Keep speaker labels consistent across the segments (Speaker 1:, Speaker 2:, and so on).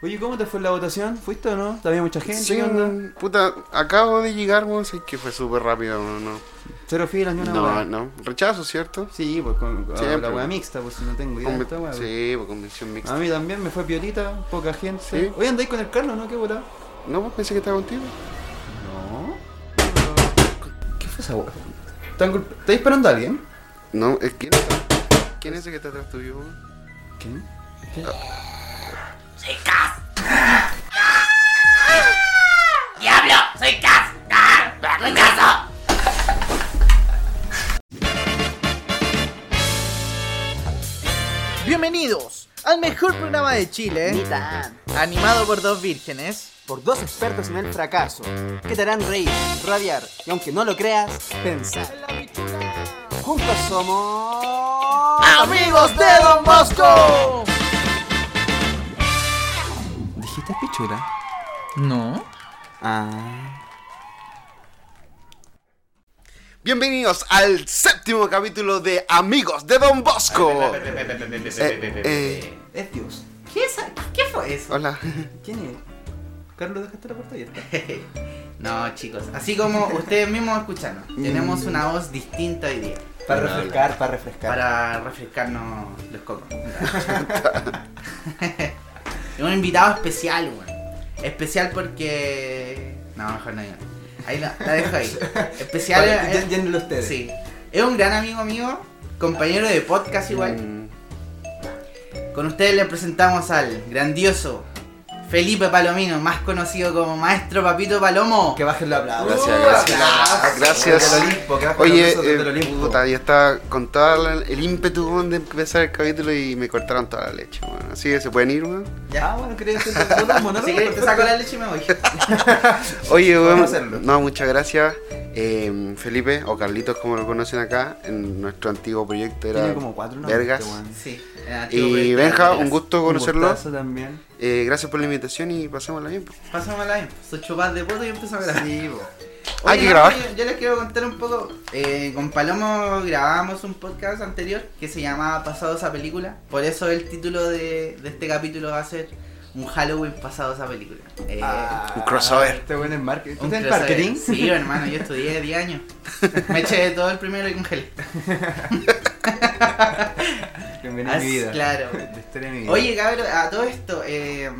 Speaker 1: Oye, ¿cómo te fue la votación? ¿Fuiste o no? ¿Había mucha gente?
Speaker 2: Sí,
Speaker 1: ¿Qué onda?
Speaker 2: puta, acabo de llegar, weón, sé que fue súper rápido, weón, no.
Speaker 1: ¿Cero filas ni una
Speaker 2: No,
Speaker 1: hueá?
Speaker 2: no. Rechazo, ¿cierto?
Speaker 1: Sí, pues con, con
Speaker 2: Siempre.
Speaker 1: la hueá mixta, pues si no tengo idea de
Speaker 2: Conven-
Speaker 1: esta hueá, pues.
Speaker 2: sí, pues, convención mixta.
Speaker 1: A mí también me fue piolita, poca gente.
Speaker 2: Sí.
Speaker 1: Oye, andáis con el Carlos, ¿no? ¿Qué bola?
Speaker 2: No, pues pensé que estaba contigo.
Speaker 1: No. ¿Qué fue esa hueá? ¿Están gol- ¿Estáis esperando a alguien?
Speaker 2: No, es quién está- ¿Quién es el que está atrás tuyo, weón?
Speaker 1: ¿Quién?
Speaker 3: ¡Diablo! ¡Soy Cas! ¡Ah! ¡Soy Caso!
Speaker 4: Bienvenidos al mejor programa de Chile, animado por dos vírgenes.
Speaker 5: por dos expertos en el fracaso, que te harán reír, rabiar y aunque no lo creas, pensar. Juntos somos...
Speaker 4: ¡Amigos de Don Bosco!
Speaker 1: ¿Dijiste pichula?
Speaker 4: No.
Speaker 1: Ah.
Speaker 2: Bienvenidos al séptimo capítulo de Amigos de Don Bosco. Eh, eh,
Speaker 1: Es Dios.
Speaker 3: ¿Qué, es- ¿Qué fue eso?
Speaker 2: hola.
Speaker 1: ¿Quién es? Carlos, dejaste la puerta abierta.
Speaker 3: No, chicos, así como ustedes mismos escucharon, tenemos una voz distinta hoy día
Speaker 5: Para refrescar, para refrescar.
Speaker 3: para refrescarnos los cocos. Y un invitado especial, weón. Especial porque. No, mejor no digo. Ahí la, la dejo ahí. Especial.
Speaker 5: Vale,
Speaker 3: eh,
Speaker 5: llen- llénenlo ustedes.
Speaker 3: Sí. Es un gran amigo mío, compañero de podcast igual.
Speaker 2: Mm,
Speaker 3: Con ustedes le presentamos al grandioso Felipe Palomino, más conocido como Maestro Papito Palomo. Uh,
Speaker 5: Que bajen los aplausos.
Speaker 2: Gracias, gracias. Ah,
Speaker 3: aplausos.
Speaker 2: Gracias.
Speaker 5: Del Olimpo, que bajen los
Speaker 2: Oye,
Speaker 5: aplausos desde
Speaker 2: eh,
Speaker 5: el Olimpo.
Speaker 2: puta, ya está con todo el, el ímpetu weón, de empezar el capítulo y me cortaron toda la leche, weón. Así que se pueden ir, weón.
Speaker 1: Ah, bueno, quería hacer solo un monólogo.
Speaker 3: Así que te
Speaker 1: perfecto.
Speaker 3: saco la leche y me voy.
Speaker 2: Oye,
Speaker 5: Vamos
Speaker 2: weón,
Speaker 5: a hacerlo.
Speaker 2: no, muchas gracias. Eh, Felipe, o Carlitos como lo conocen acá, en nuestro antiguo proyecto era
Speaker 1: Tiene como cuatro nombres,
Speaker 2: Vergas.
Speaker 1: este weón.
Speaker 3: Sí. eh, era antiguo
Speaker 2: Y
Speaker 3: proyecto
Speaker 2: Benja,
Speaker 3: de
Speaker 2: un gusto
Speaker 1: Un
Speaker 2: conocerlo.
Speaker 1: gustazo también.
Speaker 2: Eh, gracias por la invitación y pasémosla bien. po.
Speaker 3: Pásame la info, soy chupas de poto y empiezo a grabar. Sí,
Speaker 2: Hay que grabar.
Speaker 3: Yo, yo les quiero contar un poco. eh, con Palomo grabamos un podcast anterior que se llamaba Pasado esa película. Por eso el título de, de este capítulo va a ser Un Halloween pasado esa película. Eh,
Speaker 5: Ah,
Speaker 2: Un crossover.
Speaker 5: Este buen es marketing.
Speaker 3: un
Speaker 5: ¿Este es el
Speaker 3: crossover.
Speaker 5: marketing?
Speaker 3: Sí, hermano, yo estudié 10 años. Me eché de todo el primero y congelé.
Speaker 5: Bienvenido a mi
Speaker 3: Así,
Speaker 5: vida.
Speaker 3: Ah, claro.
Speaker 5: La historia de mi vida.
Speaker 3: Oye, cabrón, a todo esto, eh,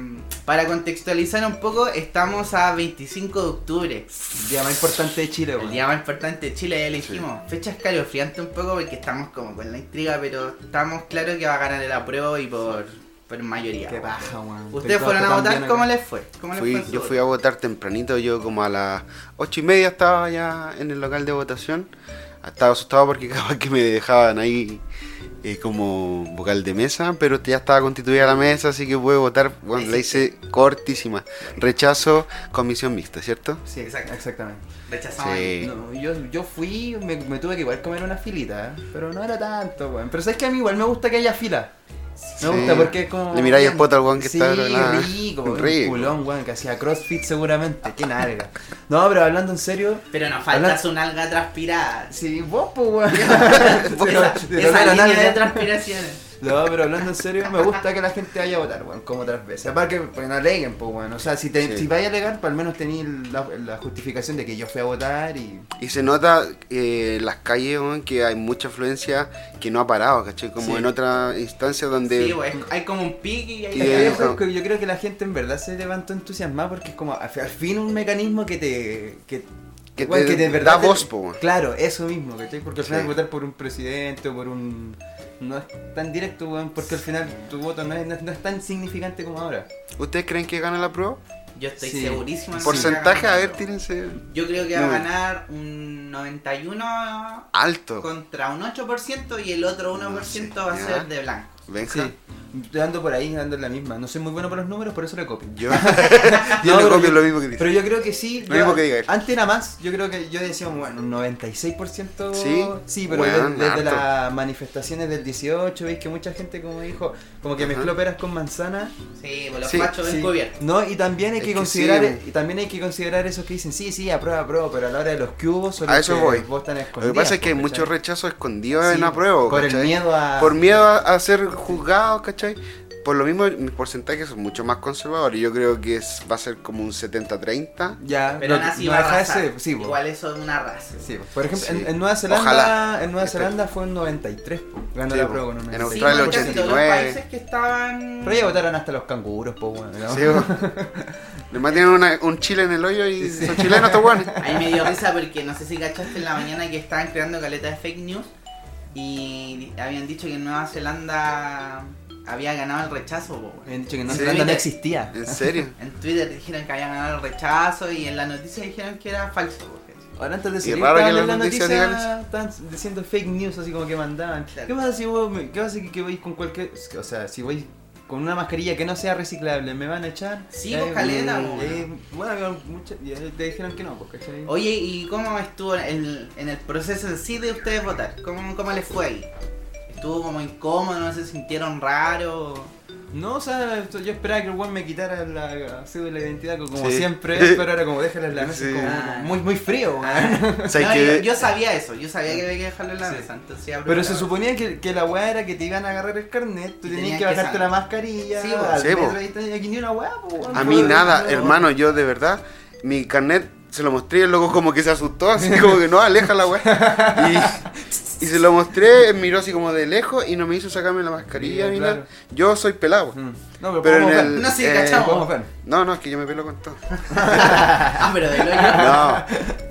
Speaker 3: para contextualizar un poco, estamos a 25 de octubre.
Speaker 5: Día más importante de Chile,
Speaker 3: El
Speaker 5: weón.
Speaker 3: día más importante de Chile, ya lo dijimos. Fecha escalofriante un poco porque estamos como con la intriga, pero estamos claros que va a ganar el apruebo y por, por mayoría.
Speaker 5: Qué paja, weón.
Speaker 3: ¿Ustedes fueron a votar? ¿Cómo les fue? ¿Cómo les
Speaker 2: Fui-
Speaker 3: fue en su
Speaker 2: yo
Speaker 3: voto?
Speaker 2: fui a votar tempranito, yo como a las ocho y media estaba ya en el local de votación. Estaba asustado porque capaz que me dejaban ahí eh, como vocal de mesa, pero ya estaba constituida la mesa, así que pude votar. Bueno, la hice cortísima. Rechazo, comisión mixta, ¿cierto?
Speaker 5: Sí,
Speaker 3: Exacto.
Speaker 5: exactamente.
Speaker 3: Rechazamos.
Speaker 2: Sí. Eh.
Speaker 5: No, yo, yo fui, me, me tuve que igual comer una filita, ¿eh? pero no era tanto, weón. Pero sabes que a mí igual me gusta que haya fila. Me gusta porque es como.
Speaker 2: Le miráis el poto al weón que
Speaker 5: sí,
Speaker 2: está de la-
Speaker 5: rico, un
Speaker 2: Rico.
Speaker 5: culón, weón, que hacía crossfit seguramente. Qué narga. No, pero hablando en serio.
Speaker 3: Pero nos faltas un alga transpirada.
Speaker 5: Sí, vos, pues, weón.
Speaker 3: Esa,
Speaker 5: Sí,
Speaker 3: esa
Speaker 5: pero
Speaker 3: línea
Speaker 5: nalga.
Speaker 3: de transpiraciones.
Speaker 5: No, pero hablando en serio, me gusta que la gente vaya a votar, weón, como otras veces. Aparte que pues, no aleguen, pues, weón. O sea, si, te,
Speaker 2: Sí.
Speaker 5: si vais a alegar, pues al menos tenéis la, la justificación de que yo fui a votar y.
Speaker 2: Y se nota eh, en las calles, weón, que hay mucha afluencia que no ha parado, ¿cachai? Como
Speaker 5: Sí.
Speaker 2: en otras instancias donde...
Speaker 3: Sí, güey, hay como un pique y hay
Speaker 2: Y
Speaker 5: Es que
Speaker 2: de-
Speaker 5: yo creo que- yo creo que la gente en verdad se levantó entusiasmada porque es como al al fin un mecanismo que te. que,
Speaker 2: Que
Speaker 5: bueno,
Speaker 2: te
Speaker 5: de
Speaker 2: da
Speaker 5: verdad te-
Speaker 2: voz, po, weón.
Speaker 5: Claro, eso mismo, ¿cachai? Porque al
Speaker 2: Sí.
Speaker 5: final votar por un presidente o por un. no es tan directo, weón, porque al final tu voto no es, no es- no es tan significante como ahora.
Speaker 2: ¿Ustedes creen que gana la prueba?
Speaker 3: Yo estoy
Speaker 5: Sí.
Speaker 3: segurísimo. de que
Speaker 2: Porcentaje,
Speaker 3: va
Speaker 2: a
Speaker 3: ganar,
Speaker 2: ver,
Speaker 3: güey.
Speaker 2: tírense
Speaker 3: Yo creo que va a
Speaker 2: No. Ah.
Speaker 3: ganar un 91
Speaker 2: alto.
Speaker 3: contra un 8% y el otro 1% va a
Speaker 2: Ya.
Speaker 3: ser de blanco.
Speaker 2: Benja.
Speaker 5: Yo ando por ahí, ando en la misma. No soy muy bueno para los números, por eso le copio.
Speaker 2: Yo,
Speaker 5: No,
Speaker 2: yo le
Speaker 5: pero
Speaker 2: copio
Speaker 5: yo-
Speaker 2: lo mismo que
Speaker 5: Pero
Speaker 2: dice.
Speaker 5: yo creo que sí.
Speaker 2: Lo
Speaker 5: yo-
Speaker 2: mismo que diga él.
Speaker 5: Antes era más, yo creo que yo decía, bueno, un 96%.
Speaker 2: Sí,
Speaker 5: sí pero de-
Speaker 2: bueno,
Speaker 5: desde
Speaker 2: harto.
Speaker 5: las manifestaciones del 18, veis que mucha gente, como dijo, como que
Speaker 2: Ajá.
Speaker 5: mezcló peras con manzanas.
Speaker 3: Sí, pues los
Speaker 2: Sí,
Speaker 3: machos
Speaker 5: Sí.
Speaker 3: ven cubiertos.
Speaker 5: No, y también hay
Speaker 2: Es
Speaker 5: que,
Speaker 2: que
Speaker 5: considerar
Speaker 2: sí,
Speaker 5: y también hay que considerar esos que dicen, sí, sí, aprueba, aprueba, pero a la hora de los que hubo son
Speaker 2: A
Speaker 5: los
Speaker 2: eso
Speaker 5: que
Speaker 2: voy.
Speaker 5: votan
Speaker 2: Lo que pasa es que hay mucho
Speaker 5: muchos
Speaker 2: rechazo escondido
Speaker 5: Sí,
Speaker 2: en apruebo,
Speaker 5: por el
Speaker 2: ¿cachai?
Speaker 5: miedo a-
Speaker 2: Por miedo a, a ser juzgado, ¿cachai? Por lo mismo, mis porcentajes son mucho más conservadores. Yo creo que es, va a ser como un 70-30.
Speaker 5: Ya,
Speaker 3: Pero
Speaker 5: no,
Speaker 3: aún así
Speaker 5: no
Speaker 3: va a
Speaker 5: deja de
Speaker 3: arrasar.
Speaker 5: ser- sí, po.
Speaker 3: Igual eso es una raza.
Speaker 5: Sí, po. por ejemplo,
Speaker 2: Sí.
Speaker 5: en, en Nueva Zelanda,
Speaker 2: Ojalá.
Speaker 5: en Nueva
Speaker 2: Espero.
Speaker 5: Zelanda fue en 93, po, ganó
Speaker 2: Sí,
Speaker 5: la
Speaker 2: po.
Speaker 5: prueba con un
Speaker 2: En
Speaker 5: 93.
Speaker 2: Australia
Speaker 3: porque casi todos
Speaker 2: 89.
Speaker 3: pues, los países que estaban...
Speaker 5: Pero ya votaron hasta los canguros, po, bueno, ¿no?
Speaker 2: Sí, bo. Además tienen una- un chile en el hoyo y son chilenos estos guanes.
Speaker 3: Ahí me dio risa porque no sé si cachaste en la mañana que estaban creando caleta de fake news y habían dicho que en Nueva Zelanda había ganado el rechazo. po, weón.
Speaker 5: Me han dicho que en Nueva
Speaker 2: Sí.
Speaker 5: Zelanda no existía.
Speaker 2: ¿En serio?
Speaker 3: En Twitter dijeron que había ganado el rechazo y en la noticia dijeron que era falso. po, ¿cachai?
Speaker 5: Ahora antes de
Speaker 2: Y
Speaker 5: salir
Speaker 2: raro
Speaker 5: estaban
Speaker 2: que
Speaker 5: en
Speaker 2: las
Speaker 5: la
Speaker 2: noticias digan
Speaker 5: noticia estaban diciendo fake news así como que mandaban.
Speaker 3: Claro.
Speaker 5: ¿Qué pasa si vos, me- qué pasa si que vais con cualquier, o sea, si voy con una mascarilla que no sea reciclable, me van a echar?
Speaker 3: Sí, vos caleta,
Speaker 5: eh,
Speaker 3: vos,
Speaker 5: eh, bueno, había mucha- y ahí te dijeron que no, pues, ¿cachai?
Speaker 3: Oye, ¿y cómo estuvo el- en el proceso en sí de ustedes votar? ¿Cómo, cómo les fue ahí? ¿Estuvo como incómodo? ¿No se sintieron raros?
Speaker 5: No, o sea, esto- yo esperaba que el weón me quitara la cédula de identidad como
Speaker 2: Sí.
Speaker 5: siempre, pero ahora como déjala en la mesa,
Speaker 2: Sí.
Speaker 5: es
Speaker 3: Ah.
Speaker 5: como muy, muy frío, weón.
Speaker 2: O sea,
Speaker 3: No,
Speaker 2: que-
Speaker 3: yo, yo sabía eso, yo sabía que había que dejarlo en la
Speaker 5: Sí.
Speaker 3: mesa, entonces ya
Speaker 5: Pero
Speaker 3: preparaba.
Speaker 5: se suponía que, que la weá era que te iban a agarrar el carnet, tú
Speaker 3: Y
Speaker 5: tenías que
Speaker 3: tenías que
Speaker 5: bajarte
Speaker 3: saber.
Speaker 5: la mascarilla,
Speaker 3: Sí, bo.
Speaker 5: al
Speaker 2: Sí,
Speaker 5: metro,
Speaker 2: bo.
Speaker 5: ahí está, y aquí ni una weá, po, weón.
Speaker 2: A mí
Speaker 5: Fue-
Speaker 2: nada,
Speaker 5: fue-
Speaker 2: hermano, yo de verdad, mi carnet se lo mostré y el loco como que se asustó, así como que no, aleja la weá. Y, y se lo mostré, él miró así como de lejos y no me hizo sacarme la mascarilla
Speaker 5: Sí,
Speaker 2: ni
Speaker 5: claro.
Speaker 2: nada. Yo soy pelado.
Speaker 5: Mm. No, pero,
Speaker 2: Pero en
Speaker 5: podemos ver.
Speaker 2: el-
Speaker 3: No, sí,
Speaker 2: eh,
Speaker 3: cachamos.
Speaker 5: podemos ver.
Speaker 2: No, no, es que yo me pelo con todo.
Speaker 3: Ah, pero de lo
Speaker 2: No,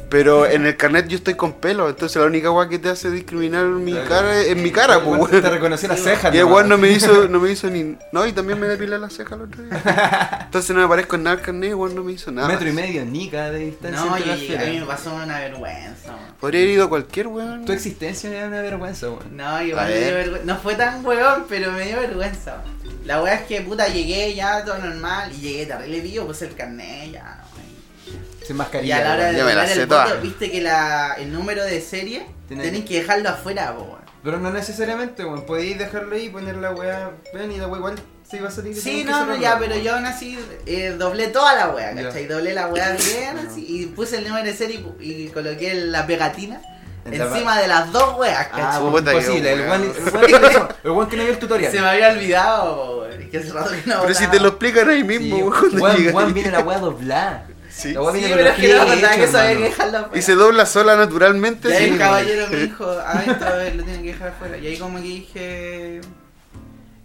Speaker 2: pero en el carnet yo estoy con pelo, entonces la única weá que te hace discriminar mi
Speaker 5: Claro.
Speaker 2: cara es en mi cara, pues
Speaker 5: Igual
Speaker 2: weón.
Speaker 5: Te reconocí las
Speaker 3: Sí,
Speaker 5: cejas.
Speaker 2: Y el
Speaker 5: nomás.
Speaker 2: weón no me hizo, no me hizo ni. No, y también me depilé las cejas el otro día. Entonces no me parezco en nada el carnet, el weón no me hizo nada.
Speaker 5: Metro y medio, nica de distancia.
Speaker 3: No,
Speaker 5: entre
Speaker 3: yo
Speaker 5: las
Speaker 3: llegué,
Speaker 5: filas.
Speaker 3: a mí me pasó una vergüenza. man.
Speaker 2: Podría haber ido cualquier weón.
Speaker 5: Tu existencia era una vergüenza, weón.
Speaker 3: No,
Speaker 2: A
Speaker 3: igual me
Speaker 2: ver.
Speaker 3: dio vergüenza. No fue tan huevón, pero me dio vergüenza. man. La wea es que puta llegué ya todo normal y llegué terrible vivo, puse el carnet ya. No,
Speaker 5: Sin
Speaker 3: y
Speaker 5: mascarilla.
Speaker 3: a la hora
Speaker 5: weón.
Speaker 3: de
Speaker 2: Ya me la
Speaker 3: dejar
Speaker 2: sé
Speaker 3: el
Speaker 2: toda.
Speaker 3: voto, viste que la, el número de serie
Speaker 5: Tiene-
Speaker 3: tenés que dejarlo afuera, po, weón.
Speaker 5: Pero no necesariamente, weón. Podéis dejarlo ahí, poner la weá. Ven y la weá igual se iba a salir.
Speaker 3: Sí,
Speaker 5: tenés que
Speaker 3: no, no,
Speaker 5: cerrarlo,
Speaker 3: ya,
Speaker 5: weón.
Speaker 3: pero yo aún así eh, doblé toda la wea,
Speaker 5: Ya.
Speaker 3: ¿cachai? Doblé la wea bien así, y puse el número de serie y pu- y, coloqué la pegatina
Speaker 5: En la-
Speaker 3: encima de las dos weas, ¿cachai?
Speaker 5: Ah, weón,
Speaker 2: Puta que
Speaker 5: imposible. El
Speaker 2: weón.
Speaker 5: weón el weón que no hizo- el weón que no vio el tutorial.
Speaker 3: Se me había olvidado, po, weón. Es que hace rato que no
Speaker 2: Pero si
Speaker 3: votaba.
Speaker 2: te lo explican ahí mismo,
Speaker 5: Sí,
Speaker 2: weón, cuando
Speaker 5: Juan,
Speaker 2: llegas
Speaker 5: Juan
Speaker 2: ahí.
Speaker 5: viene la wea doblada.
Speaker 2: Sí.
Speaker 5: La wea
Speaker 3: Sí,
Speaker 5: viene
Speaker 3: pero es que no
Speaker 5: clips
Speaker 3: verdad que
Speaker 5: hechos,
Speaker 3: sabía que
Speaker 5: hermano.
Speaker 3: dejarlo afuera.
Speaker 2: Y se dobla sola
Speaker 3: Y
Speaker 2: naturalmente.
Speaker 3: ahí
Speaker 2: sí.
Speaker 3: el caballero me dijo, ah, esto eh, lo tienen que dejar afuera. Y ahí como que dije,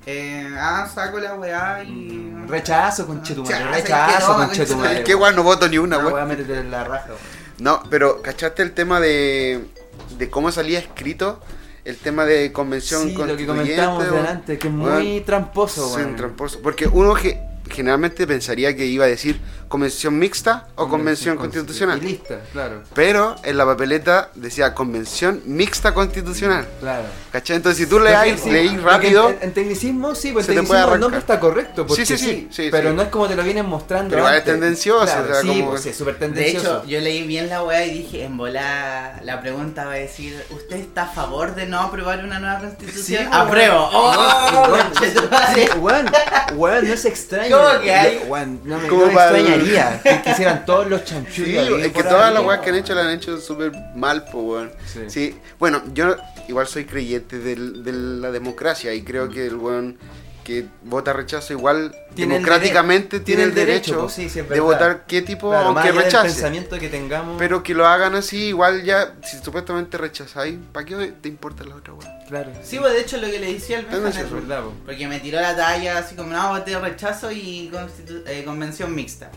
Speaker 3: eh, ah, saco la weá y...
Speaker 2: Mm,
Speaker 5: Rechazo, conchetumare.
Speaker 3: Rechazo,
Speaker 5: Rechazo,
Speaker 3: que no,
Speaker 5: conchetumare.
Speaker 3: conchetumare.
Speaker 2: Qué weón, no voto ni una
Speaker 5: Una
Speaker 2: weón.
Speaker 5: wea métete en la raja, weón.
Speaker 2: No, pero ¿cachaste el tema de, de cómo salía escrito? El tema de convención
Speaker 5: Sí, lo que
Speaker 2: constituyente.
Speaker 5: comentábamos
Speaker 2: weón.
Speaker 5: delante, que es muy
Speaker 2: Weón,
Speaker 5: tramposo,
Speaker 2: Sí,
Speaker 5: weón.
Speaker 2: un tramposo. Porque uno ge- generalmente pensaría que iba a decir convención mixta o convención constitucional.
Speaker 5: Y lista, claro.
Speaker 2: Pero en la papeleta decía convención mixta constitucional.
Speaker 5: Claro.
Speaker 2: ¿Cachai? Entonces si tú leí,
Speaker 5: Sí,
Speaker 2: leí
Speaker 5: porque
Speaker 2: rápido,
Speaker 5: En, en tecnicismo sí, pues
Speaker 2: se
Speaker 5: en
Speaker 2: te puede
Speaker 5: tecnicismo el nombre
Speaker 2: arrancar.
Speaker 5: está correcto. Porque
Speaker 2: Sí,
Speaker 5: sí,
Speaker 2: sí,
Speaker 5: sí,
Speaker 2: sí, sí,
Speaker 5: Pero
Speaker 2: sí.
Speaker 5: no es como te lo vienen mostrando.
Speaker 2: Pero igual es
Speaker 5: antes.
Speaker 2: tendencioso,
Speaker 5: Claro,
Speaker 2: o sea,
Speaker 5: sí,
Speaker 2: como-
Speaker 5: pues, sí, es súper
Speaker 3: De
Speaker 5: tendencioso.
Speaker 3: hecho, yo leí bien la weá y dije, en volá, la pregunta va a decir, ¿usted está a favor de no aprobar una nueva constitución?
Speaker 5: Sí,
Speaker 3: ¡Apruebo! ¡Oh,
Speaker 5: weón.
Speaker 3: conchetumare!
Speaker 5: Weón, weón, no es extraño.
Speaker 3: ¿Cómo que hay?
Speaker 5: Weón, no me,
Speaker 2: ¿Cómo
Speaker 5: no me
Speaker 2: para-
Speaker 5: extrañaría que quisieran todos los chanchullos.
Speaker 2: Sí,
Speaker 5: que había
Speaker 2: es que
Speaker 5: por
Speaker 2: todas
Speaker 5: ahí,
Speaker 2: las weas
Speaker 5: weón.
Speaker 2: que han hecho las han hecho súper mal, po, weón. Sí.
Speaker 5: Sí.
Speaker 2: Bueno, yo igual soy creyente del- de la democracia y creo que el weón que vota rechazo igual
Speaker 5: Tiene el
Speaker 2: democráticamente
Speaker 5: dere-
Speaker 2: tiene el derecho,
Speaker 5: pues, sí, sí, es
Speaker 2: de
Speaker 5: verdad.
Speaker 2: votar qué tipo
Speaker 5: Claro, más
Speaker 2: aunque
Speaker 5: allá del
Speaker 2: rechace.
Speaker 5: pensamiento que tengamos.
Speaker 2: Pero que lo hagan así, igual ya, si supuestamente rechazáis, ¿para qué te importa la otra weón?
Speaker 5: Claro.
Speaker 3: Sí, pues de hecho lo que le decía al
Speaker 2: Tendencioso.
Speaker 5: es verdad, po.
Speaker 3: Porque me tiró la talla así como, no, voté rechazo y constitu- eh, convención mixta.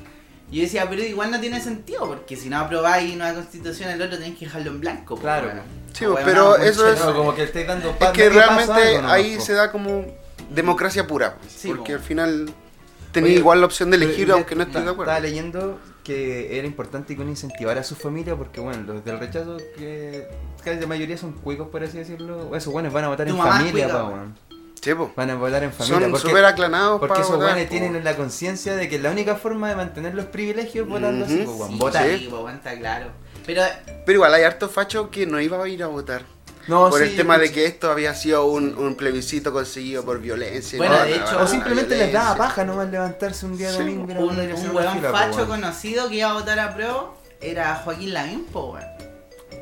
Speaker 3: Y yo decía, pero igual no tiene sentido, porque si no aprobáis una constitución, el otro tenés que dejarlo en blanco. po,
Speaker 5: Claro.
Speaker 3: weón.
Speaker 2: Sí,
Speaker 3: Ah,
Speaker 2: pues,
Speaker 3: weón,
Speaker 2: pero
Speaker 3: no, conche-
Speaker 2: eso es-
Speaker 5: No, como que estáis dando
Speaker 2: Es
Speaker 5: pa-
Speaker 2: que
Speaker 5: medio paso
Speaker 2: realmente
Speaker 5: algo nomás,
Speaker 2: ahí
Speaker 5: po.
Speaker 2: se da como democracia pura, pues,
Speaker 3: Sí,
Speaker 2: porque
Speaker 3: po.
Speaker 2: al final tenía
Speaker 5: Oye,
Speaker 2: igual la opción de elegir
Speaker 5: Yo-
Speaker 2: aunque no estés de acuerdo.
Speaker 5: Estaba leyendo que era importante que uno incentivara a su familia porque, bueno, los del rechazo, que casi la mayoría son cuicos, por así decirlo. Esos buenos van a votar
Speaker 3: Tu
Speaker 5: en
Speaker 3: mamá es
Speaker 5: familia,
Speaker 3: cuica,
Speaker 5: pa,
Speaker 3: weón.
Speaker 5: weón.
Speaker 2: Sí, po.
Speaker 5: Van a votar en familia.
Speaker 2: Son
Speaker 5: porque-
Speaker 2: súper aclanados
Speaker 5: Porque
Speaker 2: pa'
Speaker 5: esos
Speaker 2: votar,
Speaker 5: guanes
Speaker 2: po.
Speaker 5: tienen la conciencia de que la única forma de mantener los privilegios es votando así,
Speaker 2: Ujú.
Speaker 5: po, weón.
Speaker 3: Sí,
Speaker 5: Votar.
Speaker 3: sí, po, pues, weón, está claro. Pero
Speaker 2: Pero igual hay harto facho que no iba a ir a votar.
Speaker 5: No,
Speaker 2: por
Speaker 5: Oh, sí,
Speaker 2: el tema de
Speaker 3: pues,
Speaker 5: escucha.
Speaker 2: que esto había sido un, un plebiscito conseguido por violencia.
Speaker 3: Bueno,
Speaker 2: no,
Speaker 3: de
Speaker 2: no,
Speaker 3: hecho-
Speaker 2: no,
Speaker 5: O simplemente les daba
Speaker 2: Ah, violencia.
Speaker 5: paja nomás levantarse un día
Speaker 2: Sí,
Speaker 5: domingo. y ir a
Speaker 3: un,
Speaker 5: una dirección
Speaker 3: un
Speaker 5: de
Speaker 3: weón
Speaker 5: fila, pues, po,
Speaker 3: facho
Speaker 5: weón.
Speaker 3: conocido que iba a votar a pro era Joaquín Lavín, po, weón.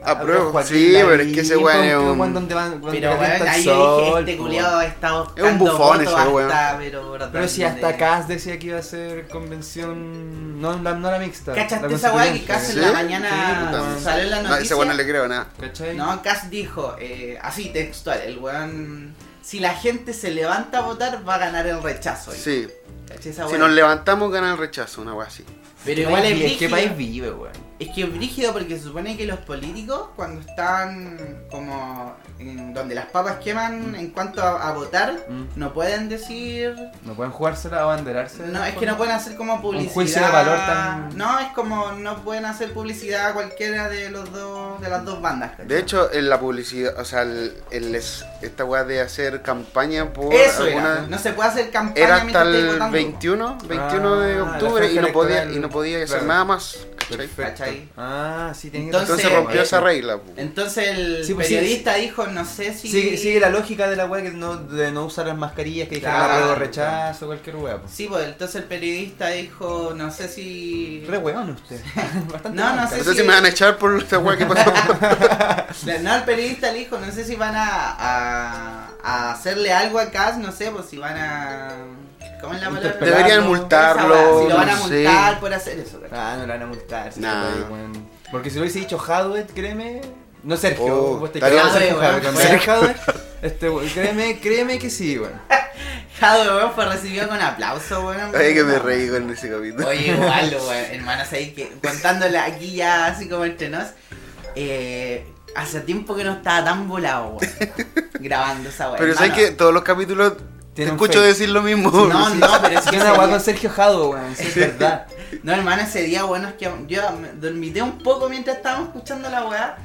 Speaker 2: Apruebo.
Speaker 5: Joaquín
Speaker 2: Sí,
Speaker 5: Lavín,
Speaker 2: pero es que ese weón es
Speaker 5: pues,
Speaker 2: un-
Speaker 5: weón, donde van- donde
Speaker 3: Pero
Speaker 5: calienta
Speaker 3: bueno,
Speaker 5: el
Speaker 3: ahí yo dije,
Speaker 5: sol,
Speaker 3: este
Speaker 5: po.
Speaker 3: culiado está buscando
Speaker 2: bufón
Speaker 3: votos
Speaker 2: ese weón.
Speaker 3: hasta, pero, bro,
Speaker 5: Pero si
Speaker 3: también
Speaker 5: hasta
Speaker 3: de-
Speaker 5: Cass decía que iba a ser convención. No la, no la mixta.
Speaker 3: ¿Cachaste
Speaker 5: la
Speaker 3: esa weá que
Speaker 5: constituyente.
Speaker 3: Cass en
Speaker 2: ¿Sí?
Speaker 3: la
Speaker 5: Sí,
Speaker 3: mañana
Speaker 5: puta madre.
Speaker 3: salió en la
Speaker 2: No,
Speaker 3: noticia?
Speaker 2: ese weón no le creo nada.
Speaker 5: ¿Cachai?
Speaker 3: No, Cass dijo, eh, así textual, el weón, si la gente se levanta a votar va a ganar el rechazo. Y-
Speaker 2: Sí.
Speaker 3: ¿cachai esa
Speaker 2: Si
Speaker 3: weá?
Speaker 2: nos levantamos, gana el rechazo, una weá así.
Speaker 3: Pero igual es
Speaker 5: ¿En qué
Speaker 3: brígido.
Speaker 5: país vive, weón?
Speaker 3: Es que es brígido porque se supone que los políticos cuando están como en donde las papas queman en cuanto a, a votar,
Speaker 5: Mm.
Speaker 3: no pueden decir...
Speaker 5: No pueden jugársela, abanderarse.
Speaker 3: No, es que no pueden hacer como publicidad.
Speaker 5: juicio de valor tan-
Speaker 3: No, es como no pueden hacer publicidad a cualquiera de los dos de las dos bandas. ¿cachai?
Speaker 2: De hecho, en la publicidad, o sea, el, el- es- esta weá de hacer campaña por
Speaker 3: Eso
Speaker 2: alguna.
Speaker 3: era. No se puede hacer campaña
Speaker 2: Era hasta
Speaker 3: mientras estáis
Speaker 2: el
Speaker 3: votando.
Speaker 2: 21, 21 de
Speaker 5: Ah, la
Speaker 2: octubre y
Speaker 5: franja
Speaker 2: no podía,
Speaker 5: electoral.
Speaker 2: y no podía hacer
Speaker 5: Claro.
Speaker 2: nada más. ¿cachai?
Speaker 3: ¿Cachai?
Speaker 5: Ah, sí, tiene
Speaker 3: Entonces-
Speaker 2: Entonces rompió
Speaker 5: eh,
Speaker 2: esa regla. pu.
Speaker 3: Entonces el
Speaker 5: Sí, pues, sí,
Speaker 3: periodista dijo, no sé si...
Speaker 5: Sigue, sigue la lógica de la weá que no, de no usar las mascarillas que dijeron
Speaker 3: Claro.
Speaker 5: apruebo, rechazo, cualquier weá. pues.
Speaker 3: Sí, pues entonces el periodista dijo, no sé si...
Speaker 5: Re weón usted. Bastante
Speaker 3: No, no
Speaker 5: manca.
Speaker 3: sé.
Speaker 2: Entonces
Speaker 3: sí.
Speaker 2: me van a echar por esta weá que pasó.
Speaker 3: Le- No, el periodista le dijo, no sé si van a, a, a hacerle algo a Cass, no sé, pues si van a... ¿Cómo es la palabra?
Speaker 5: Interpelarlo.
Speaker 2: Deberían
Speaker 3: Esa weá,
Speaker 2: multarlo.
Speaker 3: Si lo van a
Speaker 2: no sé.
Speaker 3: multar por hacer eso. ¿cachai?
Speaker 5: Ah, no la van a multar. si
Speaker 2: Nah.
Speaker 5: está ahí, weón. Porque si lo hubiese dicho Hadwet, créeme. No Sergio,
Speaker 2: Oh,
Speaker 5: vos te
Speaker 2: estaría-
Speaker 5: quedas Sergio
Speaker 3: Hadwet,
Speaker 5: Hadwet. Cuando
Speaker 3: weón.
Speaker 5: era Hadwet, este, weón, créeme, créeme que sí, weón.
Speaker 3: Ah, Jado, weón, fue recibido con aplauso, weón.
Speaker 2: Ay, que me reí con ese capítulo.
Speaker 3: Oye, igual, weón, hermanos, ahí que contándola aquí ya así como entre nos, eh, hace tiempo que no estaba tan volado, weón, grabando esa weón.
Speaker 2: Pero sabes que todos los capítulos te
Speaker 5: Tiene un
Speaker 2: escucho
Speaker 5: fake.
Speaker 2: decir lo mismo.
Speaker 3: No, no, pero es que
Speaker 5: Yo una
Speaker 3: ese
Speaker 5: weá
Speaker 3: día-
Speaker 5: con Sergio Hadwet, weón. sí, es verdad.
Speaker 3: No, hermano, ese día, weón, nos quedamos- yo me dormité un poco mientras estábamos escuchando la weá.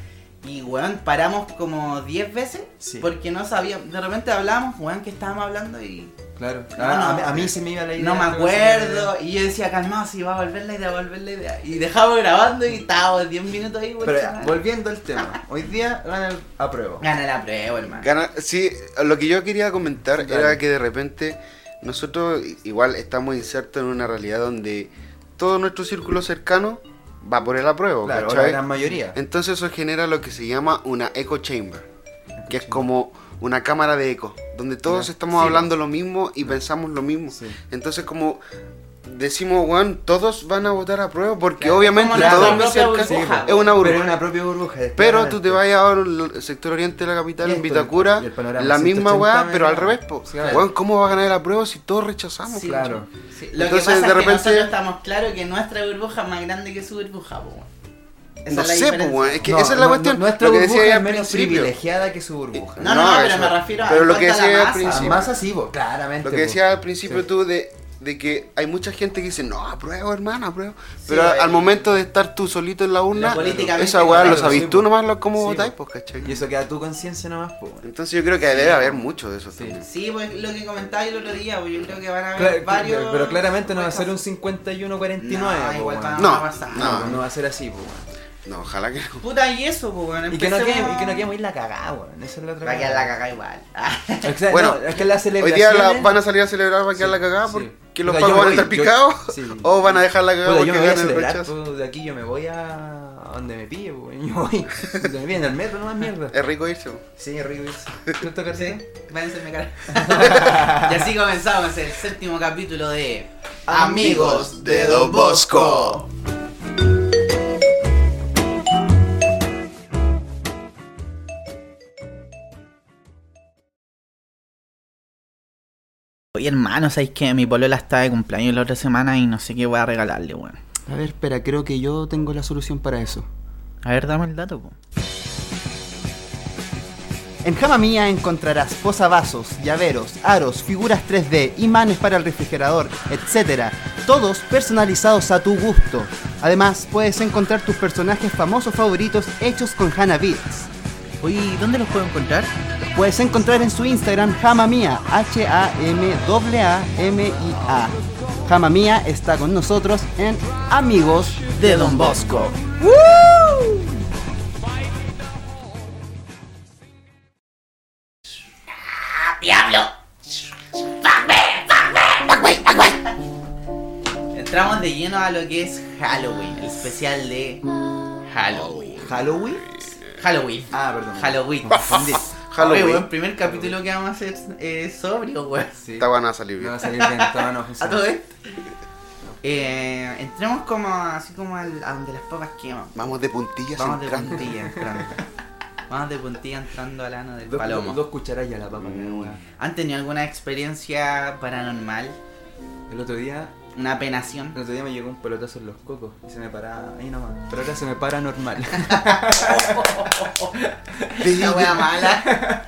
Speaker 3: Y, weón, paramos como 10 veces
Speaker 5: Sí.
Speaker 3: porque no sabíamos. De repente hablábamos, weón, que estábamos hablando y
Speaker 5: Claro.
Speaker 3: No,
Speaker 5: Ah,
Speaker 3: no,
Speaker 5: a mí- a mí se me iba la idea.
Speaker 3: no me
Speaker 5: pero se me iba la idea.
Speaker 3: acuerdo. Y yo decía, calmado, si va a volver la idea, va a volver la idea. Y dejamos grabando y estábamos 10 minutos ahí, weón.
Speaker 5: Pero ya,
Speaker 3: chaval.
Speaker 5: volviendo al tema. Hoy día gana el apruebo.
Speaker 3: Gana la prueba, hermano.
Speaker 2: Gana- sí, lo que yo quería comentar
Speaker 5: Dale.
Speaker 2: era que de repente nosotros i- igual estamos insertos en una realidad donde todo nuestro círculo cercano va por el apruebo,
Speaker 5: Claro,
Speaker 2: ¿cachai?
Speaker 5: la gran mayoría.
Speaker 2: Entonces eso genera lo que se llama una echo chamber, que es como una cámara de eco, donde todos
Speaker 5: Ya.
Speaker 2: estamos
Speaker 5: Sí,
Speaker 2: hablando lo mismo y pensamos lo mismo.
Speaker 5: Sí.
Speaker 2: Entonces como decimos, weón, todos van a votar a prueba porque
Speaker 3: Claro,
Speaker 2: obviamente
Speaker 3: como nuestra
Speaker 2: todos me
Speaker 3: propia
Speaker 2: cercan.
Speaker 3: burbuja,
Speaker 2: Es una
Speaker 5: Pero
Speaker 2: burbuja.
Speaker 5: en una propia burbuja.
Speaker 2: Pero tú te
Speaker 5: vas
Speaker 2: vayas ahora al sector oriente de la capital,
Speaker 5: Y
Speaker 2: en
Speaker 5: esto,
Speaker 2: Vitacura,
Speaker 5: el panorama,
Speaker 2: la misma
Speaker 5: 180
Speaker 2: weá, pero al
Speaker 5: metros.
Speaker 2: revés, po.
Speaker 5: Sí, claro.
Speaker 2: Weón, ¿cómo va a ganar la prueba si todos rechazamos?
Speaker 3: Sí,
Speaker 2: po?
Speaker 5: Claro.
Speaker 3: Sí, Lo
Speaker 2: Entonces,
Speaker 3: que pasa
Speaker 2: de
Speaker 3: es
Speaker 2: repente-
Speaker 3: que nosotros estamos claros que nuestra burbuja es más grande que su burbuja, po, weón. Esa
Speaker 2: No
Speaker 3: es la
Speaker 2: sé, po,
Speaker 3: diferencia.
Speaker 2: weón, es que
Speaker 5: No,
Speaker 2: esa es la
Speaker 5: no,
Speaker 2: cuestión.
Speaker 5: no, nuestra
Speaker 2: lo que
Speaker 5: burbuja
Speaker 2: decía yo
Speaker 5: es
Speaker 2: al
Speaker 5: menos
Speaker 2: principio.
Speaker 5: privilegiada que su burbuja. Ah,
Speaker 3: No, no, pero
Speaker 2: eso.
Speaker 3: me refiero a
Speaker 2: Pero lo
Speaker 3: cuánta
Speaker 2: que
Speaker 3: la
Speaker 2: decía yo al
Speaker 3: masa.
Speaker 2: principio.
Speaker 5: Más así, vos, claramente.
Speaker 2: pues.
Speaker 5: pues.
Speaker 2: Lo que
Speaker 5: este, po.
Speaker 2: decía al principio
Speaker 5: Sí.
Speaker 2: tú de, de que hay mucha gente que dice, no, apruebo, hermano, apruebo. Pero
Speaker 3: weón.
Speaker 2: al momento de estar tú solito en la urna,
Speaker 3: políticamente
Speaker 2: esa weá lo
Speaker 5: correcto,
Speaker 2: sabís
Speaker 5: sí,
Speaker 2: tú
Speaker 5: po.
Speaker 2: nomás lo, cómo
Speaker 5: Sí,
Speaker 2: votáis,
Speaker 5: po.
Speaker 2: pues, ¿cachai?
Speaker 5: Y eso queda a tu conciencia nomás, pues. po. weón.
Speaker 2: Entonces yo creo que debe haber mucho de eso también.
Speaker 3: Sí, pues lo que comentaba el otro día, pues yo creo que van a haber
Speaker 5: Claro,
Speaker 3: varios.
Speaker 5: pero, pero claramente no va a ser un 51-49,
Speaker 3: No,
Speaker 5: po,
Speaker 3: igual
Speaker 5: pues, weón.
Speaker 3: va-
Speaker 2: No,
Speaker 3: a pasar.
Speaker 5: no,
Speaker 2: no.
Speaker 5: no va a ser así, po. weón.
Speaker 2: No, ojalá que no.
Speaker 3: Puta, y eso, pues, weón.
Speaker 5: Y que no
Speaker 3: empecemos-
Speaker 5: quede- y que no quedemos ir la cagada, weón. Esa es la otra
Speaker 3: Va a quedar
Speaker 5: cosa.
Speaker 3: la caga igual. Ah.
Speaker 5: O sea,
Speaker 2: Bueno,
Speaker 5: no, es que la
Speaker 2: Hoy día
Speaker 5: celebración.
Speaker 2: la- van a salir a celebrar, van a quedar la cagada
Speaker 5: sí.
Speaker 2: porque los
Speaker 5: Puta, yo
Speaker 2: pagos van a
Speaker 5: voy,
Speaker 2: estar
Speaker 5: yo-
Speaker 2: picados
Speaker 5: sí.
Speaker 2: o van a dejar la cagada
Speaker 5: Puta, yo
Speaker 2: porque
Speaker 5: me voy a
Speaker 2: ganan el
Speaker 5: celebrar,
Speaker 2: rechazo.
Speaker 5: pues, de aquí yo me voy a a donde me pille, pues, yo voy, donde me pille, en el metro, no más mierda.
Speaker 2: Es rico irse. po.
Speaker 5: Sí, Río ¿Tú tocas
Speaker 3: sí, váyanse mi cara. y así comenzamos el séptimo capítulo de Amigos de Don Bosco. Oye, hermano, ¿sabéis que mi polola está de cumpleaños la otra semana y no sé qué voy a regalarle, weón?
Speaker 6: A ver, espera, creo que yo tengo la solución para eso.
Speaker 3: A ver, dame el dato, po.
Speaker 6: En Jama Mía encontrarás posavasos, llaveros, aros, figuras 3D, imanes para el refrigerador, etc. Todos personalizados a tu gusto. Además, puedes encontrar tus personajes famosos favoritos hechos con Hana Beats.
Speaker 3: Oye, ¿y ¿dónde los puedo encontrar?
Speaker 6: Los puedes encontrar en su Instagram Jama Mía, H-A-M-A-M-I-A. Jama Mía está con nosotros en Amigos
Speaker 3: De Don Bosco. ¡Diablo! Entramos de lleno a lo que es Halloween, el especial de Halloween.
Speaker 5: Halloween.
Speaker 3: Halloween.
Speaker 5: Ah, perdón.
Speaker 3: Halloween.
Speaker 5: Confundí.
Speaker 2: Halloween.
Speaker 3: Oye, weón, primer capítulo que vamos a hacer es sobrio, weón.
Speaker 5: Sí.
Speaker 2: Esta van a salir
Speaker 5: No
Speaker 2: bien.
Speaker 5: va a salir bien, esta no
Speaker 3: A
Speaker 5: funciona.
Speaker 3: todo esto. Eh, entremos como así como al- a donde las papas queman.
Speaker 2: Vamos de puntillas
Speaker 3: Vamos de
Speaker 2: entrando.
Speaker 3: puntilla entrando. Vamos de puntilla entrando al ano del
Speaker 5: Dos-
Speaker 3: palomo.
Speaker 5: Dos cucharallas la papa.
Speaker 2: Mm.
Speaker 5: weón.
Speaker 3: ¿Han tenido alguna experiencia paranormal?
Speaker 5: El otro día,
Speaker 3: ¿Una
Speaker 5: el
Speaker 3: penación?
Speaker 5: otro día me llegó un pelotazo en los cocos y se me paraba ahí nomás. Pero ahora se me para normal.
Speaker 3: Una wea mala.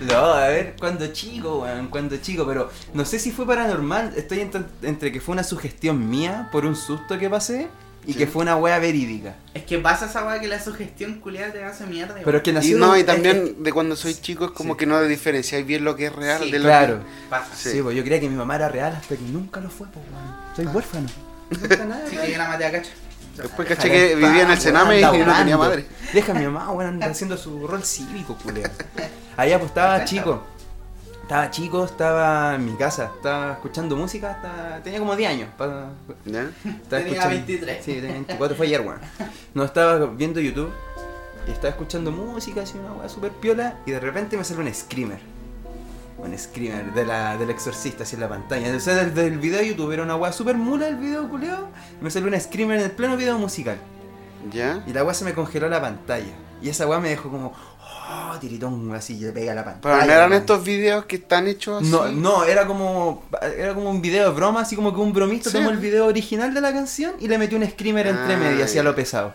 Speaker 5: No, a ver, cuando chico, weón, cuando chico, pero no sé si fue paranormal, estoy ent- entre que fue una sugestión mía por un susto que pasé y que fue una wea verídica.
Speaker 3: Es que pasa esa wea que la sugestión culiada te hace mierda.
Speaker 5: Pero es que
Speaker 2: Eh, Y
Speaker 5: nació...
Speaker 2: no, y
Speaker 5: es
Speaker 2: también de cuando soy chico es como
Speaker 5: Sí.
Speaker 2: que no diferenciáis bien lo que es real
Speaker 3: Sí,
Speaker 2: de
Speaker 5: que-
Speaker 2: lo
Speaker 5: claro.
Speaker 3: que pasa.
Speaker 2: Sí.
Speaker 5: Sí, pues yo creía que mi mamá era real hasta que nunca lo fue, pues weón. Soy huérfano. Nunca nada,
Speaker 3: Así
Speaker 5: weón.
Speaker 3: que yo la maté a cacha.
Speaker 2: que... Después caché que vivía en el Sename y
Speaker 5: Anda
Speaker 2: no tenía
Speaker 5: ahogando.
Speaker 2: madre.
Speaker 5: Deja a mi mamá, weón, anda haciendo su rol cívico, culero. Allá pues estaba chico. Estaba chico, estaba en mi casa, estaba escuchando música, estaba- tenía como 10 años. pa-
Speaker 2: ¿Ya?
Speaker 5: Estaba
Speaker 3: Tenía
Speaker 5: escuchando-
Speaker 3: 23.
Speaker 5: Sí, tenía 24, fue ayer, weón. No estaba viendo YouTube, y estaba escuchando música, así una weá super piola, y de repente me sale un screamer. Un screamer de la, del exorcista, así en la pantalla. O sea, del, del video de YouTube, era una weá super mula el video, culeo. Me salió un screamer en el pleno video musical.
Speaker 2: ¿Ya?
Speaker 5: Y la weá se me congeló la pantalla. Y esa weá me dejó como, oh, tiritón, así, le pega a la pantalla.
Speaker 2: Pero no eran
Speaker 5: weón.
Speaker 2: estos videos que están hechos así.
Speaker 5: No, no, era como era como un video de broma, así como que un bromista
Speaker 2: Sí.
Speaker 5: tomó el video original de la canción y le metió un screamer entre
Speaker 2: Ah,
Speaker 5: medio, así a
Speaker 2: ya.
Speaker 5: lo pesado.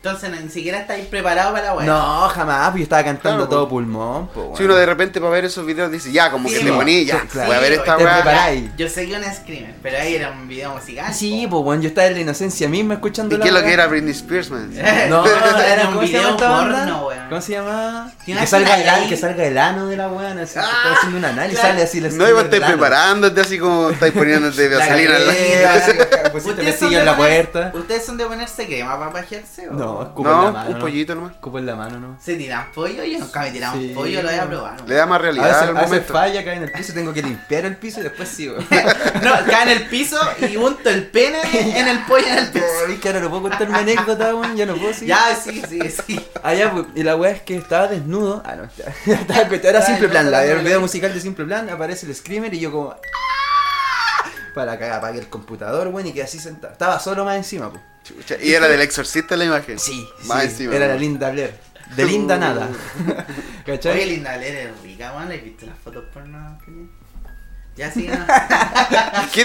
Speaker 3: Entonces ni siquiera estáis preparados para la wea.
Speaker 5: No, jamás, pues yo estaba cantando
Speaker 2: Claro,
Speaker 5: todo
Speaker 2: pues.
Speaker 5: pulmón, pues,
Speaker 2: Si
Speaker 5: bueno.
Speaker 2: uno de repente para ver esos videos dice, ya, como que
Speaker 3: Sí,
Speaker 2: le poní, ya,
Speaker 5: sí, claro.
Speaker 2: voy a ver
Speaker 3: Sí,
Speaker 2: esta
Speaker 5: te
Speaker 2: weá.
Speaker 5: preparáis.
Speaker 3: Yo seguí un screamer, pero ahí era un video musical.
Speaker 5: Ah, sí, pues bueno, yo estaba en la inocencia misma escuchando
Speaker 2: ¿Y qué es lo
Speaker 5: weá.
Speaker 2: que era Britney Spears, man?
Speaker 5: No,
Speaker 3: Era
Speaker 5: era
Speaker 3: un
Speaker 5: ¿cómo se llama
Speaker 3: video
Speaker 5: esta banda?
Speaker 3: porno, weón.
Speaker 5: ¿Cómo se llama? Que
Speaker 3: Que salga
Speaker 5: salga, el,
Speaker 3: ahí.
Speaker 5: an- que salga el ano de la weá, así,
Speaker 3: Ah,
Speaker 5: está haciendo un análisis,
Speaker 3: claro.
Speaker 5: sale así el
Speaker 2: No, iba
Speaker 5: screamer
Speaker 2: a
Speaker 5: del
Speaker 2: estar
Speaker 5: ano.
Speaker 2: preparándote así como estáis poniéndote
Speaker 5: La
Speaker 2: vaselina al lado.
Speaker 5: crema, así, pusiste
Speaker 3: ¿Ustedes son
Speaker 5: pestillo en
Speaker 3: de
Speaker 5: la
Speaker 3: poner-
Speaker 5: puerta.
Speaker 3: ¿Ustedes son de ponerse crema para pajearse? o-
Speaker 5: No, escupo en la
Speaker 2: No,
Speaker 5: mano.
Speaker 2: un pollito nomás.
Speaker 5: Escupo en la mano, no.
Speaker 3: ¿Se tiran pollo? Yo nunca me he tirado
Speaker 5: Sí.
Speaker 3: un pollo, lo voy a probar.
Speaker 2: Le da más
Speaker 5: A veces,
Speaker 2: realidad al
Speaker 5: a veces
Speaker 2: momento.
Speaker 5: falla, cae en el piso, tengo que limpiar el piso y después sigo.
Speaker 3: No, cae en el piso y unto el pene en el pollo en el piso.
Speaker 5: ¿Viste que ahora no puedo contar mi anécdota, weón? Ya no puedo seguir.
Speaker 3: Ya, sí, sí, sí.
Speaker 5: Allá, y la weá es que estaba desnudo. Ah, no, estaba- estaba- era simple plan. La, el video musical de simple plan aparece el screamer y yo como. "Ah", Para que apague el computador, weón, y quedé así sentado. Estaba solo más encima, pues.
Speaker 2: Chucha, Y era del exorcista la imagen. Más encima.
Speaker 5: Era la
Speaker 2: ¿no?
Speaker 5: linda Blair. De linda nada.
Speaker 3: Oye,
Speaker 5: ¿Cachai?
Speaker 3: linda, Lera es rica, weón. ¿Le has visto las fotos porno? que tiene? Ya, sí, no.
Speaker 2: ¿Qué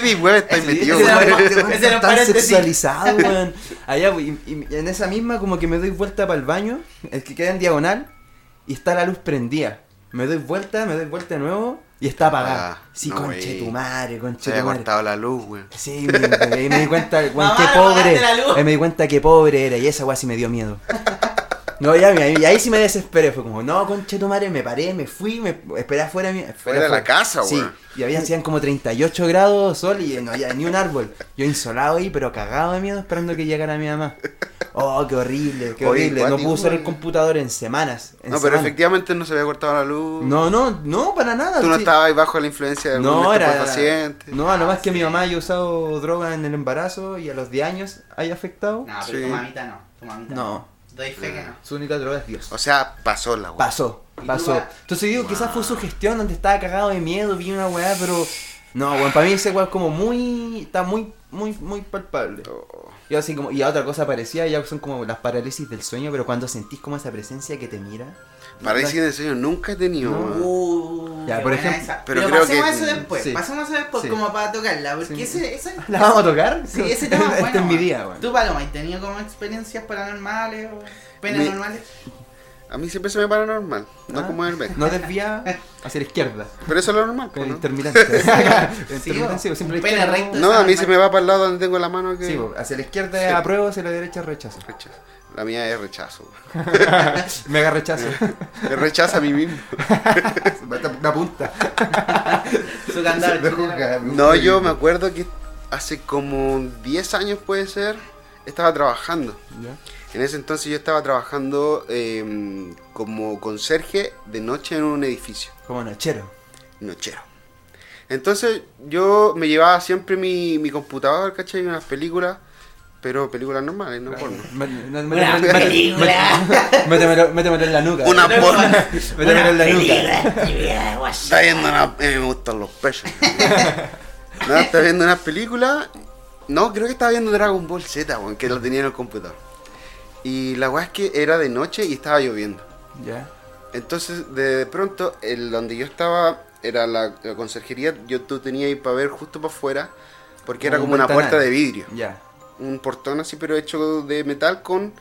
Speaker 2: dishueve estáis
Speaker 5: Sí,
Speaker 2: metido,
Speaker 5: ese era
Speaker 2: güey?
Speaker 5: un-
Speaker 3: Ese
Speaker 5: weón,
Speaker 3: era un
Speaker 5: tan
Speaker 3: paréntesis.
Speaker 5: sexualizado, weón. Allá, güey, y, y en esa misma como que me doy vuelta para el baño, el que queda en diagonal, y está la luz prendida. Me doy vuelta, me doy vuelta de nuevo, y está apagada.
Speaker 2: Ah,
Speaker 5: sí,
Speaker 2: no,
Speaker 5: conche
Speaker 2: güey.
Speaker 5: tu madre,
Speaker 2: Se
Speaker 5: conche
Speaker 2: había
Speaker 5: tu madre.
Speaker 2: cortado la luz, güey.
Speaker 5: Sí, mierda, y ahí me di cuenta, weón,
Speaker 3: Mamá,
Speaker 5: qué
Speaker 3: no apagaste
Speaker 5: pobre.
Speaker 3: la luz.
Speaker 5: Ahí me di cuenta que pobre era, y esa weá sí me dio miedo. No, ya, mira, y ahí sí me desesperé. Fue como, no, conche tu madre, me paré, me fui, me esperé afuera. mi-
Speaker 2: Fuera de la casa,
Speaker 5: Sí,
Speaker 2: weón.
Speaker 5: y había, hacían como 38 grados sol y no había ni un árbol. Yo insolado ahí, pero cagado de miedo esperando que llegara mi mamá. Oh, qué horrible, qué
Speaker 2: Oye,
Speaker 5: horrible. no
Speaker 2: cuático,
Speaker 5: pude usar el
Speaker 2: weón.
Speaker 5: computador en semanas. en
Speaker 2: No, pero
Speaker 5: semanas.
Speaker 2: efectivamente no se había cortado la luz.
Speaker 5: No, no, no, para nada.
Speaker 2: Tú no
Speaker 5: sí.
Speaker 2: estabas ahí bajo la influencia de algún
Speaker 5: No, era.
Speaker 2: paciente.
Speaker 5: No, a lo más que mi mamá haya usado droga en el embarazo y a los 10 años haya afectado.
Speaker 3: No, pero
Speaker 2: Sí.
Speaker 3: tu mamita no. Tu mamita
Speaker 5: No,
Speaker 3: Doy fe que no.
Speaker 5: su única droga es Dios.
Speaker 2: O sea, pasó la weá.
Speaker 5: Pasó,
Speaker 3: ¿Y tú,
Speaker 5: pasó.
Speaker 3: weá?
Speaker 5: Entonces digo, quizás fue su gestión donde estaba cagado de miedo, vi una weá, pero. No, weón, para mí ese weá es como muy. Está muy, muy, muy palpable.
Speaker 2: Oh.
Speaker 5: Y así como, y otra cosa parecía, ya son como las parálisis del sueño, pero cuando sentís como esa presencia que te mira.
Speaker 2: Parálisis de sueño nunca he tenido,
Speaker 5: No.
Speaker 2: weón.
Speaker 3: Uh,
Speaker 5: Ya,
Speaker 3: qué
Speaker 5: por
Speaker 3: buena
Speaker 5: ejemplo-
Speaker 3: esa.
Speaker 2: pero
Speaker 3: Pero,
Speaker 2: creo
Speaker 3: pasemos
Speaker 2: que-
Speaker 3: a eso después.
Speaker 5: sí.
Speaker 3: Pasemos a eso después
Speaker 5: Sí.
Speaker 3: como para tocarla. Porque
Speaker 5: Sí.
Speaker 3: ese, ese,
Speaker 5: ¿La vamos a tocar?
Speaker 3: Sí, ese tema es bueno.
Speaker 5: Este es mi
Speaker 3: weón.
Speaker 5: día, weón.
Speaker 3: ¿Tú, Paloma, has tenido como experiencias paranormales o penas
Speaker 2: Me-
Speaker 3: normales?
Speaker 2: A mí siempre se me paranormal, no
Speaker 5: Ah.
Speaker 2: como el Beck.
Speaker 5: No desvía hacia la izquierda.
Speaker 2: Pero eso es lo normal,
Speaker 5: Con el
Speaker 2: ¿no?
Speaker 5: intermitente. El
Speaker 3: Sí,
Speaker 5: intermitente,
Speaker 3: weón.
Speaker 5: siempre
Speaker 3: Un
Speaker 5: la izquierda.
Speaker 3: pene recto.
Speaker 2: No, a mí se me va para el lado donde tengo la mano que...
Speaker 5: Sí, bo, hacia la izquierda
Speaker 2: Sí.
Speaker 5: apruebo, hacia la derecha rechazo.
Speaker 2: Rechazo. La mía es rechazo. weón.
Speaker 5: Mega rechazo.
Speaker 2: Me rechaza a mí mismo.
Speaker 5: Una punta.
Speaker 3: Su candado.
Speaker 5: Me
Speaker 3: chileno.
Speaker 5: juzga.
Speaker 2: No, yo me acuerdo que hace como 10 años puede ser, estaba trabajando.
Speaker 5: Ya.
Speaker 2: En ese entonces yo estaba trabajando eh, como conserje de noche en un edificio
Speaker 5: Como nochero.
Speaker 2: nochero. Entonces yo me llevaba siempre mi, mi computador, ¿cachai? Unas películas pero películas normales, no porno.
Speaker 3: Una película.
Speaker 5: Métemelo métemelo en la nuca.
Speaker 2: Una porno.
Speaker 5: Métemelo en la nuca.
Speaker 2: Está viendo una. a mí me gustan los pechos. no, está viendo una película. No, creo que estaba viendo Dragon Ball Z, weón, que lo tenía en el computador. Y la weá es que era de noche y estaba lloviendo.
Speaker 5: Ya.
Speaker 2: Entonces, de pronto, el donde yo estaba era la, la conserjería. Yo tú tenía ahí para ver justo para afuera, porque era
Speaker 5: Un
Speaker 2: como una
Speaker 5: ventanal.
Speaker 2: puerta de vidrio.
Speaker 5: Ya.
Speaker 2: Un portón así, pero hecho de metal con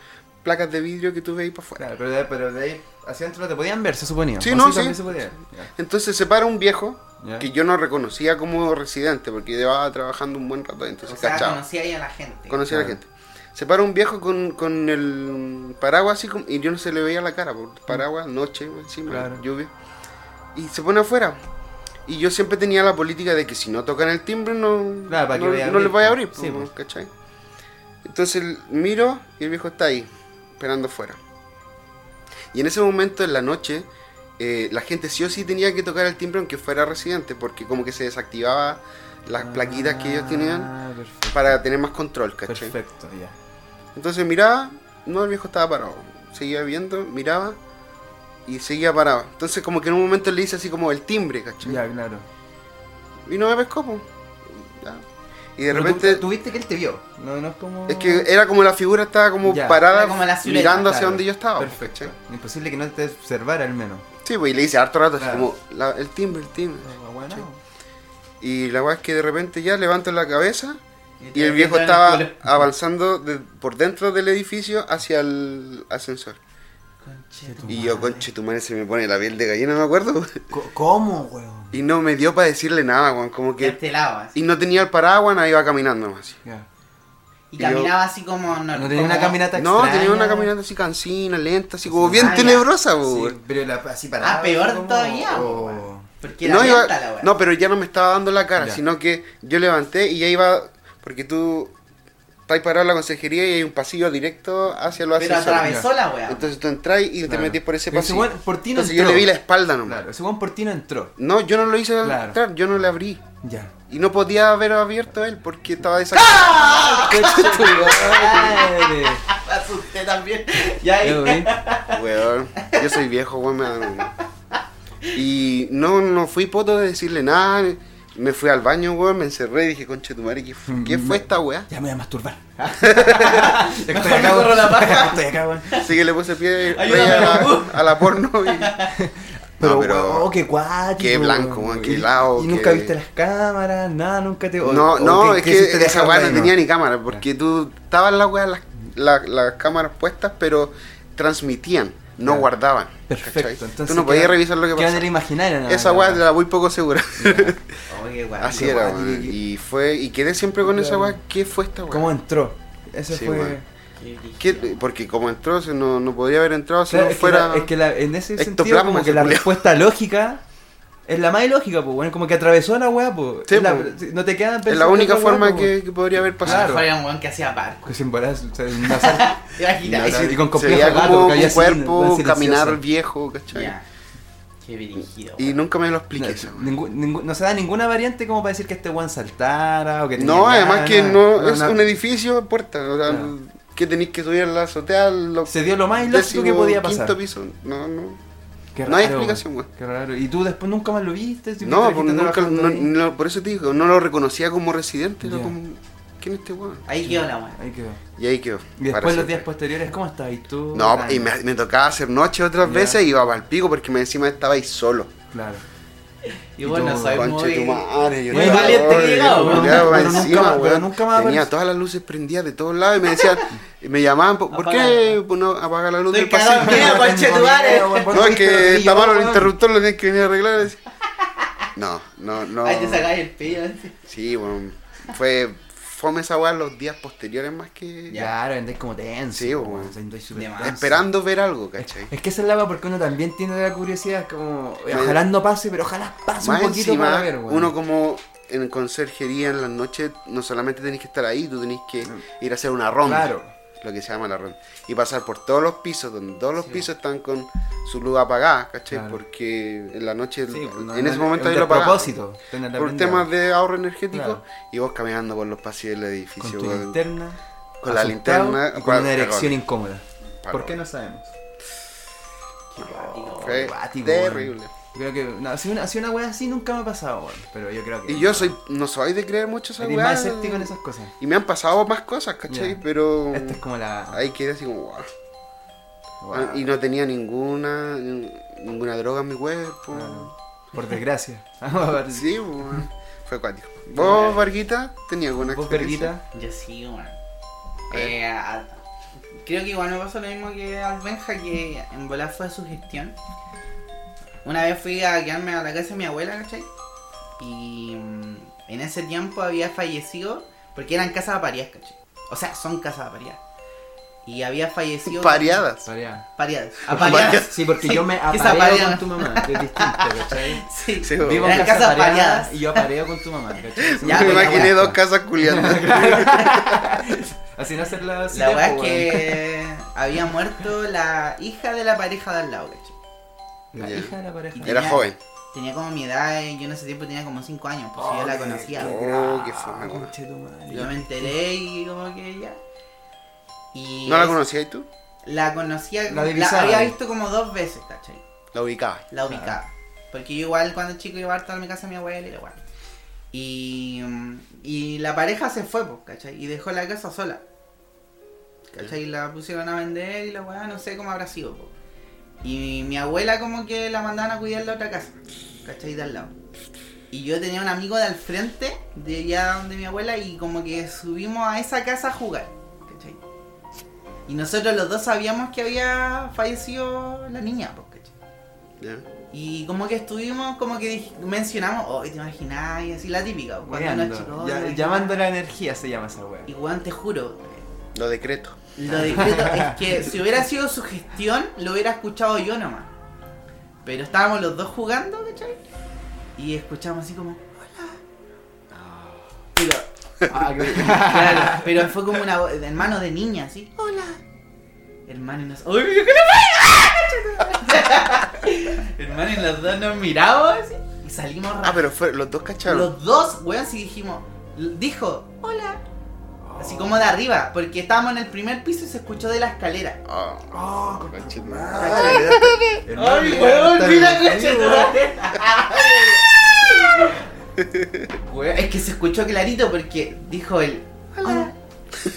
Speaker 2: placas de vidrio que tú veis para afuera.
Speaker 5: Claro, pero de, pero de ahí hacia adentro no te podían ver, se suponía.
Speaker 2: Sí,
Speaker 5: ¿O
Speaker 2: no,
Speaker 5: también
Speaker 2: sí.
Speaker 5: se podía ver? Ya.
Speaker 2: Entonces se para un viejo
Speaker 5: Ya.
Speaker 2: que yo no reconocía como residente porque llevaba trabajando un buen rato,
Speaker 3: O
Speaker 2: entonces
Speaker 3: sea,
Speaker 2: Pues cachaba.
Speaker 3: conocí ahí a la gente.
Speaker 2: Conocía a la
Speaker 5: Claro.
Speaker 2: gente. Se para un viejo con, con el paraguas así como- y yo no se le veía la cara, por paraguas, noche, encima,
Speaker 5: Claro.
Speaker 2: lluvia. Y se pone afuera. Y yo siempre tenía la política de que si no tocan el timbre no,
Speaker 5: Claro, para que
Speaker 2: no,
Speaker 5: vaya a
Speaker 2: no
Speaker 5: abrir,
Speaker 2: les vaya a
Speaker 5: po.
Speaker 2: abrir, po,
Speaker 5: Sí, pues. po.
Speaker 2: ¿cachai? Entonces el- miro y el viejo está ahí, esperando afuera. Y en ese momento, en la noche, eh, la gente sí o sí tenía que tocar el timbre aunque fuera residente, porque como que se desactivaba las plaquitas que ellos tenían
Speaker 5: Ah, perfecto.
Speaker 2: para tener más control, ¿cachai?
Speaker 5: Perfecto, ya.
Speaker 2: Entonces miraba, no, el viejo estaba parado. Seguía viendo, miraba y seguía parado. Entonces como que en un momento le hice así como el timbre, ¿cachai?
Speaker 5: Ya, claro.
Speaker 2: Y no me pescó, po. Ya. Y de
Speaker 5: Pero tú-
Speaker 2: repente...
Speaker 5: tú viste que él te vio. No, no es como.
Speaker 2: Es que era como la figura estaba como
Speaker 5: Ya.
Speaker 2: parada
Speaker 3: Era como la silueta,
Speaker 2: mirando hacia
Speaker 5: Claro,
Speaker 2: donde yo estaba. po,
Speaker 5: Perfecto.
Speaker 2: ¿cachai?
Speaker 5: Imposible que no te observara al menos.
Speaker 2: Sí, pues, y le hice harto rato así
Speaker 5: Claro.
Speaker 2: como la- el timbre, el timbre.
Speaker 3: Ah,
Speaker 5: Bueno,
Speaker 2: Y la weá es que de repente ya levanto la cabeza
Speaker 3: te
Speaker 2: y el viejo
Speaker 3: avientan
Speaker 2: estaba
Speaker 3: el culo.
Speaker 2: avanzando de- por dentro del edificio hacia el ascensor. Y yo, conche, tu madre se me pone la piel de gallina, me acuerdo.
Speaker 5: ¿Cómo, weón?
Speaker 2: Y no me dio para decirle nada, weón. Como
Speaker 3: Ya
Speaker 2: que.
Speaker 3: te lavas.
Speaker 2: Y no tenía el paraguas, nada, iba caminando nomás. así.
Speaker 5: Ya.
Speaker 3: Y
Speaker 2: y yo-
Speaker 3: caminaba así como. No,
Speaker 5: No tenía una
Speaker 3: como-
Speaker 5: caminata
Speaker 2: No,
Speaker 5: extraña.
Speaker 2: tenía una caminata así cansina, lenta, así como bien
Speaker 3: Ah, ya.
Speaker 2: tenebrosa, weón.
Speaker 5: Sí, pero la, así parada.
Speaker 3: Ah, peor
Speaker 5: como-
Speaker 3: todavía,
Speaker 5: o-
Speaker 3: weón. Porque era
Speaker 2: No, iba-
Speaker 3: lenta la weá.
Speaker 2: no, pero ya no me estaba dando la cara,
Speaker 5: Ya.
Speaker 2: sino que yo levanté y ya iba. Porque tú. Estás parado en la consejería y hay un pasillo directo hacia los
Speaker 3: Pero
Speaker 2: ascensores.
Speaker 3: atravesó la weá.
Speaker 2: Entonces tú entras y te
Speaker 5: Claro.
Speaker 2: metís por ese
Speaker 5: Pero
Speaker 2: pasillo.
Speaker 5: ese weón por ti no
Speaker 2: Entonces yo
Speaker 5: entró.
Speaker 2: le vi la espalda nomás.
Speaker 5: Oh. Claro, ese weón por ti no entró.
Speaker 2: No, yo no lo hice
Speaker 5: Claro.
Speaker 2: entrar, yo no le abrí.
Speaker 5: Ya.
Speaker 2: Y no podía haber abierto él porque estaba desactivado.
Speaker 5: Madre.
Speaker 3: Me asusté también. Ya ahí.
Speaker 2: Weón, yo soy viejo, weón, me da lo mismo. Y no, no fui poto de decirle nada. Me fui al baño, weón, me encerré y dije, conche tu madre, ¿qué, fu-
Speaker 5: Mm,
Speaker 2: qué fue esta weá?
Speaker 5: Ya me voy a masturbar.
Speaker 3: Mejor me corro la paja.
Speaker 5: Estoy acá, weón.
Speaker 2: Así que le puse pie rey
Speaker 3: Ayúdame,
Speaker 2: a la, a la porno y.
Speaker 5: Pero,
Speaker 2: No,
Speaker 5: weón, oh, qué guático.
Speaker 2: qué blanco, weón, qué
Speaker 5: Y-
Speaker 2: helado,
Speaker 5: Y nunca
Speaker 2: qué-
Speaker 5: viste las cámaras, nada, nunca te. o-
Speaker 2: No,
Speaker 5: o
Speaker 2: no,
Speaker 5: qué-
Speaker 2: es
Speaker 5: qué
Speaker 2: que
Speaker 5: hiciste de
Speaker 2: esa weá no
Speaker 5: guardia,
Speaker 2: tenía ni cámara, porque tú estaban las weas, las, la- las cámaras puestas, pero transmitían, no
Speaker 5: Ya.
Speaker 2: guardaban. ¿cachai?
Speaker 5: Perfecto, entonces.
Speaker 2: tú no podías
Speaker 5: queda-
Speaker 2: revisar lo que
Speaker 5: queda en
Speaker 2: pasaba.
Speaker 5: el imaginario, nada,
Speaker 2: Esa
Speaker 5: nada.
Speaker 2: weá te la voy poco segura.
Speaker 3: Oye, weá.
Speaker 2: Así
Speaker 5: qué
Speaker 2: era,
Speaker 5: guay.
Speaker 2: weón. Y fue, y quedé siempre con esa weá, ¿qué fue esta weá?
Speaker 5: ¿Cómo entró? Eso
Speaker 2: Sí,
Speaker 5: fue.
Speaker 2: weón.
Speaker 3: Ah,
Speaker 2: ¿Qué- Porque como entró, se no, no podía haber entrado si
Speaker 5: Claro,
Speaker 2: no
Speaker 5: es,
Speaker 2: fuera.
Speaker 5: que la- es que la- en ese sentido,
Speaker 2: ectoplasma,
Speaker 5: como que
Speaker 2: ese
Speaker 5: la
Speaker 2: culiao.
Speaker 5: respuesta lógica es la más ilógica, pues, bueno, como que atravesó la weá, pues.
Speaker 2: Sí,
Speaker 5: Es la-
Speaker 2: po.
Speaker 5: no te quedan
Speaker 2: es la única forma que, que podría haber
Speaker 5: pues, Claro.
Speaker 2: pasado.
Speaker 3: Fuera un weón que hacía barco.
Speaker 5: Que se embaraza, o sea, en una sal-
Speaker 3: Te imaginas.
Speaker 5: Y
Speaker 2: Se-
Speaker 5: con
Speaker 2: se
Speaker 5: complejo
Speaker 2: veía
Speaker 5: gato,
Speaker 2: como
Speaker 5: porque había
Speaker 2: un
Speaker 5: sido una- una
Speaker 2: cuerpo,
Speaker 5: silenciosa.
Speaker 2: caminar viejo, ¿cachai?
Speaker 3: Ya. Qué dirigido.
Speaker 2: Y nunca me lo expliqué. esa
Speaker 5: no,
Speaker 2: weá.
Speaker 5: ningú- ningú- no se da ninguna variante como para decir que este weón saltara o que tenía
Speaker 2: No, además
Speaker 5: ganas,
Speaker 2: que no, es
Speaker 5: nada.
Speaker 2: un edificio de puerta, o sea,
Speaker 5: Claro.
Speaker 2: que tenéis que subir a la azotea, lo
Speaker 5: Se dio lo más ilógico que podía pasar.
Speaker 2: quinto piso, no, no.
Speaker 5: Qué
Speaker 2: no hay
Speaker 5: raro,
Speaker 2: explicación, weón.
Speaker 5: Qué raro. ¿Y tú después nunca más lo viste? ¿Tú
Speaker 2: No,
Speaker 5: viste
Speaker 2: por,
Speaker 5: que está
Speaker 2: nunca,
Speaker 5: trabajando
Speaker 2: no-
Speaker 5: ahí?
Speaker 2: no, por eso te digo, no lo reconocía como residente, era
Speaker 5: Ya.
Speaker 2: como, ¿quién es este weón?
Speaker 3: Ahí quedó la weá.
Speaker 5: Ahí quedó.
Speaker 2: Y ahí quedó.
Speaker 5: Y después
Speaker 2: para
Speaker 5: los
Speaker 2: siempre.
Speaker 5: días posteriores, ¿cómo estabas? ¿Y tú?
Speaker 2: No,
Speaker 5: Ah,
Speaker 2: y me, me tocaba hacer noche otras
Speaker 5: Ya.
Speaker 2: veces y iba para el pico porque me encima estaba ahí solo.
Speaker 5: Claro.
Speaker 3: Y vos no
Speaker 5: tú,
Speaker 3: soy
Speaker 2: Conche tu
Speaker 3: muy.
Speaker 2: madre, yo
Speaker 3: muy
Speaker 2: estaba-
Speaker 3: valiente que
Speaker 2: Ay,
Speaker 3: llegado,
Speaker 2: yo
Speaker 3: weón.
Speaker 2: estaba
Speaker 5: Pero nunca
Speaker 2: encima,
Speaker 5: más, pero
Speaker 2: weón.
Speaker 5: nunca más
Speaker 2: Tenía
Speaker 5: apareció.
Speaker 2: todas las luces prendidas de todos lados y me decían, y me llamaban, ¿por por qué
Speaker 3: Apágala.
Speaker 2: pues, no apaga la luz
Speaker 3: Estoy
Speaker 2: del pasillo?
Speaker 3: cagado de miedo, conche tu madre.
Speaker 2: No, es que está malo el interruptor, lo tienes que venir a arreglar. así. No, no, no.
Speaker 3: Ahí te sacáis el pillo.
Speaker 2: Sí, bueno, fue fome esa weá los días posteriores más que
Speaker 5: Ya, lo vendéis como tenso.
Speaker 2: Sí,
Speaker 5: weón,
Speaker 2: weón.
Speaker 5: o sea, andáis súper
Speaker 3: De más.
Speaker 5: tenso.
Speaker 2: esperando ver algo, ¿cachai?
Speaker 5: Es que esa es la weá porque uno también tiene la curiosidad, como, eh,
Speaker 2: Me-
Speaker 5: ojalá no pase, pero ojalá pase
Speaker 2: Más
Speaker 5: un poquito
Speaker 2: encima,
Speaker 5: para ver, weón.
Speaker 2: uno como en conserjería en las noches, no solamente tenés que estar ahí, tú tenés que ir a hacer una ronda.
Speaker 5: Mm. Claro.
Speaker 2: Lo que se llama la ronda. Y pasar por todos los pisos, donde todos los pisos están con su luz apagada, ¿cachai?
Speaker 5: Claro.
Speaker 2: Porque en la noche,
Speaker 5: Sí, pues, no-
Speaker 2: en
Speaker 5: no-
Speaker 2: ese
Speaker 5: es
Speaker 2: momento ahí
Speaker 5: un
Speaker 2: lo apagaron.
Speaker 5: propósito.
Speaker 2: por temas de ahorro energético
Speaker 5: Claro.
Speaker 2: y vos caminando por los pasillos del
Speaker 5: Con
Speaker 2: edificio.
Speaker 5: tu
Speaker 2: weón.
Speaker 5: linterna.
Speaker 2: Con la
Speaker 5: asustado
Speaker 2: linterna,
Speaker 5: y con
Speaker 2: cual-
Speaker 5: una erección
Speaker 2: cagón.
Speaker 5: incómoda. ¿Por
Speaker 2: Parón.
Speaker 5: qué no sabemos?
Speaker 2: Fue
Speaker 5: Cuático, weón.
Speaker 2: terrible.
Speaker 5: Yo creo que no, si una, si una wea así nunca me ha pasado, weón. Pero yo creo que.
Speaker 2: Y yo soy no soy de creer mucho esa
Speaker 5: Eres más
Speaker 2: weá.
Speaker 5: escéptico en esas cosas.
Speaker 2: Y me han pasado más cosas, ¿cachai?
Speaker 5: Ya.
Speaker 2: Pero
Speaker 5: Esta es como la.
Speaker 2: ahí quedé así como, wow.
Speaker 5: Wow.
Speaker 2: Y no tenía ninguna ninguna droga en mi cuerpo.
Speaker 5: Por desgracia. Por-
Speaker 2: Sí, pues, weón. Fue cuático. ¿Vos, Varguita, tenías alguna
Speaker 5: Vos,
Speaker 2: experiencia?
Speaker 5: verguita.
Speaker 3: Yo sí, weón. Eh, a- creo que igual me pasó lo mismo que al Benja, que en volar fue su gestión. Una vez fui a quedarme a la casa de mi abuela, ¿cachai? Y mm, en ese tiempo había fallecido, porque eran casas apariadas, ¿cachai? O sea, son casas apariadas. Y había fallecido...
Speaker 2: Pareadas.
Speaker 5: Tarea.
Speaker 3: Pariadas. Apariadas.
Speaker 5: Sí, porque yo me
Speaker 3: que se
Speaker 5: apareo
Speaker 3: aparean.
Speaker 5: con tu mamá, que es distinto, ¿cachai?
Speaker 3: Sí,
Speaker 2: Sí,
Speaker 5: Vivo
Speaker 3: Eran
Speaker 5: en
Speaker 3: casas
Speaker 5: casas apareadas
Speaker 3: pareadas.
Speaker 5: y yo apareo con tu mamá, ¿cachai? Sí,
Speaker 3: Ya,
Speaker 2: me
Speaker 3: pero la
Speaker 2: imaginé
Speaker 3: weá.
Speaker 2: dos casas culiando.
Speaker 5: Así no hacer la pues,
Speaker 3: La weá es que había muerto la hija de la pareja de al lado, ¿cachai?
Speaker 5: La
Speaker 2: Ya.
Speaker 5: hija de la pareja.
Speaker 2: Era
Speaker 3: Tenía-
Speaker 2: joven.
Speaker 3: Tenía como mi edad, eh, yo en ese tiempo tenía como 5 años, pues yo la conocía. pues.
Speaker 2: Oh, qué fome, weón.
Speaker 5: Ah, Conche tu madre.
Speaker 3: Yo me enteré y como que ya. Y
Speaker 2: ¿No la
Speaker 3: es-
Speaker 2: conocías tú?
Speaker 3: La conocía,
Speaker 5: La
Speaker 3: la,
Speaker 5: divisaba.
Speaker 3: había visto como dos veces, ¿cachai?
Speaker 2: La ubicabas.
Speaker 3: La ubicaba. Porque yo igual cuando chico iba harto a mi casa de mi abuela y la weá. Y, mm, y la pareja se fue, pues, ¿cachai? Y dejó la casa sola. ¿Cachai? Y la pusieron a vender y la weá, no sé cómo habrá sido, po. Y mi abuela como que la mandaban a cuidar la otra casa, ¿cachai? De al lado. Y yo tenía un amigo de al frente, de allá donde mi abuela, y como que subimos a esa casa a jugar, ¿cachai? Y nosotros los dos sabíamos que había fallecido la niña, pues, ¿cachai?
Speaker 2: Ya.
Speaker 3: Y como que estuvimos, como que dij- mencionamos, oh, te imaginás, y así la típica, cuando uno es
Speaker 5: Weando.
Speaker 3: chico, oh,
Speaker 5: Ya-
Speaker 3: te imaginás.
Speaker 5: Llamando la energía se llama esa wea.
Speaker 3: Y weón, te juro,
Speaker 2: Lo decreto.
Speaker 3: lo decreto es que si hubiera sido su gestión, lo hubiera escuchado yo nomás. Pero estábamos los dos jugando, ¿cachai? Y escuchamos así como, hola. Pero,
Speaker 5: Ah, qué-
Speaker 3: claro, pero fue como una voz, de hermano de niña, así, hola. Hermano y nos... ¡Uy, yo Hermano y los dos nos miramos así, y salimos
Speaker 2: Ah, pero fue, los dos cacharon.
Speaker 3: Los dos, weón, sí dijimos. l- Dijo, hola. Así como de arriba, porque estábamos en el primer piso y se escuchó de la escalera.
Speaker 2: Ah,
Speaker 5: Ah,
Speaker 2: conchetumare.
Speaker 5: Hermano, está bien.
Speaker 3: coche! Weón, es que se escuchó clarito porque dijo él, hola.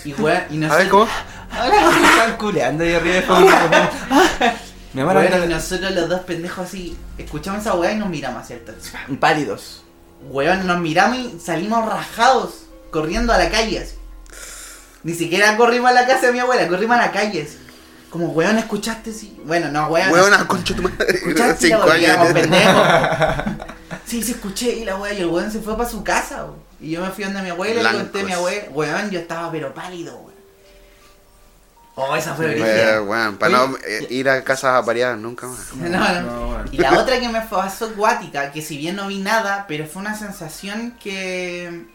Speaker 3: Y weón, y
Speaker 2: A ver, ¿cómo?
Speaker 3: nosotros,
Speaker 5: Se Están culeando ahí arriba de fondo.
Speaker 3: Ah.
Speaker 5: Me van a
Speaker 3: weón, y
Speaker 5: mandar
Speaker 3: nosotros los dos pendejos así, escuchamos esa weá y nos miramos, ¿cierto?
Speaker 5: pálidos.
Speaker 3: Weón, nos miramos y salimos rajados, corriendo a la calle. así. Ni siquiera corrimos a la casa de mi abuela, corrimos a la calle. así. Como, weón, ¿escuchaste? Sí. Bueno, no, weón.
Speaker 2: Huevona, conchetumare.
Speaker 3: ¿Escuchaste?
Speaker 2: Cinco
Speaker 3: Y éramos
Speaker 2: años.
Speaker 3: pendejos. sí, sí, escuché. Y la weá, y el weón se fue para su casa. weón. Y yo me fui donde mi abuela y le conté a mi
Speaker 2: Blancos.
Speaker 3: abuela. Weón, yo estaba pero pálido, weón. Oh, esa fue
Speaker 2: Eh,
Speaker 3: origen.
Speaker 2: Weón, para no eh, ir a casas apareadas nunca más.
Speaker 3: No, no.
Speaker 5: No, bueno.
Speaker 3: Y la otra que me pasó cuática, que si bien no vi nada, pero fue una sensación que...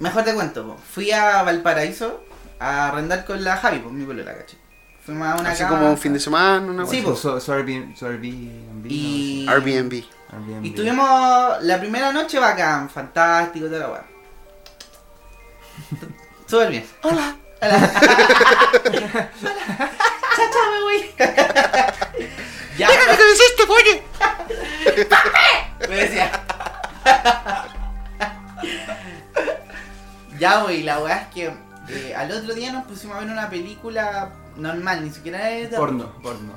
Speaker 3: Mejor te cuento, po. fui a Valparaíso a arrendar con la Javi, pues mi polola, caché. Fuimos a una
Speaker 2: Así
Speaker 3: casa
Speaker 2: como un fin de semana, una
Speaker 3: Sí,
Speaker 2: sí,
Speaker 3: po.
Speaker 5: Su, su, su Airbnb, su Airbnb,
Speaker 3: y...
Speaker 2: Airbnb.
Speaker 5: no, Airbnb.
Speaker 3: Y tuvimos la primera noche bacán, fantástico, toda la weá. Súper bien. Hola. Hola. Hola. Chao, chao, me voy. ya. Déjame que me hiciste, oye. me decía. ya, güey, la weá es que eh, al otro día nos pusimos a ver una película normal, ni siquiera era...
Speaker 5: Porno, porno.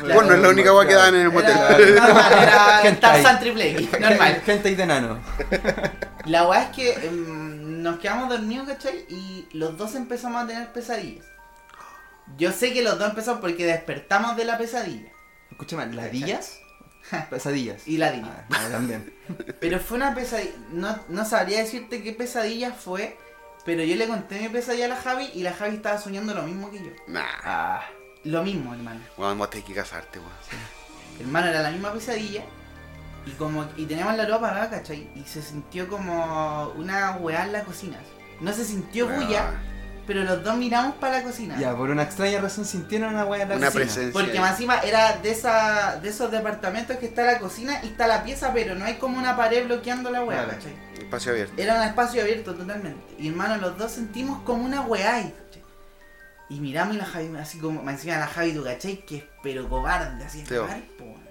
Speaker 2: Bueno, es la única weá que daban en el
Speaker 3: Era,
Speaker 2: motel.
Speaker 3: normal, era
Speaker 5: Hentai.
Speaker 3: Tarzan Triple X, normal.
Speaker 5: Gente y de nano.
Speaker 3: La weá es que em, nos quedamos dormidos, ¿cachai? Y los dos empezamos a tener pesadillas. Yo sé que los dos empezamos porque despertamos de la pesadilla.
Speaker 5: Escúchame, ¿ladillas? Pesadillas.
Speaker 3: Y la dignidad.
Speaker 5: Ah, no, también.
Speaker 3: Pero fue una pesadilla. No, no sabría decirte qué pesadilla fue. Pero yo le conté mi pesadilla a la Javi y la Javi estaba soñando lo mismo que yo.
Speaker 2: Nah,
Speaker 5: Ah,
Speaker 3: Lo mismo, hermano.
Speaker 2: weón, vos tenés que casarte, weón.
Speaker 3: Hermano, era la misma pesadilla. Y como y teníamos la luz apagada, ¿cachai? Y se sintió como una weá en la cocina. No se sintió bulla, pero los dos miramos para la cocina.
Speaker 5: ya, por una extraña razón sintieron una weá en la
Speaker 2: Una
Speaker 5: cocina.
Speaker 2: presencia.
Speaker 3: Porque más encima era de esa de esos departamentos que está la cocina y está la pieza, pero no hay como una pared bloqueando la hueá,
Speaker 5: Vale.
Speaker 3: ¿cachai?
Speaker 2: espacio abierto.
Speaker 3: Era un espacio abierto totalmente. Y hermano, los dos sentimos como una weá. ahí, ¿cachai? Y miramos y la Javi, así como, me encima la Javi, tú cachai, que es pero cobarde, así es
Speaker 2: Teo.
Speaker 3: mal, po, weón.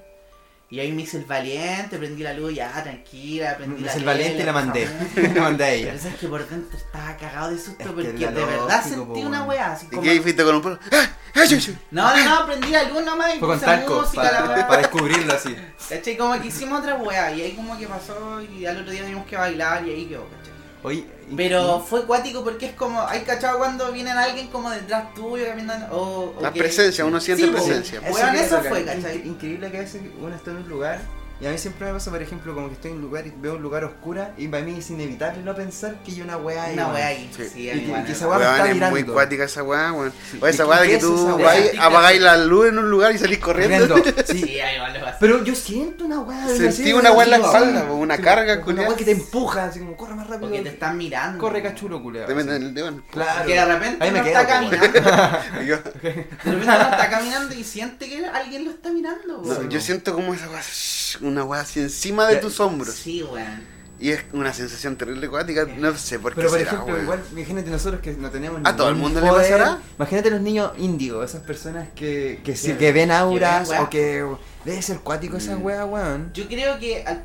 Speaker 3: Y ahí me hice el valiente, prendí la luz, ya, tranquila, prendí
Speaker 5: Me
Speaker 3: la
Speaker 5: hice el
Speaker 3: tele,
Speaker 5: valiente y la mandé.
Speaker 3: pasamos.
Speaker 5: La mandé a
Speaker 3: Pero
Speaker 5: ella.
Speaker 3: sabes que por dentro estaba cagado de susto
Speaker 5: Es que
Speaker 3: porque
Speaker 5: es la
Speaker 3: de
Speaker 5: lógico,
Speaker 3: verdad
Speaker 5: po,
Speaker 3: sentí una
Speaker 5: weón.
Speaker 3: weá así
Speaker 2: ¿Y
Speaker 3: como.
Speaker 2: qué ahí fuiste con un polo? ¡Ah! ¡Ah! ¡Ay, ay,
Speaker 3: No, no, no, prendí la luz nomás y
Speaker 5: Fue con
Speaker 3: puse
Speaker 5: talco
Speaker 3: música,
Speaker 5: para,
Speaker 3: la weá.
Speaker 5: para descubrirlo así.
Speaker 3: ¿Cachai? Como que hicimos otra weá y ahí como que pasó y al otro día teníamos que bailar y ahí quedó, ¿cachai?
Speaker 5: Oye, y-
Speaker 3: Pero fue cuático porque es como, hay cachado cuando viene alguien como detrás tuyo caminando. O, o
Speaker 2: La
Speaker 3: que-
Speaker 2: presencia, uno siente
Speaker 3: Sí, po.
Speaker 2: presencia.
Speaker 3: Eh, Weón,
Speaker 5: que-
Speaker 3: eso
Speaker 5: que-
Speaker 3: fue,
Speaker 5: inc-
Speaker 3: ¿cachai?
Speaker 5: Increíble que a veces uno está en un lugar. Y a mí siempre me pasa, por ejemplo, como que estoy en un lugar y veo un lugar oscura. Y para mí es inevitable no pensar que hay una weá ahí.
Speaker 3: Una
Speaker 5: weón.
Speaker 3: weá ahí.
Speaker 2: Sí.
Speaker 3: Sí, a
Speaker 5: Y
Speaker 3: mí
Speaker 5: que-
Speaker 3: igual,
Speaker 5: que
Speaker 3: me
Speaker 5: esa
Speaker 3: pasó.
Speaker 5: weá-
Speaker 2: Weón,
Speaker 5: está
Speaker 2: es muy
Speaker 5: mirando.
Speaker 2: cuática esa weá, weón. Oye, esa
Speaker 5: ¿Y
Speaker 2: weá de
Speaker 5: qué
Speaker 2: que
Speaker 5: es
Speaker 2: tú
Speaker 5: esa weá?
Speaker 2: vais, apagáis la luz en un lugar y salís corriendo.
Speaker 5: Corriendo. Sí.
Speaker 3: Sí, a mí igual me pasó.
Speaker 5: Pero yo siento una weá. de-
Speaker 2: Sentí
Speaker 5: así,
Speaker 2: una weá en la
Speaker 5: así,
Speaker 2: espalda,
Speaker 5: así.
Speaker 2: po, una
Speaker 5: Sí,
Speaker 2: carga,
Speaker 5: Una
Speaker 2: culiao.
Speaker 5: weá que te empuja, así como corre más rápido.
Speaker 3: Porque te están mirando.
Speaker 5: Corre cachulo, culiao.
Speaker 2: Te meten en el dedo.
Speaker 5: Claro.
Speaker 3: Que de repente
Speaker 5: Ahí me
Speaker 3: uno
Speaker 5: quedo,
Speaker 3: está
Speaker 5: po.
Speaker 3: caminando.
Speaker 2: Yo,
Speaker 3: De repente uno está caminando y siente que alguien lo está mirando,
Speaker 2: no,
Speaker 3: weón.
Speaker 2: yo siento como esa weá, shh, una weá así encima de
Speaker 5: Ya,
Speaker 2: tus hombros.
Speaker 3: Sí, weón.
Speaker 2: Y es una sensación terrible cuática, no sé por qué
Speaker 5: Pero por
Speaker 2: será,
Speaker 5: ejemplo,
Speaker 2: weón.
Speaker 5: igual, imagínate nosotros que no tenemos
Speaker 2: ¿A todo el
Speaker 5: ningún
Speaker 2: mundo le
Speaker 5: poder.
Speaker 2: pasará?
Speaker 5: Imagínate los niños índigo, esas personas que, que, sí-
Speaker 3: Que-
Speaker 5: que ven auras
Speaker 3: que ven
Speaker 5: o que. Debe ser cuático
Speaker 2: Mm.
Speaker 5: esa wea, weón.
Speaker 3: Yo creo que. al-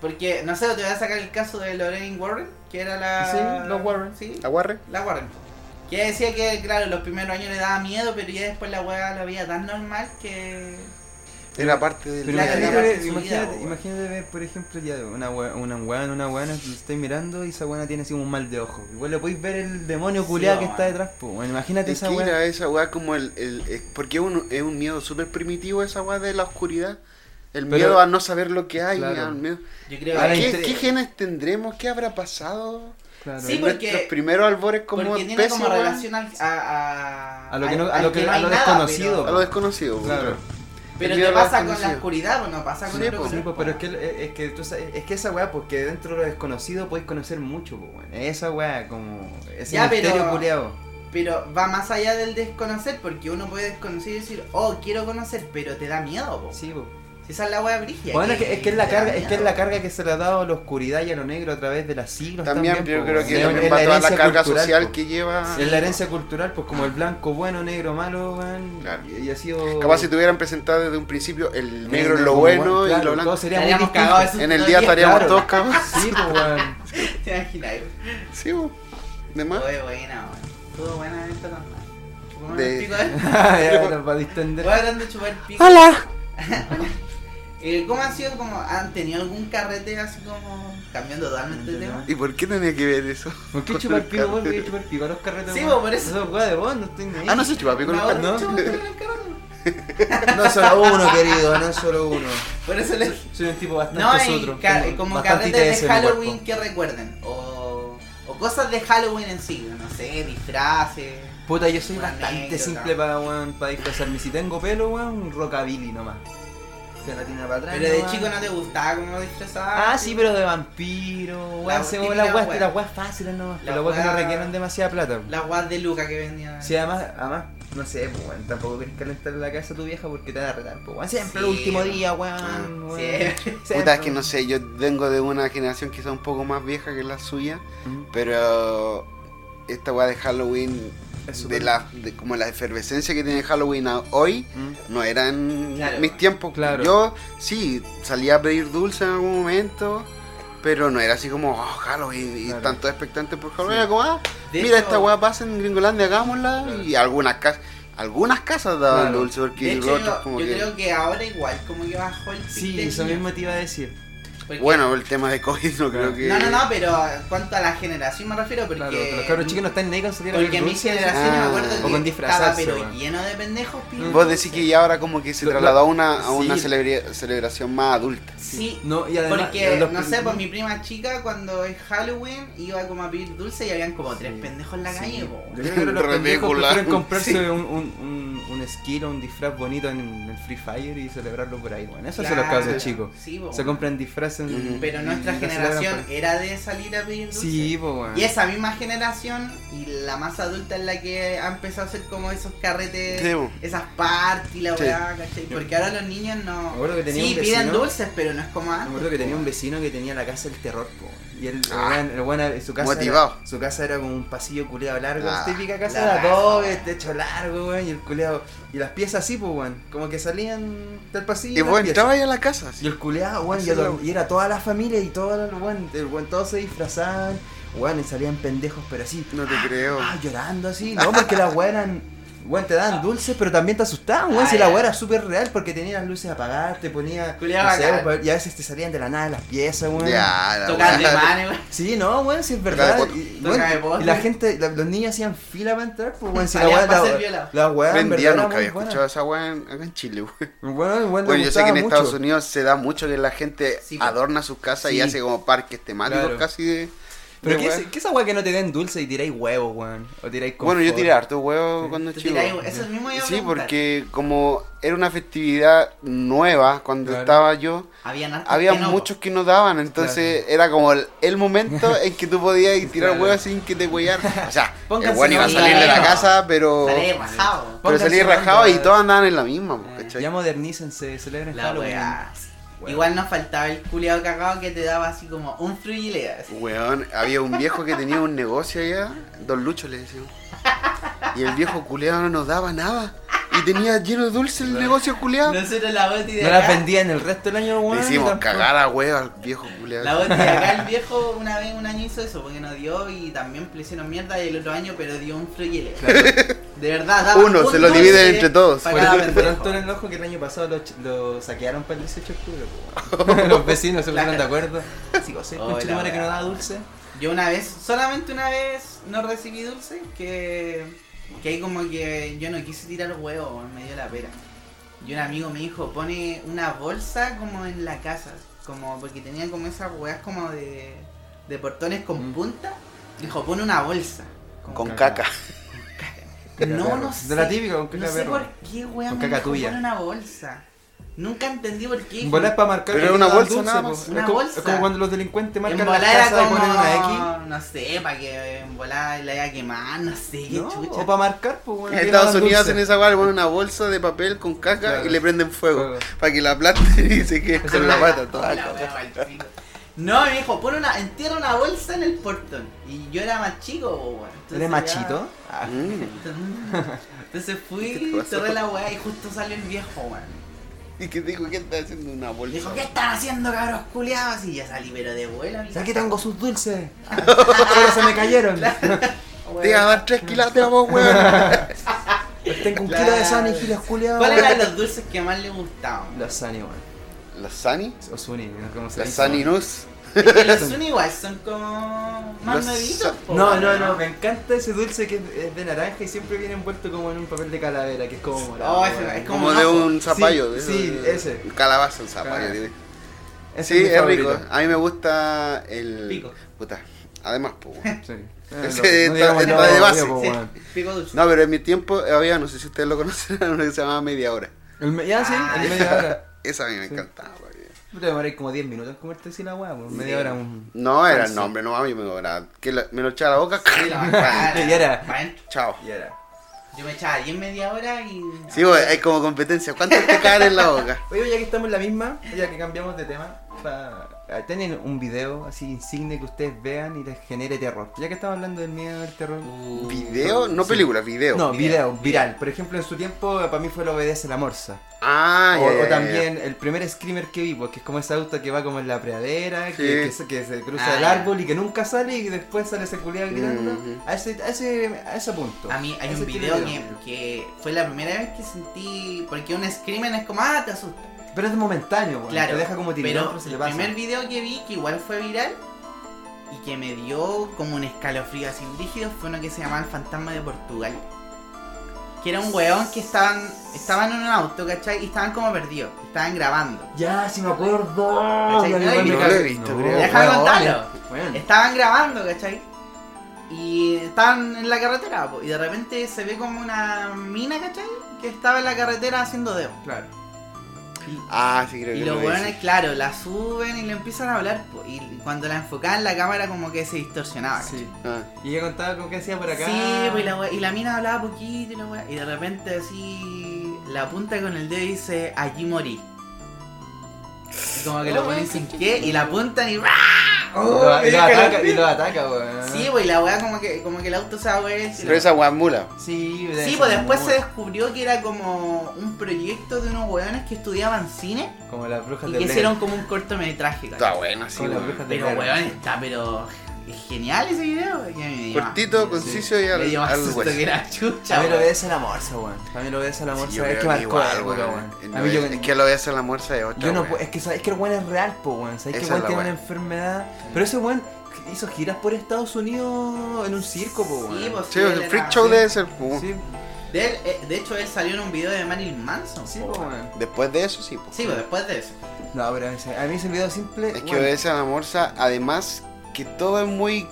Speaker 3: Porque, no sé, te voy a sacar el caso de Lorraine Warren, que era la.
Speaker 5: Sí, los Warren.
Speaker 3: Sí,
Speaker 2: ¿Aguarre?
Speaker 3: la Warren. Que ella decía que, claro, los primeros años le daba miedo, pero ya después la weá la veía tan normal que.
Speaker 2: Era parte del...
Speaker 5: Pero
Speaker 3: La
Speaker 5: imagínate,
Speaker 3: cagada
Speaker 5: ver-
Speaker 3: de su
Speaker 5: imagínate,
Speaker 3: vida,
Speaker 5: imagínate ver, por ejemplo, ya una wea- una weón, una weón, que estáis mirando y esa weona tiene así un mal de ojo. Igual le podéis ver el demonio
Speaker 3: Sí,
Speaker 5: culeado que
Speaker 3: weón.
Speaker 5: está detrás, po. Bueno, imagínate
Speaker 2: Es
Speaker 5: esa
Speaker 2: que eh,
Speaker 5: weá.
Speaker 2: era esa weá como el... el- es- porque es un, es un miedo súper primitivo esa weá de la oscuridad. El
Speaker 5: Pero-
Speaker 2: miedo a no saber lo que hay.
Speaker 5: Claro.
Speaker 2: al miedo-
Speaker 3: Yo creo
Speaker 5: Ahora
Speaker 3: que.
Speaker 2: ¿Qué,
Speaker 5: entre-
Speaker 2: ¿Qué genes tendremos? ¿Qué habrá pasado?
Speaker 5: Claro.
Speaker 3: Sí,
Speaker 2: en
Speaker 3: porque-
Speaker 2: Nuestros primeros albores como
Speaker 3: porque tiene
Speaker 2: especie,
Speaker 3: como
Speaker 2: weón,
Speaker 3: relación al, a, a,
Speaker 5: A lo que no-
Speaker 3: al-
Speaker 5: a lo
Speaker 3: al
Speaker 5: que- a
Speaker 3: hay
Speaker 5: lo
Speaker 3: nada,
Speaker 5: desconocido,
Speaker 2: a
Speaker 3: pero-
Speaker 2: lo desconocido. weón.
Speaker 5: Claro.
Speaker 3: Pero,
Speaker 2: El miedo a
Speaker 3: te
Speaker 2: lo
Speaker 3: pasa con la
Speaker 2: desconocido.
Speaker 3: oscuridad, pues no pasa con
Speaker 2: Sí,
Speaker 3: el
Speaker 2: pues,
Speaker 5: Sí,
Speaker 3: otro
Speaker 5: po, pero es que, es, que tú sabes- es que esa weá, porque dentro de lo desconocido podéis conocer mucho, po, weón. Esa weá, como. Ese
Speaker 3: Ya, pero-
Speaker 5: misterio culeado.
Speaker 3: Pero va más allá del desconocer, porque uno puede desconocer y decir, oh, quiero conocer, pero te da miedo, po.
Speaker 5: Sí, po.
Speaker 3: Si esa es la wea brigia.
Speaker 5: Bueno, es que, es que es la
Speaker 3: te da
Speaker 5: carga, es que es
Speaker 3: miedo.
Speaker 5: la carga que se le ha dado a la oscuridad y a lo negro a través de las siglos
Speaker 2: También,
Speaker 5: también.
Speaker 2: yo
Speaker 5: po,
Speaker 2: creo
Speaker 5: weón.
Speaker 2: que
Speaker 5: Es-
Speaker 2: también
Speaker 5: es
Speaker 2: va toda la
Speaker 5: herencia
Speaker 2: carga
Speaker 5: cultural,
Speaker 2: social
Speaker 5: po.
Speaker 2: que lleva...
Speaker 5: Es la herencia cultural, pues como el blanco bueno, negro malo, weón.
Speaker 2: Claro.
Speaker 5: Y, y ha sido.
Speaker 2: Capaz si te hubieran presentado desde un principio el
Speaker 5: el
Speaker 2: negro es lo bueno y
Speaker 5: claro,
Speaker 2: lo blanco.
Speaker 5: Todo sería muy
Speaker 3: Estaríamos
Speaker 5: distinto.
Speaker 3: cagados de susto
Speaker 2: En el
Speaker 3: todo
Speaker 2: día estaríamos
Speaker 5: claro.
Speaker 2: todos cagados.
Speaker 5: Sí, pues, weón.
Speaker 3: ¿Te imaginas?
Speaker 2: Sí, weón. de más.
Speaker 3: Oye, buena, weón. Estuvo buena esta tanda. Chupamos
Speaker 2: De-
Speaker 3: el pico, eh.
Speaker 5: ya, nos va a distender.
Speaker 3: Voy hablando de chupar el pico. ¡Hola! ¿Cómo han sido como, han tenido algún carrete así como, cambiando totalmente de tema?
Speaker 2: ¿Y por qué tenía que ver eso?
Speaker 5: ¿Por qué chupar pico? ¿Por qué chupar pico? A los carretes.
Speaker 3: Sí,
Speaker 5: weón.
Speaker 3: po, por eso.
Speaker 5: Esa weá de vos, no estoy ni ahí.
Speaker 2: Ah, no se chupa pico
Speaker 3: Una
Speaker 2: los
Speaker 3: hora
Speaker 2: carros.
Speaker 5: ¿no?
Speaker 3: chupa el pico en el carrete.
Speaker 5: No solo uno, querido, no solo uno.
Speaker 3: Por eso les...
Speaker 5: Soy un tipo bastante
Speaker 3: No, hay
Speaker 5: sotro.
Speaker 3: ca- eh,
Speaker 5: tengo
Speaker 3: como
Speaker 5: bastante ITS
Speaker 3: carretes de
Speaker 5: en mi cuerpo.
Speaker 3: Halloween que recuerden. O, o cosas de Halloween en sí, no sé, disfraces.
Speaker 5: Puta, yo soy
Speaker 3: Una
Speaker 5: bastante
Speaker 3: anécdota.
Speaker 5: simple para weón, para disfrazarme. Si tengo pelo, weón, un rockabilly nomás. Gelatina para atrás.
Speaker 3: Pero de
Speaker 5: nomás.
Speaker 3: chico no te gustaba como disfrazar.
Speaker 5: Ah, sí, pero de vampiro,
Speaker 3: La
Speaker 5: weón. Se
Speaker 3: típica
Speaker 5: las
Speaker 3: weá.
Speaker 5: weas, las weas fáciles nomás.
Speaker 3: La
Speaker 5: Las weas que no
Speaker 3: weá-
Speaker 5: requieren demasiada plata. weón.
Speaker 3: Las guas de Luca que vendían.
Speaker 5: Sí, ah, además, además, no sé, pues, weón, tampoco querés calentar la casa a tu vieja porque te va a retar, pues, weón. Siempre el
Speaker 3: Sí,
Speaker 5: último
Speaker 3: weón.
Speaker 5: día, weón.
Speaker 3: Ah,
Speaker 5: weón.
Speaker 3: siempre.
Speaker 5: Siempre,
Speaker 2: Puta, es que no
Speaker 5: weón.
Speaker 2: sé, yo vengo de una generación quizá un poco más vieja que la suya,
Speaker 5: Ujú.
Speaker 2: pero esta weá de Halloween,
Speaker 5: Es
Speaker 2: de
Speaker 5: súper-
Speaker 2: la, de como la efervescencia que tiene Halloween a- hoy,
Speaker 5: Mm.
Speaker 2: no eran
Speaker 3: Claro.
Speaker 2: mis tiempos.
Speaker 5: Claro.
Speaker 2: Yo sí, salía a pedir dulce en algún momento, pero no era así como, oh, Halloween, y
Speaker 5: Claro.
Speaker 2: tanto expectante por Halloween. Era como, ah,
Speaker 3: De
Speaker 2: mira,
Speaker 3: hecho-
Speaker 2: esta weá pasa en Gringolandia, hagámosla, y algunas casas. Algunas casas daban
Speaker 5: Claro.
Speaker 2: dulce porque
Speaker 3: De hecho,
Speaker 2: otras
Speaker 3: yo,
Speaker 2: como
Speaker 3: yo
Speaker 2: que...
Speaker 3: creo que ahora igual, como que bajó el pic
Speaker 5: Sí,
Speaker 3: del
Speaker 5: eso
Speaker 3: niño.
Speaker 5: mismo te iba a decir.
Speaker 3: Porque-
Speaker 2: Bueno, el tema de COVID no creo que...
Speaker 3: No, no, no, pero en cuanto a la generación me refiero, porque.
Speaker 5: Claro, que los cabros chicos no están negros salir a
Speaker 3: Porque
Speaker 5: ver
Speaker 3: mi
Speaker 5: dulces.
Speaker 3: generación
Speaker 2: Ah,
Speaker 3: me acuerdo
Speaker 5: o
Speaker 3: que
Speaker 5: con
Speaker 3: estaba
Speaker 5: disfrazarse,
Speaker 3: pero
Speaker 5: weón.
Speaker 3: lleno de pendejos pibes.
Speaker 2: Vos decís que ya ahora como que se
Speaker 5: Lo-
Speaker 2: trasladó a una, a
Speaker 5: sí.
Speaker 2: una celebra- celebración más adulta.
Speaker 3: Sí,
Speaker 5: No, y además,
Speaker 3: Porque,
Speaker 5: los-
Speaker 3: no sé, pues mi prima chica cuando es Halloween iba como a pedir dulce y habían como tres pendejos en la calle. po.
Speaker 5: Yo creo que los pendejos
Speaker 2: Ridícula.
Speaker 5: prefieren comprarse un, un, un, un skill o un disfraz bonito en el Free Fire y celebrarlo por ahí, bueno. Eso hacen los
Speaker 3: Claro.
Speaker 5: casos chicos.
Speaker 3: Sí, po.
Speaker 5: Se compran disfraces eso.
Speaker 2: Ujú.
Speaker 3: Pero nuestra
Speaker 5: Lo
Speaker 3: generación
Speaker 5: celebran por-
Speaker 3: era de salir a pedir dulces.
Speaker 5: Sí, pues, weón.
Speaker 3: Y esa misma generación y la más adulta es la que ha empezado a hacer como esos carretes,
Speaker 2: Sí, bo.
Speaker 3: esas parties, la
Speaker 2: Sí.
Speaker 3: weá, ¿cachai? Porque ahora los niños no.
Speaker 5: Me acuerdo que tenía
Speaker 3: sí,
Speaker 5: un
Speaker 3: piden
Speaker 5: vecino-
Speaker 3: dulces, pero no es como
Speaker 5: Me
Speaker 3: antes.
Speaker 5: acuerdo que tenía un vecino que tenía la casa del terror, po. Y el, el weón- el weón- su casa.
Speaker 2: Ah. Motivado.
Speaker 5: Era, su casa era como un pasillo culeado largo.
Speaker 2: Ah,
Speaker 5: típica casa
Speaker 3: la
Speaker 5: de adobe,
Speaker 3: raja.
Speaker 5: techo largo, weón. Y el culeado. Y las piezas así, pues, weón. Como que salían del pasillo.
Speaker 2: Y
Speaker 5: las
Speaker 2: vos
Speaker 5: piezas.
Speaker 2: entrabas ahí a la casa.
Speaker 5: Y
Speaker 2: así.
Speaker 5: el culeado, weón, y,
Speaker 2: Esa es la-
Speaker 5: adorm- y era toda la familia y todo el weón, el weón, todos se disfrazaban, weón, y salían pendejos, pero así,
Speaker 2: No te creo.
Speaker 5: ah, llorando así, no, porque las weas eran, weón, te daban dulces, pero también te asustaban, weón, si
Speaker 2: Ah,
Speaker 5: la wea era súper real, porque tenía las luces apagadas, te ponía,
Speaker 3: Culeado
Speaker 5: no sé,
Speaker 3: bacán.
Speaker 5: weón, y a veces te salían de la nada las piezas, weón.
Speaker 2: Ya, la
Speaker 3: Tocar de
Speaker 2: weá.
Speaker 3: mano, weón.
Speaker 5: Sí, no, weón, si es
Speaker 2: Toca de
Speaker 5: verdad.
Speaker 2: poto.
Speaker 5: Y,
Speaker 3: Toca de
Speaker 5: weón,
Speaker 3: poto.
Speaker 5: y la gente, la- los niños hacían fila para entrar, pues, weón, si la
Speaker 3: Salían
Speaker 5: wea,
Speaker 3: para ser
Speaker 5: la,
Speaker 3: violados.
Speaker 5: la wea, en
Speaker 2: Vendía,
Speaker 5: verdad, era
Speaker 2: nunca
Speaker 5: muy
Speaker 2: había
Speaker 5: buena.
Speaker 2: escuchado esa weá en- acá en Chile, weón.
Speaker 5: Weón, weón, le
Speaker 2: Bueno, yo sé que
Speaker 5: gustaba
Speaker 2: en Estados
Speaker 5: mucho. pues.
Speaker 2: Unidos se da mucho que la gente
Speaker 3: Sí, po.
Speaker 2: adorna sus casas y
Speaker 5: Sí.
Speaker 2: hace como parques temáticos
Speaker 5: Claro.
Speaker 2: casi de.
Speaker 5: Pero
Speaker 2: de
Speaker 5: ¿qué,
Speaker 2: weá.
Speaker 5: es- qué es esa weá que no te den dulce y tiráis huevos, weón? O tiráis
Speaker 2: Bueno, yo
Speaker 5: confort?
Speaker 2: tiré harto huevo cuando
Speaker 3: Tú
Speaker 2: chico.
Speaker 3: tirás, weón. Eso mismo iba a
Speaker 2: Sí,
Speaker 3: preguntar.
Speaker 2: porque como era una festividad nueva cuando
Speaker 5: Claro.
Speaker 2: estaba yo,
Speaker 3: Habían hartos
Speaker 2: había
Speaker 3: que no,
Speaker 2: muchos que no daban, entonces era como el, el momento en que tú podías ir tirar
Speaker 5: Claro.
Speaker 2: huevos sin que te huellaran. O sea,
Speaker 5: Pónganse
Speaker 2: el bueno iba a
Speaker 3: no,
Speaker 2: salir de la
Speaker 3: no.
Speaker 2: casa, pero,
Speaker 3: po. Salí rajado.
Speaker 2: pero
Speaker 5: Pónganse
Speaker 2: salí rajado y
Speaker 5: onda.
Speaker 2: todos andaban en la misma, po,
Speaker 3: Eh,
Speaker 2: ¿cachai?
Speaker 5: Ya modernícense, celebren
Speaker 3: La
Speaker 5: Halloween.
Speaker 3: weá.
Speaker 5: Weón.
Speaker 3: Igual nos faltaba el culiado cagado que te daba así como un frugilea.
Speaker 2: Weón, había un viejo que tenía un negocio allá, Don Lucho le decían. Y el viejo culeado no nos daba nada. Y tenía lleno de dulce el negocio culeado.
Speaker 3: Nosotros la boti de
Speaker 5: No
Speaker 3: acá.
Speaker 5: las vendían el resto del año, weón.
Speaker 2: Le
Speaker 5: y
Speaker 2: hicimos
Speaker 5: tampoco-
Speaker 2: cagar a huevo al viejo culeado.
Speaker 3: La boti de acá el viejo una vez, un año hizo eso, porque nos dio y también le hicieron mierda y el otro año pero dio un frugilea. De verdad, daba
Speaker 2: Uno,
Speaker 3: un
Speaker 2: se lo
Speaker 3: dulce
Speaker 2: dividen entre todos.
Speaker 3: pa'
Speaker 5: Por
Speaker 3: cada
Speaker 5: eso te
Speaker 3: pendejo.
Speaker 5: tanto en el ojo que el año pasado lo, ch- lo saquearon para el 18 de octubre, weón. Los vecinos se pusieron de acuerdo. Así que,
Speaker 3: Oh,
Speaker 5: concha
Speaker 3: la
Speaker 5: tu madre que
Speaker 3: weá.
Speaker 5: no da dulce.
Speaker 3: Yo una vez, solamente una vez no recibí dulce, que, que ahí como que yo no quise tirar huevos, me dio la pera. Y un amigo me dijo, pone una bolsa como en la casa, como porque tenía como esas huevas como de, de portones con punta. Dijo, pone una bolsa.
Speaker 2: Con caca.
Speaker 3: No, no sé.
Speaker 5: De la típica, con caca
Speaker 3: No sé
Speaker 5: perro.
Speaker 3: por qué, weón,
Speaker 5: Con
Speaker 3: me
Speaker 5: caca
Speaker 3: dijo,
Speaker 5: tuya.
Speaker 3: pone una bolsa. Nunca entendí por qué.
Speaker 5: En bola es para marcar.
Speaker 2: Pero
Speaker 5: que
Speaker 2: era
Speaker 5: no
Speaker 2: una
Speaker 5: dan
Speaker 2: bolsa
Speaker 5: dulce,
Speaker 2: nada
Speaker 5: po.
Speaker 2: más.
Speaker 5: Es
Speaker 3: Una
Speaker 5: como-
Speaker 3: bolsa.
Speaker 5: Es como cuando los delincuentes
Speaker 3: En
Speaker 5: marcan las
Speaker 3: volada era
Speaker 5: casas y
Speaker 3: como,
Speaker 5: ponen una X.
Speaker 3: no sé, para que en volada la iba a quemar, no sé, qué
Speaker 5: No,
Speaker 3: chucha.
Speaker 5: O para marcar, pues, weón.
Speaker 2: En
Speaker 5: que
Speaker 2: Estados
Speaker 5: no dan
Speaker 2: Unidos
Speaker 5: dulce.
Speaker 2: hacen esa weá, le ponen una bolsa de papel con caca
Speaker 5: Claro.
Speaker 2: y le prenden fuego.
Speaker 5: Fuego.
Speaker 2: Para que la plata y se quede con la pata toda.
Speaker 3: La wea pa'l pico. No, me dijo, pon una, entierra una bolsa en el portón. Y yo era más chico, po, weón. Entonces
Speaker 5: ¿Eres
Speaker 3: ya-
Speaker 5: machito?
Speaker 2: Mm.
Speaker 3: Entonces
Speaker 2: ¿Qué te
Speaker 3: fui,
Speaker 2: pasó?
Speaker 3: cerré la weá y justo salió el viejo, weón.
Speaker 2: Y que dijo, ¿qué está haciendo una
Speaker 3: Me
Speaker 2: bolsa?
Speaker 3: Dijo, ¿qué están haciendo, cabros culiados? Y ya salí, pero de vuelo.
Speaker 5: O sea, Aquí tengo sus dulces. Ahora se me cayeron.
Speaker 2: Te iba a dar tres quilates a vos, weón.
Speaker 5: Les Tengo un kilo de Sani y los culiados.
Speaker 3: ¿Cuáles eran los dulces que más le gustaban?
Speaker 5: Los Sani, weón.
Speaker 2: ¿La Sani?
Speaker 5: O Suni, no sé cómo se
Speaker 2: ¿La
Speaker 5: dice,
Speaker 2: Sani
Speaker 5: weón.
Speaker 2: Nus?
Speaker 3: Es que los son igual, son como más
Speaker 2: Los
Speaker 3: nuevitos. po,
Speaker 5: No,
Speaker 3: weón,
Speaker 5: no, no, me encanta ese dulce que es de naranja y siempre viene envuelto como en un papel de calavera, que es como morado.
Speaker 3: Oh,
Speaker 5: weón.
Speaker 3: ese- es
Speaker 2: Como
Speaker 3: un
Speaker 2: de
Speaker 3: ojo.
Speaker 2: un
Speaker 5: Sí,
Speaker 2: zapallo. de
Speaker 5: sí,
Speaker 2: esos de-
Speaker 5: ese.
Speaker 2: Un calabazo, un zapallo.
Speaker 5: Claro.
Speaker 2: tiene.
Speaker 5: Ese
Speaker 2: Sí,
Speaker 5: mi
Speaker 2: es
Speaker 5: favorito.
Speaker 2: rico. A mí me gusta el...
Speaker 3: Pico.
Speaker 2: Puta, además, pues, weón.
Speaker 5: Sí. Ah,
Speaker 2: Ese
Speaker 5: No, no
Speaker 2: está-
Speaker 5: digamos
Speaker 2: está
Speaker 5: nada
Speaker 2: de
Speaker 5: todavía,
Speaker 2: base.
Speaker 5: po,
Speaker 3: Sí,
Speaker 5: weón.
Speaker 3: pico dulce.
Speaker 2: No, pero en mi tiempo había, no sé si ustedes lo conocen, era uno que se llamaba Media Hora.
Speaker 5: El me- Ya, sí,
Speaker 3: Ah.
Speaker 5: el media hora.
Speaker 2: Esa a mí me
Speaker 5: Sí.
Speaker 2: encantaba, weón.
Speaker 5: Tú te demoráis como 10 minutos en comerte así la weá, weón. Media hora. un-
Speaker 2: No, era el
Speaker 5: sí.
Speaker 2: nombre, no mami, me lo, era- que la- me lo echaba a la boca.
Speaker 3: Sí, la bacana,
Speaker 5: Y era-
Speaker 3: pa' dentro.
Speaker 2: Chao.
Speaker 5: Y era.
Speaker 3: Yo me echaba 10 media hora y.
Speaker 2: Sí, güey, hay como competencia. ¿Cuántos te caen en la boca?
Speaker 5: Oye, ya que estamos en la misma, ya que cambiamos de tema, pa- tienen un video así insigne que ustedes vean y les genere terror. Ya que estamos hablando del miedo del terror.
Speaker 2: Uh, ¿Video? No película, video.
Speaker 5: No,
Speaker 3: Video.
Speaker 5: video, viral. Por ejemplo, en su tiempo para mí fue la obedece la morsa.
Speaker 2: Ah,
Speaker 5: o,
Speaker 2: ya, ya,
Speaker 5: o
Speaker 2: ya.
Speaker 5: también el primer screamer que vi, porque es como ese auto que va como en la pradera, que,
Speaker 2: Sí.
Speaker 5: que se- que se cruza
Speaker 3: Ah,
Speaker 5: el
Speaker 3: ya.
Speaker 5: árbol y que nunca sale y después sale ese culiado gritando.
Speaker 2: Ujú.
Speaker 5: a, ese, a, ese, a ese punto.
Speaker 3: A mí hay
Speaker 5: Ese
Speaker 3: un
Speaker 5: tipo
Speaker 3: video
Speaker 5: de
Speaker 3: que, que fue la primera vez que sentí. Porque un screamer es como, ah, te asusta.
Speaker 5: Pero es momentáneo, weón.
Speaker 3: claro.
Speaker 5: Te deja como tirado,
Speaker 3: pero
Speaker 5: se le
Speaker 3: el
Speaker 5: pasa.
Speaker 3: primer video que vi, que igual fue viral, y que me dio como un escalofrío así rígido, fue uno que se llamaba El Fantasma de Portugal. Que era un weón que estaban, estaban en un auto, ¿cachai? Y estaban como perdidos, estaban grabando.
Speaker 5: Ya, si me acuerdo.
Speaker 3: ¿Cachai?
Speaker 5: Ya,
Speaker 3: No
Speaker 5: mi
Speaker 3: lo he
Speaker 5: weón me
Speaker 3: visto.
Speaker 5: cago.
Speaker 2: No lo he visto, creo.
Speaker 3: Déjame
Speaker 5: weón.
Speaker 3: contarlo.
Speaker 5: Weón.
Speaker 3: Estaban grabando, ¿cachai? Y estaban en la carretera, po, y de repente se ve como una mina, ¿cachai? Que estaba en la carretera haciendo dedo.
Speaker 5: Claro.
Speaker 2: Ah, sí, creo que
Speaker 3: Y los
Speaker 2: lo vi,
Speaker 3: hueones,
Speaker 2: sí.
Speaker 3: claro, la suben y le empiezan a hablar. po, y cuando la enfocaban, la cámara como que se distorsionaba.
Speaker 5: Sí.
Speaker 3: ¿cachai?
Speaker 2: Ah,
Speaker 5: Y ella contaba como que hacía por acá.
Speaker 3: Sí, pues, y la, wea- y la mina hablaba poquito y la wea- y de repente así la apunta con el dedo y dice, allí morí. Y como que lo ponen sin qué y la apuntan y ¡ra!
Speaker 5: Y
Speaker 3: ¡Oh!
Speaker 5: lo, y lo
Speaker 3: me dio calor.
Speaker 5: ataca, y lo ataca, weón.
Speaker 3: Sí, pues y la weá como que, como que el auto se da vuelta. y la-
Speaker 2: Pero esa weá es mula.
Speaker 5: Sí, debe
Speaker 3: Sí,
Speaker 5: ser
Speaker 3: pues después
Speaker 5: como-
Speaker 3: se descubrió que era como un proyecto de unos weones que estudiaban cine
Speaker 5: Como las brujas
Speaker 3: y
Speaker 5: de
Speaker 3: que
Speaker 5: Blair.
Speaker 3: hicieron como un cortometraje. ¿cachai?
Speaker 2: Está buena, sí,
Speaker 5: Como las
Speaker 2: weón.
Speaker 5: brujas de
Speaker 3: Pero
Speaker 5: Blair.
Speaker 3: weón está, pero es genial ese video. y a mí me dio más-
Speaker 2: Cortito, conciso y al,
Speaker 3: me dio más
Speaker 2: al
Speaker 3: susto
Speaker 2: hueso.
Speaker 3: que la chucha.
Speaker 5: A mí lo
Speaker 3: weón.
Speaker 5: ves el amor, esa weón. A mí lo ves el amor,
Speaker 2: Sí, yo
Speaker 5: sabes
Speaker 2: creo
Speaker 5: que marcó
Speaker 2: que igual,
Speaker 5: la época,
Speaker 2: weón.
Speaker 5: weón.
Speaker 2: No
Speaker 5: A mí yo,
Speaker 2: es, es que lo veas en la muerza de otra.
Speaker 5: yo no
Speaker 2: weón.
Speaker 5: puedo, es que sabes que el weón es real, po, weón. Sabes que el
Speaker 2: Esa
Speaker 5: weón
Speaker 2: es la
Speaker 5: tiene una
Speaker 2: weón.
Speaker 5: enfermedad. Pero ese weón hizo giras por Estados Unidos en un circo, po, weón.
Speaker 3: Sí, pues,
Speaker 2: Sí, el
Speaker 3: él
Speaker 2: freak
Speaker 3: era-
Speaker 2: show debe ser. uh,
Speaker 5: Sí,
Speaker 3: De, él, eh, de hecho, él salió en un video de Marilyn Manson.
Speaker 5: sí,
Speaker 3: po,
Speaker 5: po,
Speaker 3: weón.
Speaker 5: weón.
Speaker 2: Después de eso, sí. po.
Speaker 3: Sí, pues después de eso.
Speaker 5: No, pero a mí, se- a mí ese video simple.
Speaker 2: Es que
Speaker 5: weón,
Speaker 2: obedece a la morsa, además que todo es muy.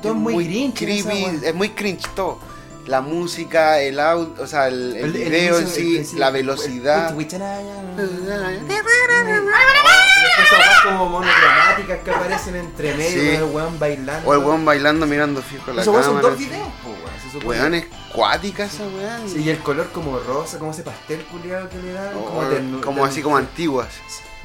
Speaker 5: Todo es muy cringe en esa
Speaker 2: creepy,
Speaker 5: weá.
Speaker 2: es muy cringe todo. La música, el audio, o sea, el, el video en
Speaker 5: inicio,
Speaker 2: sí,
Speaker 5: el- el-
Speaker 2: la
Speaker 5: el-
Speaker 2: velocidad.
Speaker 5: el- el- Pero esas weas como monocromáticas que aparecen entre medio
Speaker 2: Sí.
Speaker 5: con el weón bailando.
Speaker 2: O el weón bailando mirando fijo la
Speaker 5: Esos weón son
Speaker 2: cámara.
Speaker 5: dos videos, po, weón. se supone.
Speaker 2: Weón es cuática esa weón.
Speaker 5: Sí, y el color como rosa, como ese pastel culiado que le dan.
Speaker 2: Oh, como
Speaker 5: como ternu- ternu-
Speaker 2: así como antiguas.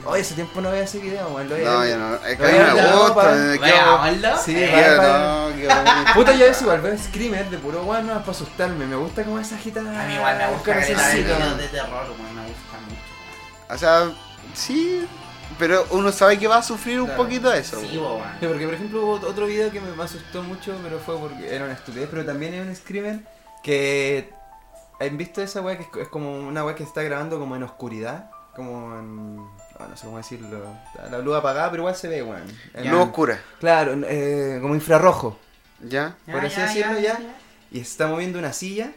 Speaker 5: Oye, ese tiempo no veía ese video, weón. Lo veía.
Speaker 2: No, yo no.
Speaker 5: Lo
Speaker 2: Es que a mí
Speaker 5: veía en
Speaker 2: me
Speaker 5: la
Speaker 2: gusta.
Speaker 5: ropa.
Speaker 2: eh, qué bueno.
Speaker 3: Veámoslo.
Speaker 5: Sí,
Speaker 3: Eh,
Speaker 5: vaya, vaya.
Speaker 2: No, qué bueno.
Speaker 5: Puta, yo es igual, veo Screamer de puro weón, no es para asustarme. Me gusta como esa gitana.
Speaker 3: A mí igual me gusta que
Speaker 2: sí,
Speaker 3: de
Speaker 2: no.
Speaker 3: videos de terror, weón, me gusta mucho.
Speaker 2: O sea, sí, pero uno sabe que va a sufrir un
Speaker 5: Claro.
Speaker 2: poquito eso.
Speaker 3: Sí, po, weón.
Speaker 5: Sí, porque por ejemplo hubo otro video que me me asustó mucho, pero fue porque era una estupidez, pero también es un screamer que... ¿Han visto esa weá que es, es como una weá que está grabando como en oscuridad? Como en... ah, no sé cómo decirlo. Está La luz apagada, pero igual se ve, weón. En-
Speaker 2: Luz oscura,
Speaker 5: Claro, en- eh, como infrarrojo.
Speaker 2: ¿ya?
Speaker 3: Ya,
Speaker 5: Por así
Speaker 3: ya,
Speaker 5: decirlo,
Speaker 3: ya,
Speaker 5: ya. Y se está moviendo una silla.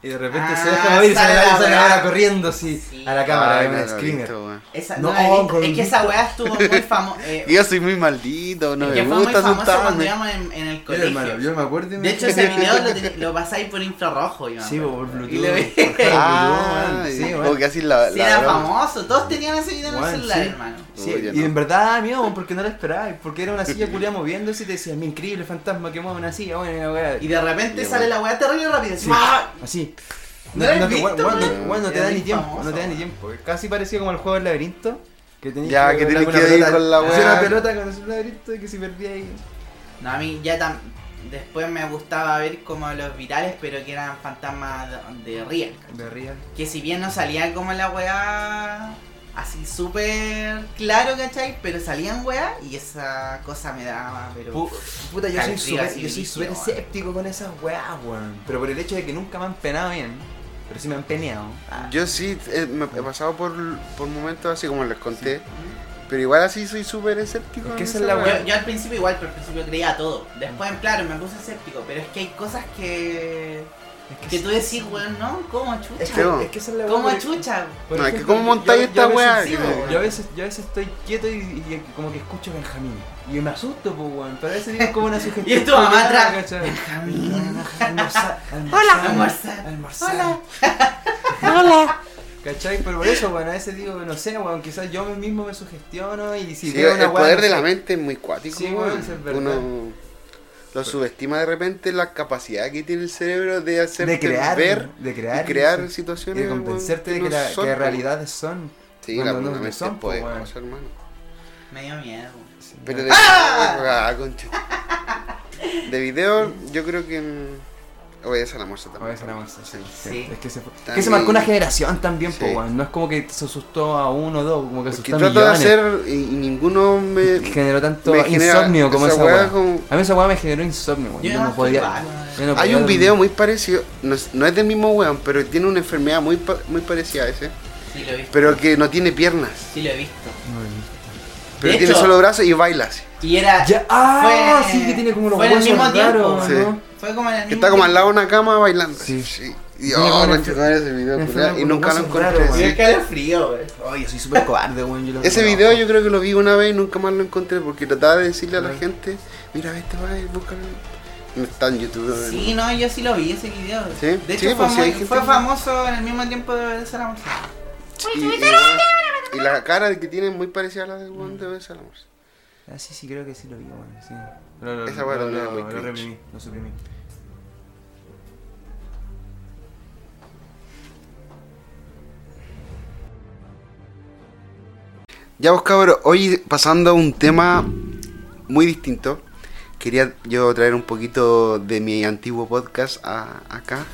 Speaker 5: Y de repente se
Speaker 3: Ah,
Speaker 5: deja mover y sale
Speaker 3: sale
Speaker 5: la
Speaker 3: la
Speaker 5: sale
Speaker 3: weá.
Speaker 5: la weá corriendo así
Speaker 3: Sí.
Speaker 5: a la cámara.
Speaker 2: Ay,
Speaker 5: es
Speaker 2: no
Speaker 5: un
Speaker 2: lo he
Speaker 5: screamer.
Speaker 2: visto, weón.
Speaker 3: Esa,
Speaker 5: No,
Speaker 3: no, la he visto.
Speaker 5: con
Speaker 3: es que esa weá estuvo muy famosa. Eh,
Speaker 2: Yo soy muy maldito, no
Speaker 3: es
Speaker 2: me
Speaker 3: que fue muy
Speaker 2: gusta
Speaker 3: famosa cuando
Speaker 2: asustarme.
Speaker 3: íbamos en, en el
Speaker 5: Mira, hermano,
Speaker 3: colegio.
Speaker 5: yo me acuerdo. y me-
Speaker 3: De hecho, ese video lo, ten- lo pasáis por infrarrojo, yo me
Speaker 5: Sí,
Speaker 3: acuerdo.
Speaker 5: por Bluetooth.
Speaker 3: Y le ve-
Speaker 5: por Bluetooth,
Speaker 2: Ah,
Speaker 5: weón.
Speaker 2: sí,
Speaker 5: pues, sí,
Speaker 2: como
Speaker 5: weón.
Speaker 2: que así la.
Speaker 3: Sí,
Speaker 2: la
Speaker 3: era
Speaker 2: broma.
Speaker 3: famoso. Todos tenían ese video en el
Speaker 5: Weón,
Speaker 3: celular,
Speaker 5: sí.
Speaker 3: hermano.
Speaker 5: Sí,
Speaker 2: Uy, yo
Speaker 5: y
Speaker 2: no.
Speaker 5: en verdad daba miedo weón, porque no lo esperabas, porque era una silla culia moviéndose y te decías, mi increíble fantasma que mueve una silla, bueno, y la weá.
Speaker 3: Y
Speaker 5: Y-
Speaker 3: de repente
Speaker 2: Sí,
Speaker 3: sale
Speaker 2: weón.
Speaker 3: la weá terrible rápido. así,
Speaker 5: sí,
Speaker 3: ¡ah!
Speaker 5: así.
Speaker 3: ¿No lo has
Speaker 5: te-
Speaker 3: visto,
Speaker 5: weón, weón,
Speaker 3: weón?
Speaker 5: no- weón, no te
Speaker 3: Era
Speaker 5: da ni
Speaker 3: bien
Speaker 5: tiempo,
Speaker 3: famoso,
Speaker 5: no te da ni
Speaker 3: weón.
Speaker 5: tiempo. Casi parecía como el juego del laberinto. Que tenías
Speaker 2: Ya, que
Speaker 5: pegar
Speaker 2: tenías
Speaker 5: una
Speaker 2: que ir
Speaker 5: pelota-
Speaker 2: con la
Speaker 5: hacer
Speaker 2: weá.
Speaker 5: una pelota con el laberinto y que si perdía ahí.
Speaker 3: No, a mí ya tam- después me gustaba ver como los virales, pero que eran fantasmas de, de real. ¿cachai?
Speaker 5: De ría.
Speaker 3: Que si bien no salía como la weá así súper claro, ¿cachai? Pero salían weá y esa cosa me daba, pero...
Speaker 5: Pu- Puta, yo soy
Speaker 3: Calcía
Speaker 5: súper yo
Speaker 3: así
Speaker 5: soy
Speaker 3: brígido,
Speaker 5: súper
Speaker 3: weón.
Speaker 5: escéptico con esas weas, weón. Pero por el hecho de que nunca me han penado bien, pero sí me han peneado. Ah.
Speaker 2: Yo sí, eh, me he pasado por, por momentos así como les conté. Pero igual así soy súper escéptico.
Speaker 5: Es
Speaker 2: en
Speaker 5: que esa
Speaker 2: esa
Speaker 5: es la
Speaker 2: weá.
Speaker 3: Yo, yo al principio igual, pero al principio creía todo. Después, claro, me puse escéptico, pero es que hay cosas que...
Speaker 5: Es
Speaker 3: Que tú decís, weón, no, ¿cómo
Speaker 5: Es
Speaker 3: chucha?
Speaker 2: Sí,
Speaker 5: que,
Speaker 2: weón.
Speaker 5: es que esa es la weá,
Speaker 3: ¿Cómo
Speaker 5: por-
Speaker 3: chucha?
Speaker 5: por
Speaker 2: No, es que
Speaker 5: ejemplo,
Speaker 2: ¿cómo montáis
Speaker 5: yo-
Speaker 2: esta
Speaker 5: yo a
Speaker 2: weá?
Speaker 5: veces-
Speaker 3: Sí, weón.
Speaker 5: Yo a veces, yo a veces estoy quieto y, y como que escucho a Benjamín. Y me asusto, pues, weón. Pero a veces digo como una
Speaker 3: Y
Speaker 5: sugestión.
Speaker 3: es tu mamá atrás.
Speaker 5: ¿cachai?
Speaker 3: Benjamín.
Speaker 5: Almorzar,
Speaker 3: Hola.
Speaker 5: almorzar, almorzar.
Speaker 3: Hola.
Speaker 5: ¿Cachai? Pero por eso, weón, a veces digo, no sé, weón, quizás yo mismo me sugestiono y si
Speaker 2: Sí,
Speaker 5: veo una
Speaker 2: el
Speaker 5: weá,
Speaker 2: poder
Speaker 5: no
Speaker 2: de la
Speaker 5: sé,
Speaker 2: mente es muy cuático.
Speaker 5: Sí,
Speaker 2: weón.
Speaker 5: weón, eso es verdad.
Speaker 2: Uno lo subestima de repente la capacidad que tiene el cerebro de hacer
Speaker 5: de crear,
Speaker 2: ver
Speaker 5: de
Speaker 2: y
Speaker 5: crear,
Speaker 2: crear
Speaker 5: sí.
Speaker 2: situaciones.
Speaker 5: y de convencerte de
Speaker 2: weón,
Speaker 5: que, la,
Speaker 2: son,
Speaker 5: que
Speaker 2: weón.
Speaker 5: realidades son.
Speaker 2: Sí,
Speaker 5: cuando
Speaker 2: la
Speaker 5: no
Speaker 2: buena
Speaker 5: lo
Speaker 2: mente
Speaker 5: son,
Speaker 2: es
Speaker 5: po, weón.
Speaker 2: poderosa, hermano.
Speaker 3: Me dio miedo. weón.
Speaker 2: Pero de, Ah, concha. De video, yo creo que. mm, en- Obedece a la morsa también.
Speaker 5: Obedece a la morsa, sí. sí.
Speaker 3: Sí.
Speaker 5: Es que se, fue-
Speaker 2: También-
Speaker 5: que se marcó una generación también, po,
Speaker 2: Sí.
Speaker 5: weón. No es como que se asustó a uno o dos, como que
Speaker 2: Porque
Speaker 5: asustó a
Speaker 2: trato de
Speaker 5: millones.
Speaker 2: hacer y, y ninguno me.
Speaker 5: generó tanto
Speaker 2: me genera
Speaker 5: insomnio como
Speaker 2: esa
Speaker 5: esa,
Speaker 2: weá
Speaker 5: weá.
Speaker 2: como-
Speaker 5: A mí esa weá me generó insomnio, weón.
Speaker 3: Yo
Speaker 5: Yo,
Speaker 3: no
Speaker 5: no podía.
Speaker 3: estoy mal.
Speaker 5: yo no
Speaker 2: Hay
Speaker 5: podía
Speaker 2: un
Speaker 5: dormir.
Speaker 2: video muy parecido, no es, no es del mismo weón, pero tiene una enfermedad muy, pa- muy parecida a ese,
Speaker 3: Sí lo he visto.
Speaker 2: pero que no tiene piernas,
Speaker 3: Sí lo he visto.
Speaker 2: pero
Speaker 3: De
Speaker 2: tiene
Speaker 3: hecho-
Speaker 2: solo brazos y baila así.
Speaker 3: Y era...
Speaker 5: Ya, ah,
Speaker 3: Fue-
Speaker 5: sí que tiene como los
Speaker 3: fue en el
Speaker 5: huesos
Speaker 3: mismo
Speaker 5: raros,
Speaker 2: tiempo.
Speaker 5: ¿no?
Speaker 3: Fue como en el
Speaker 2: Que
Speaker 3: mismo
Speaker 2: está como al
Speaker 3: tiempo.
Speaker 2: lado de una cama bailando.
Speaker 5: Sí.
Speaker 2: sí.
Speaker 5: Tiene
Speaker 2: Dios,
Speaker 5: como una
Speaker 2: concha de madre, ese
Speaker 5: una
Speaker 2: video,
Speaker 5: enfermedad
Speaker 2: culiao, y
Speaker 5: con
Speaker 2: nunca lo
Speaker 5: huesos raros,
Speaker 2: encontré. sí.
Speaker 3: Y el calofrío, weón.
Speaker 5: Ay, yo soy súper cobarde, weón. yo lo
Speaker 2: Ese
Speaker 5: conozco.
Speaker 2: video yo creo que lo vi una vez y nunca más lo encontré porque trataba de decirle a la gente, mira, vete, va y búscalo. No está en YouTube. ¿no?
Speaker 3: Sí, no, yo sí lo vi ese video.
Speaker 2: Sí,
Speaker 3: De hecho,
Speaker 2: sí,
Speaker 3: fue,
Speaker 2: pues, sí,
Speaker 3: muy-
Speaker 2: hay gente
Speaker 3: fue
Speaker 2: que-
Speaker 3: famoso en el mismo tiempo de Obedecer a la Mujer.
Speaker 2: Y, y- y la cara que tiene es muy parecida a la del weón de Besa la Morsa.
Speaker 5: Ah, sí, sí, creo que sí lo vi, weón. Sí. Pero lo-
Speaker 2: Esa weá
Speaker 5: lo-
Speaker 2: también era muy
Speaker 5: lo, lo
Speaker 2: cringe.
Speaker 5: reprimí, lo suprimí.
Speaker 2: Ya vos cabros, hoy pasando a un tema muy distinto, quería yo traer un poquito de mi antiguo podcast a- acá.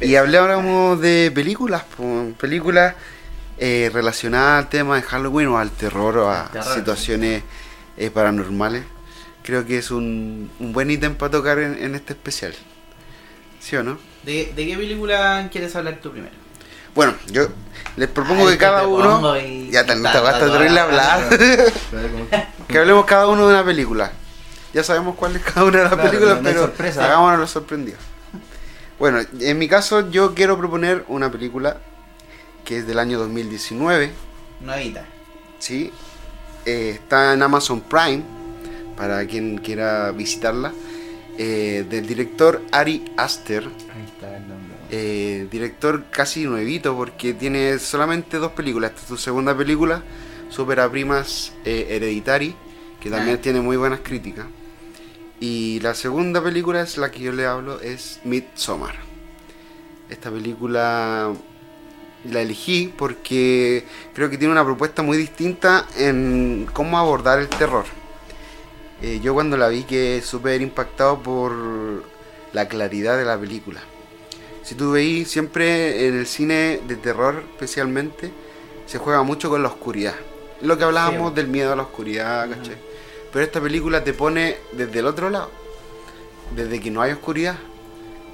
Speaker 2: y hablábamos de películas, po, películas eh, relacionadas al tema de Halloween o al terror o a
Speaker 3: Terror.
Speaker 2: situaciones eh, paranormales. Creo que es un, un buen ítem para tocar en, en este especial. ¿Sí o no?
Speaker 3: ¿De, de qué película quieres hablar tú primero?
Speaker 2: Bueno, yo les propongo
Speaker 3: Ay,
Speaker 2: que
Speaker 3: te
Speaker 2: cada uno...
Speaker 3: propongo y-
Speaker 2: Ya, tan-
Speaker 3: y
Speaker 2: esta weá está
Speaker 3: tanto,
Speaker 2: terrible
Speaker 3: ah,
Speaker 2: hablar. Que hablemos cada uno de una película. Ya sabemos cuál es cada una de las
Speaker 5: Claro,
Speaker 2: películas,
Speaker 5: no hay
Speaker 2: pero
Speaker 5: sorpresa.
Speaker 2: hagámonos los sorprendidos. Bueno, en mi caso yo quiero proponer una película que es del año 2019,
Speaker 3: Nuevita.
Speaker 2: ¿sí? Eh, está en Amazon Prime, para quien quiera visitarla, eh, del director Ari Aster,
Speaker 5: Ahí está el nombre. weón.
Speaker 2: eh, director casi nuevito porque tiene solamente dos películas. Esta es su segunda película, Supera Primas eh, Hereditary, que también
Speaker 3: Ah.
Speaker 2: tiene muy buenas críticas. Y la segunda película es la que yo le hablo, es Midsommar. Esta película la elegí porque creo que tiene una propuesta muy distinta en cómo abordar el terror. Eh, yo cuando la vi quedé súper impactado por la claridad de la película. Si tú veis, siempre en el cine de terror especialmente, se juega mucho con la oscuridad. Lo que hablábamos del miedo a la oscuridad, ¿cachai? Pero esta película te pone desde el otro lado, desde que no hay oscuridad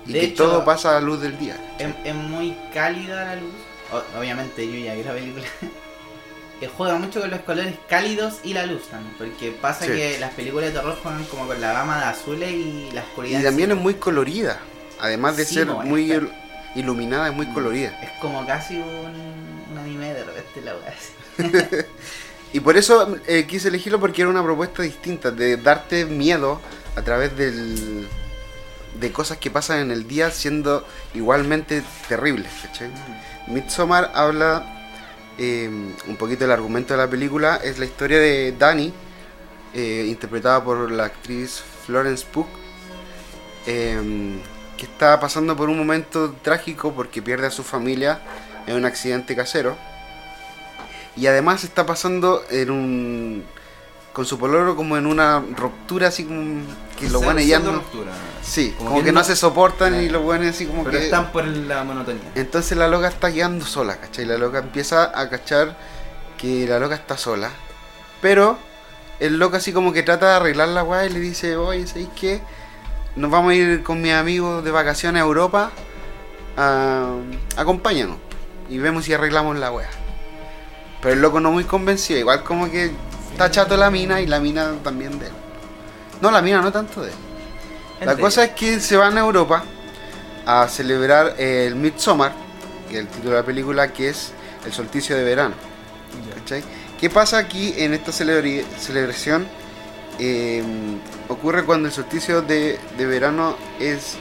Speaker 2: y
Speaker 3: De
Speaker 2: que
Speaker 3: hecho-
Speaker 2: todo pasa a la luz del día.
Speaker 3: Es, es muy cálida la luz. O- obviamente yo ya vi la película. que juega mucho con los colores cálidos y la luz también. Porque pasa
Speaker 2: Sí.
Speaker 3: que las películas de terror juegan como con la gama de azules y la oscuridad.
Speaker 2: Y también es
Speaker 3: encima.
Speaker 2: muy colorida, además de
Speaker 3: Sí,
Speaker 2: ser
Speaker 3: no, Mm.
Speaker 2: muy
Speaker 3: esta-
Speaker 2: il- iluminada, es muy colorida.
Speaker 3: Es como casi un, un anime de repente la weá.
Speaker 2: Y por eso eh, quise elegirlo porque era una propuesta distinta, de darte miedo a través del, de cosas que pasan en el día siendo igualmente terribles. ¿cachai? Midsommar habla eh, un poquito del argumento de la película, es la historia de Dani, eh, interpretada por la actriz Florence Pugh, eh, que está pasando por un momento trágico porque pierde a su familia en un accidente casero. Y además está pasando en un. con su poloro como en una ruptura así como. que los
Speaker 5: Pseudo-
Speaker 2: buenos ya
Speaker 5: pseudo
Speaker 2: no.
Speaker 5: ruptura.
Speaker 2: Sí, como,
Speaker 5: que
Speaker 2: que, no se soportan y
Speaker 5: Claro.
Speaker 2: los buenos así como
Speaker 5: Pero
Speaker 2: que.
Speaker 5: están por la monotonía.
Speaker 2: Entonces la loca está guiando sola, ¿cachai? La loca empieza a cachar que la loca está sola. Pero el loco así como que trata de arreglar la weá y le dice, oye, ¿sabéis qué? Nos vamos a ir con mis amigos de vacaciones a Europa. ah, acompáñanos. Y vemos si arreglamos la weá. Pero el loco no muy convencido, igual como que está chato la mina y la mina también de él. No, la mina no tanto de él. La
Speaker 5: Gente.
Speaker 2: cosa es que se van a Europa a celebrar el Midsommar, que es el título de la película, que es el solsticio de verano. ¿Cachai? ¿Qué pasa aquí en esta celebri- celebración? Eh, ocurre cuando el solsticio de, de verano es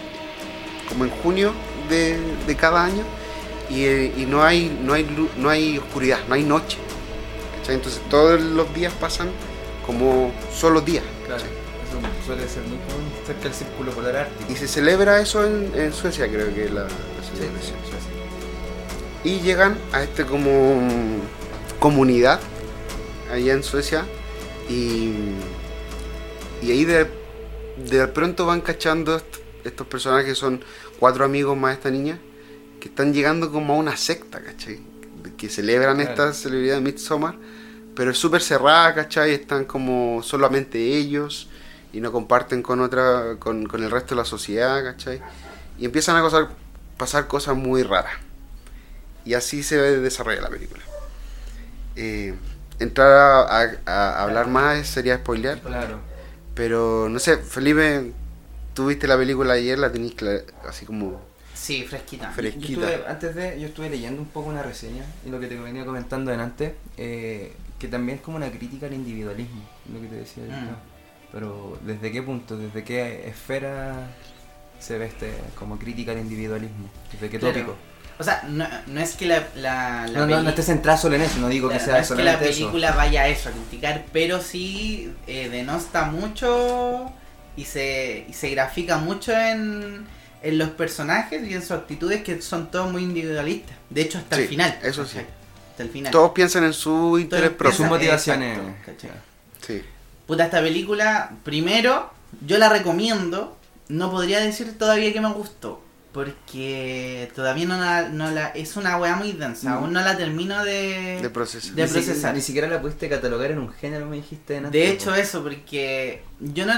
Speaker 2: como en junio de, de cada año y, eh, y no, hay, no, hay lu- no hay oscuridad, no hay noche. ¿cachai? Entonces todos los días pasan como solo días.
Speaker 5: Claro, eso suele ser muy común cerca del círculo polar ártico.
Speaker 2: Y se celebra eso en, en Suecia, creo que la, la celebración. Y llegan a esta como mm, comunidad allá en Suecia y, y ahí de, de pronto van cachando est- estos personajes que son cuatro amigos más esta niña que están llegando como a una secta, ¿cachai? Que celebran
Speaker 5: Claro.
Speaker 2: esta celebridad de Midsommar, pero es súper cerrada, ¿cachai? Están como solamente ellos y no comparten con otra con, con el resto de la sociedad, ¿cachai? Y empiezan a cosar- pasar cosas muy raras. Y así se desarrolla la película. Eh, entrar a, a- a hablar más sería spoilear,
Speaker 5: Claro.
Speaker 2: pero no sé, Felipe, tú viste la película ayer, la tenéis cla- así como...
Speaker 3: Sí, fresquita.
Speaker 2: Fre-
Speaker 5: Yo
Speaker 2: Fresquita.
Speaker 5: estuve- antes de, yo estuve leyendo un poco una reseña y lo que te venía comentando delante, eh, que también es como una crítica al individualismo, lo que te decía yo.
Speaker 3: Mm.
Speaker 5: ¿no? Pero ¿desde qué punto, desde qué esfera se ve este como crítica al individualismo? ¿Desde qué
Speaker 3: Claro.
Speaker 5: tópico?
Speaker 3: O sea, no, no es que la, la, la
Speaker 5: No, no,
Speaker 3: peli-
Speaker 5: no estés centrado solo en eso, no digo que
Speaker 3: claro,
Speaker 5: sea
Speaker 3: no es que la
Speaker 5: solamente eso.
Speaker 3: película vaya a eso, a criticar, pero sí eh, denosta mucho y se, y se grafica mucho en, en los personajes y en sus actitudes que son todos muy individualistas. De hecho, hasta el
Speaker 2: Sí,
Speaker 3: final.
Speaker 2: eso sí.
Speaker 3: Hasta el final.
Speaker 2: Todos piensan en su interés
Speaker 3: Todos piensan-
Speaker 2: propio.
Speaker 5: Sus motivaciones.
Speaker 3: Exacto, ¿cachai?
Speaker 2: Sí.
Speaker 3: Puta, esta película, primero, yo la recomiendo. No podría decir todavía que me gustó. Porque todavía no la, no la- es una weá muy densa. Aún no la termino de.
Speaker 2: De proceso.
Speaker 3: De
Speaker 5: Ni si-
Speaker 3: procesar.
Speaker 5: Ni siquiera la pudiste catalogar en un género, me dijiste. antes,
Speaker 3: De
Speaker 5: po.
Speaker 3: hecho, eso, porque yo no.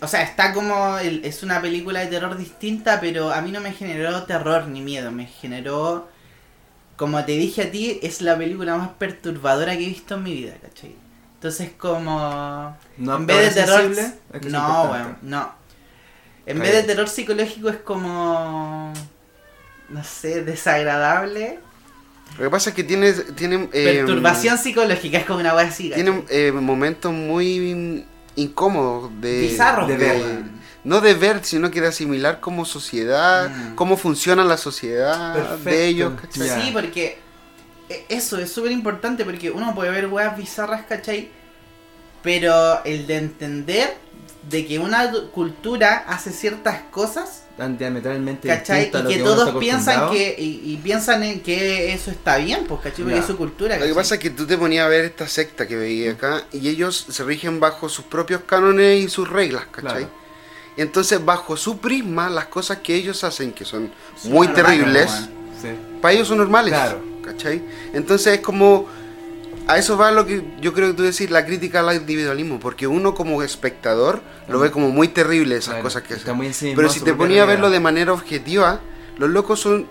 Speaker 3: O sea, está como. el- es una película de terror distinta, pero a mí no me generó terror ni miedo. Me generó. Como te dije a ti, es la película más perturbadora que he visto en mi vida, ¿cachai? Entonces, como.
Speaker 5: ¿No
Speaker 3: en vez de
Speaker 5: es
Speaker 3: terror.
Speaker 5: sensible? Es que es
Speaker 3: no,
Speaker 5: importante.
Speaker 3: weón, no. En
Speaker 2: Está
Speaker 3: vez de
Speaker 2: bien.
Speaker 3: terror psicológico, es como. No sé, desagradable.
Speaker 2: Lo que pasa es que tiene, tiene
Speaker 5: Em,
Speaker 2: eh,
Speaker 3: Perturbación psicológica, es como una wea así. ¿cachai?
Speaker 2: Tiene eh, momentos muy incómodos de...
Speaker 3: Bizarro,
Speaker 2: de
Speaker 5: de ver.
Speaker 3: weón.
Speaker 2: No de ver, sino que de asimilar como sociedad,
Speaker 3: Mm.
Speaker 2: cómo funciona la sociedad
Speaker 5: Perfecto.
Speaker 2: de ellos, ¿cachai?
Speaker 5: Ya.
Speaker 3: Sí, porque e- eso es súper importante porque uno puede ver weas bizarras, ¿cachai? Pero el de entender de que una du- cultura hace ciertas cosas,
Speaker 5: Tan diametralmente
Speaker 3: ¿cachai?
Speaker 5: distinto a
Speaker 3: Y
Speaker 5: lo
Speaker 3: que
Speaker 5: uno está
Speaker 3: todos piensan
Speaker 5: acostumbrado.
Speaker 3: que y, y piensan en que eso está bien, pues, ¿cachai? Porque
Speaker 5: Ya.
Speaker 3: es su cultura.
Speaker 2: Lo que
Speaker 3: ¿cachai?
Speaker 2: pasa es que tú te ponías a ver esta secta que veía
Speaker 5: Mm.
Speaker 2: acá y ellos se rigen bajo sus propios cánones y sus reglas, ¿cachai?
Speaker 5: Claro.
Speaker 2: Y entonces bajo su prisma las cosas que ellos hacen, que son
Speaker 3: Son
Speaker 2: muy
Speaker 3: normales,
Speaker 2: terribles,
Speaker 5: Sí.
Speaker 2: para ellos son normales,
Speaker 5: Claro.
Speaker 2: ¿cachai? Entonces es como... A eso va lo que yo creo que tú decís, la crítica al individualismo, porque uno como espectador lo ve como muy terrible esas
Speaker 5: Mm. Claro,
Speaker 2: cosas que
Speaker 5: está
Speaker 2: hacen.
Speaker 5: muy ensimismado,
Speaker 2: Pero si te
Speaker 5: súper
Speaker 2: ponía a verlo
Speaker 5: realidad.
Speaker 2: de manera objetiva, los locos son,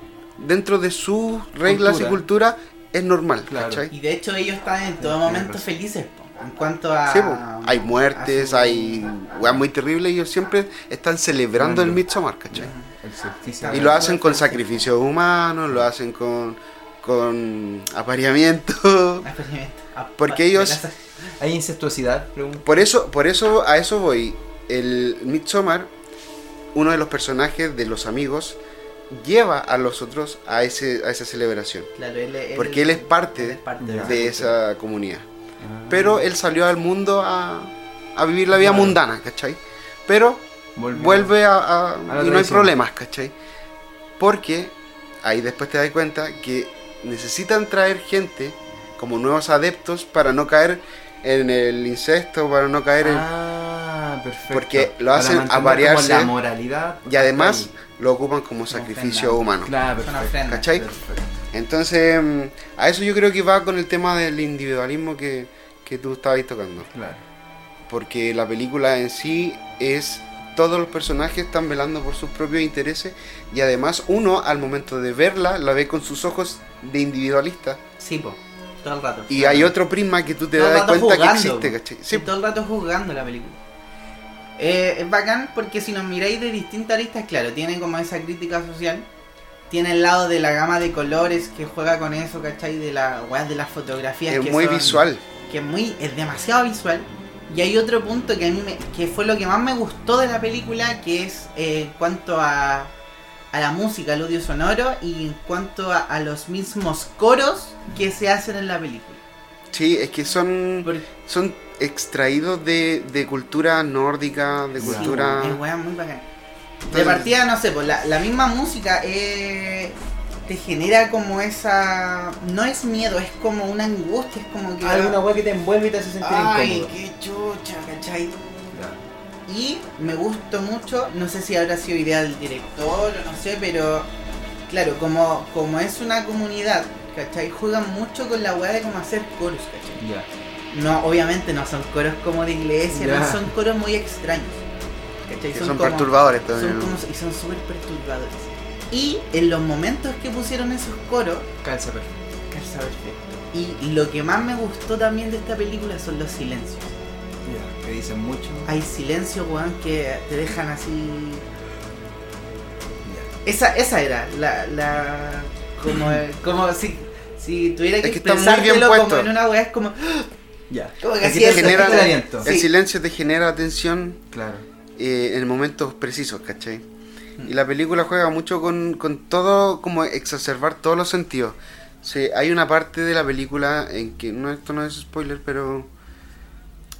Speaker 2: dentro de sus reglas y cultura, es normal,
Speaker 5: Claro.
Speaker 2: ¿cachai?
Speaker 3: Y de hecho ellos están en todo
Speaker 5: tienes
Speaker 3: momento
Speaker 5: razón.
Speaker 3: felices, po, en cuanto a...
Speaker 2: Sí, po. hay muertes,
Speaker 3: a su-
Speaker 2: hay weas muy terribles y ellos siempre están celebrando el Midsommar, ¿cachai?
Speaker 5: El solsticio.
Speaker 2: Y lo hacen con sacrificios humanos, lo hacen con, con apareamiento.
Speaker 3: Experimento. Ah,
Speaker 2: Porque
Speaker 3: ah,
Speaker 2: ellos-
Speaker 3: me lanzas-
Speaker 5: Hay incestuosidad, pregunto.
Speaker 2: Por eso, por eso, a eso voy. El Midsommar, uno de los personajes de los amigos, lleva a los otros a, ese, a esa celebración.
Speaker 3: Claro, él,
Speaker 2: Porque él es parte
Speaker 3: él es parte
Speaker 5: de
Speaker 2: De esa comunidad.
Speaker 5: Ah,
Speaker 2: Pero él salió al mundo a, a vivir la vida
Speaker 5: Claro.
Speaker 2: mundana, ¿cachai? Pero
Speaker 5: Volvió.
Speaker 2: vuelve a,
Speaker 5: la
Speaker 2: a- y no hay
Speaker 5: tradición.
Speaker 2: problemas, ¿cachai? Porque ahí después te das cuenta que necesitan traer gente como nuevos adeptos para no caer en el incesto, para no caer en...
Speaker 5: Ah, perfecto.
Speaker 2: Porque lo
Speaker 5: Para
Speaker 2: hacen
Speaker 5: mantener
Speaker 2: avariarse.
Speaker 5: como La moralidad.
Speaker 2: Y además
Speaker 5: Ahí.
Speaker 2: lo ocupan como sacrificio
Speaker 3: ofrenda.
Speaker 2: humano.
Speaker 5: Claro,
Speaker 3: Es una
Speaker 5: perfecto.
Speaker 3: ofrenda.
Speaker 2: ¿Cachai?
Speaker 5: Perfecto.
Speaker 2: Entonces, mm, a eso yo creo que va con el tema del individualismo que, que tú estabas tocando.
Speaker 5: Claro.
Speaker 2: Porque la película en sí es todos los personajes están velando por sus propios intereses y además uno al momento de verla la ve con sus ojos de individualista
Speaker 3: Sí, po, todo el rato.
Speaker 2: y hay otro prisma que tú te
Speaker 3: Todo el
Speaker 2: das
Speaker 3: rato
Speaker 2: cuenta que
Speaker 3: jugando,
Speaker 2: existe,
Speaker 3: po.
Speaker 2: ¿cachai? Sí,
Speaker 3: Y todo el rato juzgando la película. Eh, es bacán porque si nos miráis de distintas aristas, claro, tiene como esa crítica social. Tiene el lado de la gama de colores que juega con eso, ¿cachai? De la weas de las fotografías.
Speaker 2: es
Speaker 3: que
Speaker 2: muy
Speaker 3: son-
Speaker 2: visual.
Speaker 3: Que es muy, es demasiado visual. Y hay otro punto que a mí me, que fue lo que más me gustó de la película, que es eh, en cuanto a, a la música, al audio sonoro y en cuanto a, a los mismos coros que se hacen en la película.
Speaker 2: Sí, es que son,
Speaker 3: Porque-
Speaker 2: son extraídos de, de cultura nórdica, de
Speaker 5: Sí,
Speaker 2: cultura...
Speaker 5: Ah.
Speaker 3: Es weá muy bacán. De
Speaker 2: Entonces-
Speaker 3: partida, no sé, pues la, la misma música eh, te genera como esa. No es miedo, es como una angustia, es como que.
Speaker 5: Ah, Alguna weá que te envuelve y te hace sentir
Speaker 3: Ay,
Speaker 5: incómodo.
Speaker 3: qué chucha, ¿cachai?
Speaker 5: Claro.
Speaker 3: Y me gustó mucho, no sé si habrá sido idea del director o no sé, pero claro, como, como es una comunidad, ¿cachai? Juegan mucho con la weá de cómo hacer coros, ¿cachai?
Speaker 5: Ya.
Speaker 3: No, obviamente no son coros como de iglesia,
Speaker 5: Ya.
Speaker 3: no son coros muy extraños. ¿Cachai?
Speaker 2: que son,
Speaker 3: como-
Speaker 2: perturbadores también.
Speaker 3: son
Speaker 2: ¿no?
Speaker 3: como- y son súper perturbadores. Y en los momentos que pusieron esos coros,
Speaker 5: Calza perfecto.
Speaker 3: calza perfecto. Y lo que más me gustó también de esta película son los silencios.
Speaker 5: Ya. Que dicen mucho.
Speaker 3: Hay silencios, weón, que te dejan así.
Speaker 5: Ya.
Speaker 3: Esa, esa era, la. la como, como si, si tuviera que,
Speaker 2: Es que está muy bien
Speaker 3: pensártelo como
Speaker 2: puesto.
Speaker 3: en una weá, es como.
Speaker 5: Ya.
Speaker 3: Como que
Speaker 5: Aquí
Speaker 3: así
Speaker 5: te
Speaker 3: es,
Speaker 2: generan-
Speaker 5: genera el aliento.
Speaker 3: Sí.
Speaker 2: El silencio te genera atención
Speaker 5: Claro.
Speaker 2: eh, en momentos precisos, ¿cachai?
Speaker 3: Mm.
Speaker 2: Y la película juega mucho con, con todo, como exacerbar todos los sentidos. Sí, hay una parte de la película en que, no, esto no es spoiler, pero...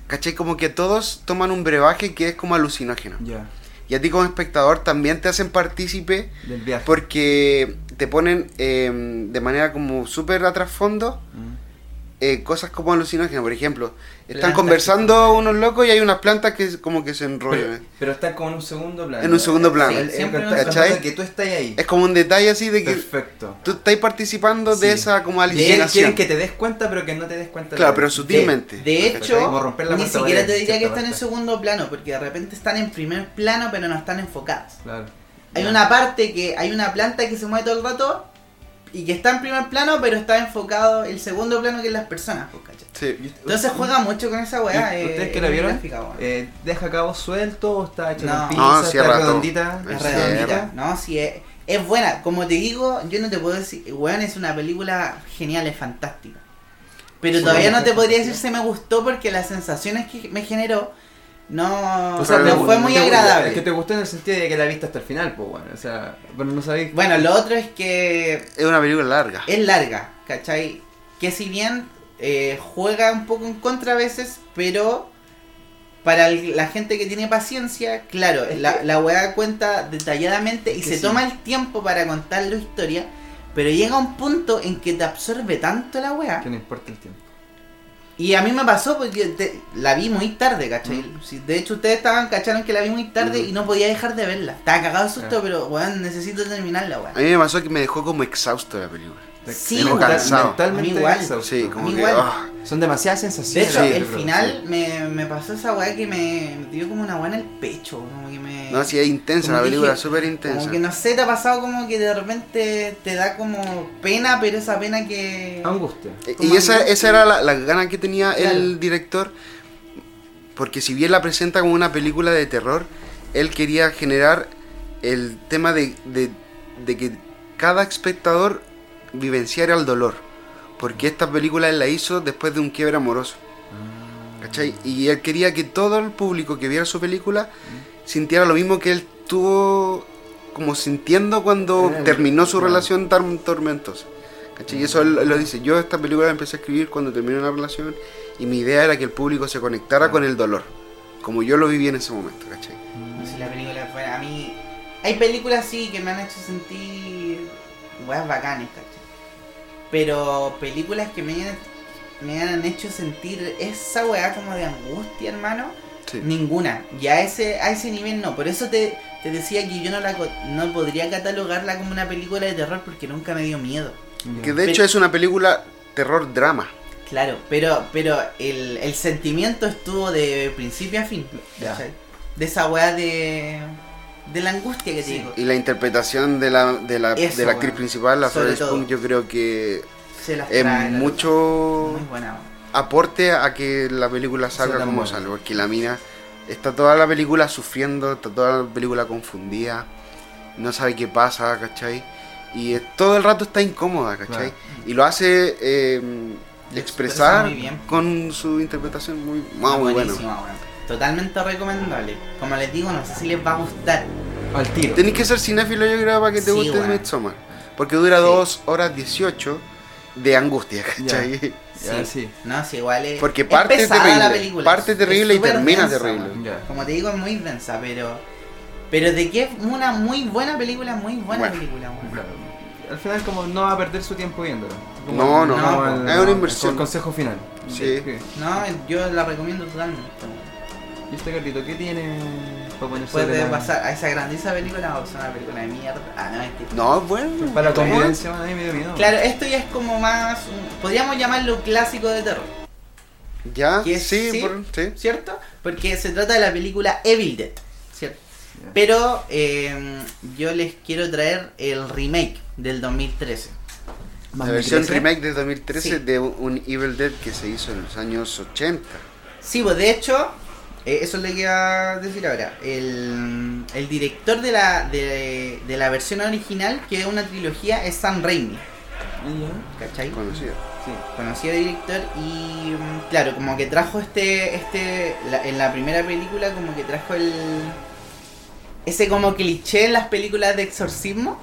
Speaker 2: ¿Cachai? Como que todos toman un brebaje que es como alucinógeno.
Speaker 5: Ya.
Speaker 2: Y a ti como espectador también te hacen partícipe
Speaker 5: Del viaje.
Speaker 2: porque te ponen eh, de manera como súper a trasfondo
Speaker 5: Mm.
Speaker 2: eh, cosas como alucinógenas. Por ejemplo, están
Speaker 3: Plantas que
Speaker 2: conversando unos locos y hay unas plantas que es como que se enrollan.
Speaker 5: Pero, pero está como en un segundo plano.
Speaker 2: En un segundo plano.
Speaker 5: El- el-
Speaker 3: Siempre
Speaker 5: el-
Speaker 3: nos
Speaker 2: ¿Cachai?
Speaker 5: que tú estás ahí.
Speaker 2: Es como un detalle así de que
Speaker 5: Perfecto.
Speaker 2: tú estás participando de
Speaker 5: Sí.
Speaker 2: esa como
Speaker 5: Y quieren,
Speaker 2: alucinación.
Speaker 5: quieren que te des cuenta, pero que no te des cuenta.
Speaker 2: Claro,
Speaker 5: de-
Speaker 2: pero sutilmente.
Speaker 3: De
Speaker 5: Como
Speaker 3: hecho,
Speaker 5: romper la
Speaker 3: ni
Speaker 5: puerta
Speaker 3: siquiera
Speaker 5: para
Speaker 3: te
Speaker 5: ir,
Speaker 3: diría que
Speaker 5: cierta
Speaker 3: están en
Speaker 5: parte.
Speaker 3: segundo plano, porque de repente están en primer plano, pero no están enfocadas.
Speaker 5: Claro.
Speaker 3: Hay una parte que hay una planta que se mueve todo el rato y que está en primer plano, pero está enfocado el segundo plano que es las personas, pues, ¿cachai?
Speaker 2: Sí.
Speaker 3: Entonces juega mucho con esa weá.
Speaker 5: ¿Y
Speaker 3: eh,
Speaker 5: ¿Ustedes que
Speaker 3: es
Speaker 5: la
Speaker 3: muy
Speaker 5: vieron?
Speaker 3: gráfica, weón.
Speaker 5: Eh, ¿Deja cabo suelto o está hecho
Speaker 3: No.
Speaker 5: con
Speaker 2: No,
Speaker 5: pinza?
Speaker 2: cierra
Speaker 5: ¿Está
Speaker 2: todo.
Speaker 5: redondita?
Speaker 2: Es
Speaker 3: Es
Speaker 2: Sí,
Speaker 3: redondita.
Speaker 2: verdad.
Speaker 3: No, sí, es, es buena. Como te digo, yo no te puedo decir. Weón, es una película genial, es fantástica. Pero
Speaker 5: Sí,
Speaker 3: todavía
Speaker 5: bueno,
Speaker 3: no te
Speaker 5: es
Speaker 3: podría decir
Speaker 5: fantástica.
Speaker 3: se me gustó porque las sensaciones que me generó no,
Speaker 2: O sea,
Speaker 3: no
Speaker 2: te-
Speaker 3: fue muy
Speaker 5: te-
Speaker 3: agradable.
Speaker 5: Es que te gustó en el sentido de que la viste hasta el final, pues bueno. O sea, bueno, no sabéis.
Speaker 3: Bueno, lo otro es que
Speaker 2: Es una película larga.
Speaker 3: es larga, ¿cachai? Que si bien eh, juega un poco en contra a veces, pero para el- la gente que tiene paciencia, claro, la, la weá cuenta detalladamente y
Speaker 5: que
Speaker 3: se
Speaker 5: sí.
Speaker 3: toma el tiempo para contar la historia, pero llega un punto en que te absorbe tanto la weá.
Speaker 5: Que no importa el tiempo.
Speaker 3: Y a mí me pasó porque te- la vi muy tarde, ¿cachai?
Speaker 5: Mm.
Speaker 3: Si- De hecho, ustedes estaban, cacharon que la vi muy tarde
Speaker 2: Ujú.
Speaker 3: y no podía dejar de verla. Estaba cagado de susto,
Speaker 5: Ah.
Speaker 3: pero weón, necesito terminarla, weá.
Speaker 2: A mí me pasó que me dejó como exhausto la película.
Speaker 3: Sí,
Speaker 2: Tengo
Speaker 3: weón.
Speaker 2: cansado.
Speaker 5: Mentalmente
Speaker 3: A mí igual.
Speaker 5: exhausto.
Speaker 2: Sí, como
Speaker 3: mí
Speaker 2: que...
Speaker 3: igual.
Speaker 2: ah,
Speaker 5: Son demasiadas
Speaker 3: De
Speaker 5: sensaciones.
Speaker 3: hecho,
Speaker 2: Sí,
Speaker 5: yo
Speaker 3: el
Speaker 5: creo,
Speaker 3: final
Speaker 5: sí.
Speaker 3: me, me pasó esa weá que me me dio como una weá en el pecho. Como que me.
Speaker 2: No, sí, es intensa,
Speaker 3: Como
Speaker 2: la película es
Speaker 3: dije,
Speaker 2: súper
Speaker 3: Como
Speaker 2: intensa.
Speaker 3: que no sé, te ha pasado como que de repente te da como pena, pero esa pena que.
Speaker 5: Angustia.
Speaker 2: Eh,
Speaker 3: Como
Speaker 2: Y esa,
Speaker 3: algo-
Speaker 2: esa era la, la gana que tenía
Speaker 3: Claro.
Speaker 2: el director, porque si bien la presenta como una película de terror, él quería generar el tema de, de- de que cada espectador vivenciara el dolor, porque esta película él la hizo después de un quiebre amoroso. ¿Cachai? Y él quería que todo el público que viera su película sintiera lo mismo que él tuvo como sintiendo cuando
Speaker 5: Era el-
Speaker 2: terminó su
Speaker 5: claro.
Speaker 2: relación tan tormentosa. ¿Cachai? Y eso él, él lo dice. Yo esta película la empecé a escribir cuando terminé una relación y mi idea era que el público se conectara con el dolor, como yo lo viví en ese momento, ¿cachai?
Speaker 3: No sé, la película fue. A mí. Hay películas sí que me han hecho sentir. weas bacanes, ¿cachai? Pero películas que me hayan, me han hecho sentir esa weá como de angustia, hermano.
Speaker 2: Sí.
Speaker 3: Ninguna. Y a ese, a ese nivel no. Por eso te, te decía que yo no la co- no podría catalogarla como una película de terror porque nunca me dio miedo.
Speaker 2: Que de hecho es una película terror-drama.
Speaker 3: Claro, pero, pero el, el sentimiento estuvo de principio a fin.
Speaker 5: Ya.
Speaker 3: ¿cachai? De esa weá de. de la angustia que te digo.
Speaker 2: Y la interpretación de la, de la,
Speaker 3: Eso,
Speaker 2: de la actriz
Speaker 3: bueno.
Speaker 2: principal, la
Speaker 3: Sobre
Speaker 2: Florence
Speaker 3: todo.
Speaker 2: Pugh, yo creo que
Speaker 3: Se las
Speaker 2: es
Speaker 3: trae, la
Speaker 2: mucho...
Speaker 3: Muy buena. weá.
Speaker 2: aporte a que la película
Speaker 5: Sea
Speaker 2: salga
Speaker 5: tan
Speaker 2: como
Speaker 5: buena.
Speaker 2: sale, porque la mina está toda la película sufriendo, está toda la película confundida, no sabe qué pasa, ¿cachai? Y eh, todo el rato está incómoda, ¿cachai?
Speaker 5: Claro.
Speaker 2: Y lo hace eh,
Speaker 3: Lo expresa
Speaker 2: expresar
Speaker 3: muy bien.
Speaker 2: con su interpretación muy, muy, muy buena.
Speaker 3: Buenísima, weón. Totalmente recomendable. Como les digo, no sé si les va a gustar.
Speaker 5: Al tiro.
Speaker 2: Tenés que ser cinéfilo, yo creo, para que te
Speaker 3: Sí,
Speaker 2: guste
Speaker 3: bueno.
Speaker 2: Midsommar, porque dura
Speaker 3: Sí.
Speaker 2: 2 horas 18 de angustia, ¿cachai?
Speaker 5: Ya, sí.
Speaker 3: No, si igual es.
Speaker 2: Porque
Speaker 3: es
Speaker 2: parte
Speaker 3: pesada
Speaker 2: terrible,
Speaker 3: la película.
Speaker 2: parte
Speaker 3: es
Speaker 2: terrible y
Speaker 3: súper
Speaker 2: termina
Speaker 3: densa,
Speaker 2: terrible.
Speaker 3: weón.
Speaker 5: Ya.
Speaker 3: Como te digo, es muy densa, pero. Pero de que es una muy buena película, muy buena
Speaker 2: Bueno.
Speaker 3: película, weón.
Speaker 5: Claro. Al final como no va a perder su tiempo viéndolo. Como-
Speaker 2: No, no,
Speaker 3: no,
Speaker 5: el-
Speaker 2: es una inversión.
Speaker 5: El consejo final.
Speaker 2: Sí.
Speaker 3: No, yo la recomiendo totalmente. weón.
Speaker 5: ¿Y usted, Carlito, qué tiene para poner
Speaker 3: Después
Speaker 5: sobre
Speaker 3: de
Speaker 5: la-
Speaker 3: pasar a esa grandiosa película, es una película de mierda. Ah, no, mentira.
Speaker 2: No, bueno.
Speaker 5: Para la
Speaker 2: ¿cómo?
Speaker 5: convivencia, a mí me dio miedo.
Speaker 3: Claro, esto ya es como más. un- podríamos llamarlo clásico de terror,
Speaker 2: Ya,
Speaker 3: Que es-
Speaker 2: sí,
Speaker 3: sí.
Speaker 2: por- sí.
Speaker 3: ¿cierto? Porque se trata de la película Evil Dead, ¿cierto?
Speaker 5: Ya.
Speaker 3: Pero eh, yo les quiero traer el remake del 2013.
Speaker 2: La versión
Speaker 5: 2013.
Speaker 2: remake de 2013
Speaker 3: Sí.
Speaker 2: de un Evil Dead que se hizo en los años 80.
Speaker 3: Sí, pues de hecho, eh, eso le quería decir ahora. El, el director de la, de, de la versión original, que es una trilogía, es Sam Raimi,
Speaker 5: Ya.
Speaker 3: ¿cachai?
Speaker 2: Conocido.
Speaker 5: Sí.
Speaker 3: conocido director y mm, claro, como que trajo este, este, la- en la primera película como que trajo el, ese como cliché en las películas de exorcismo.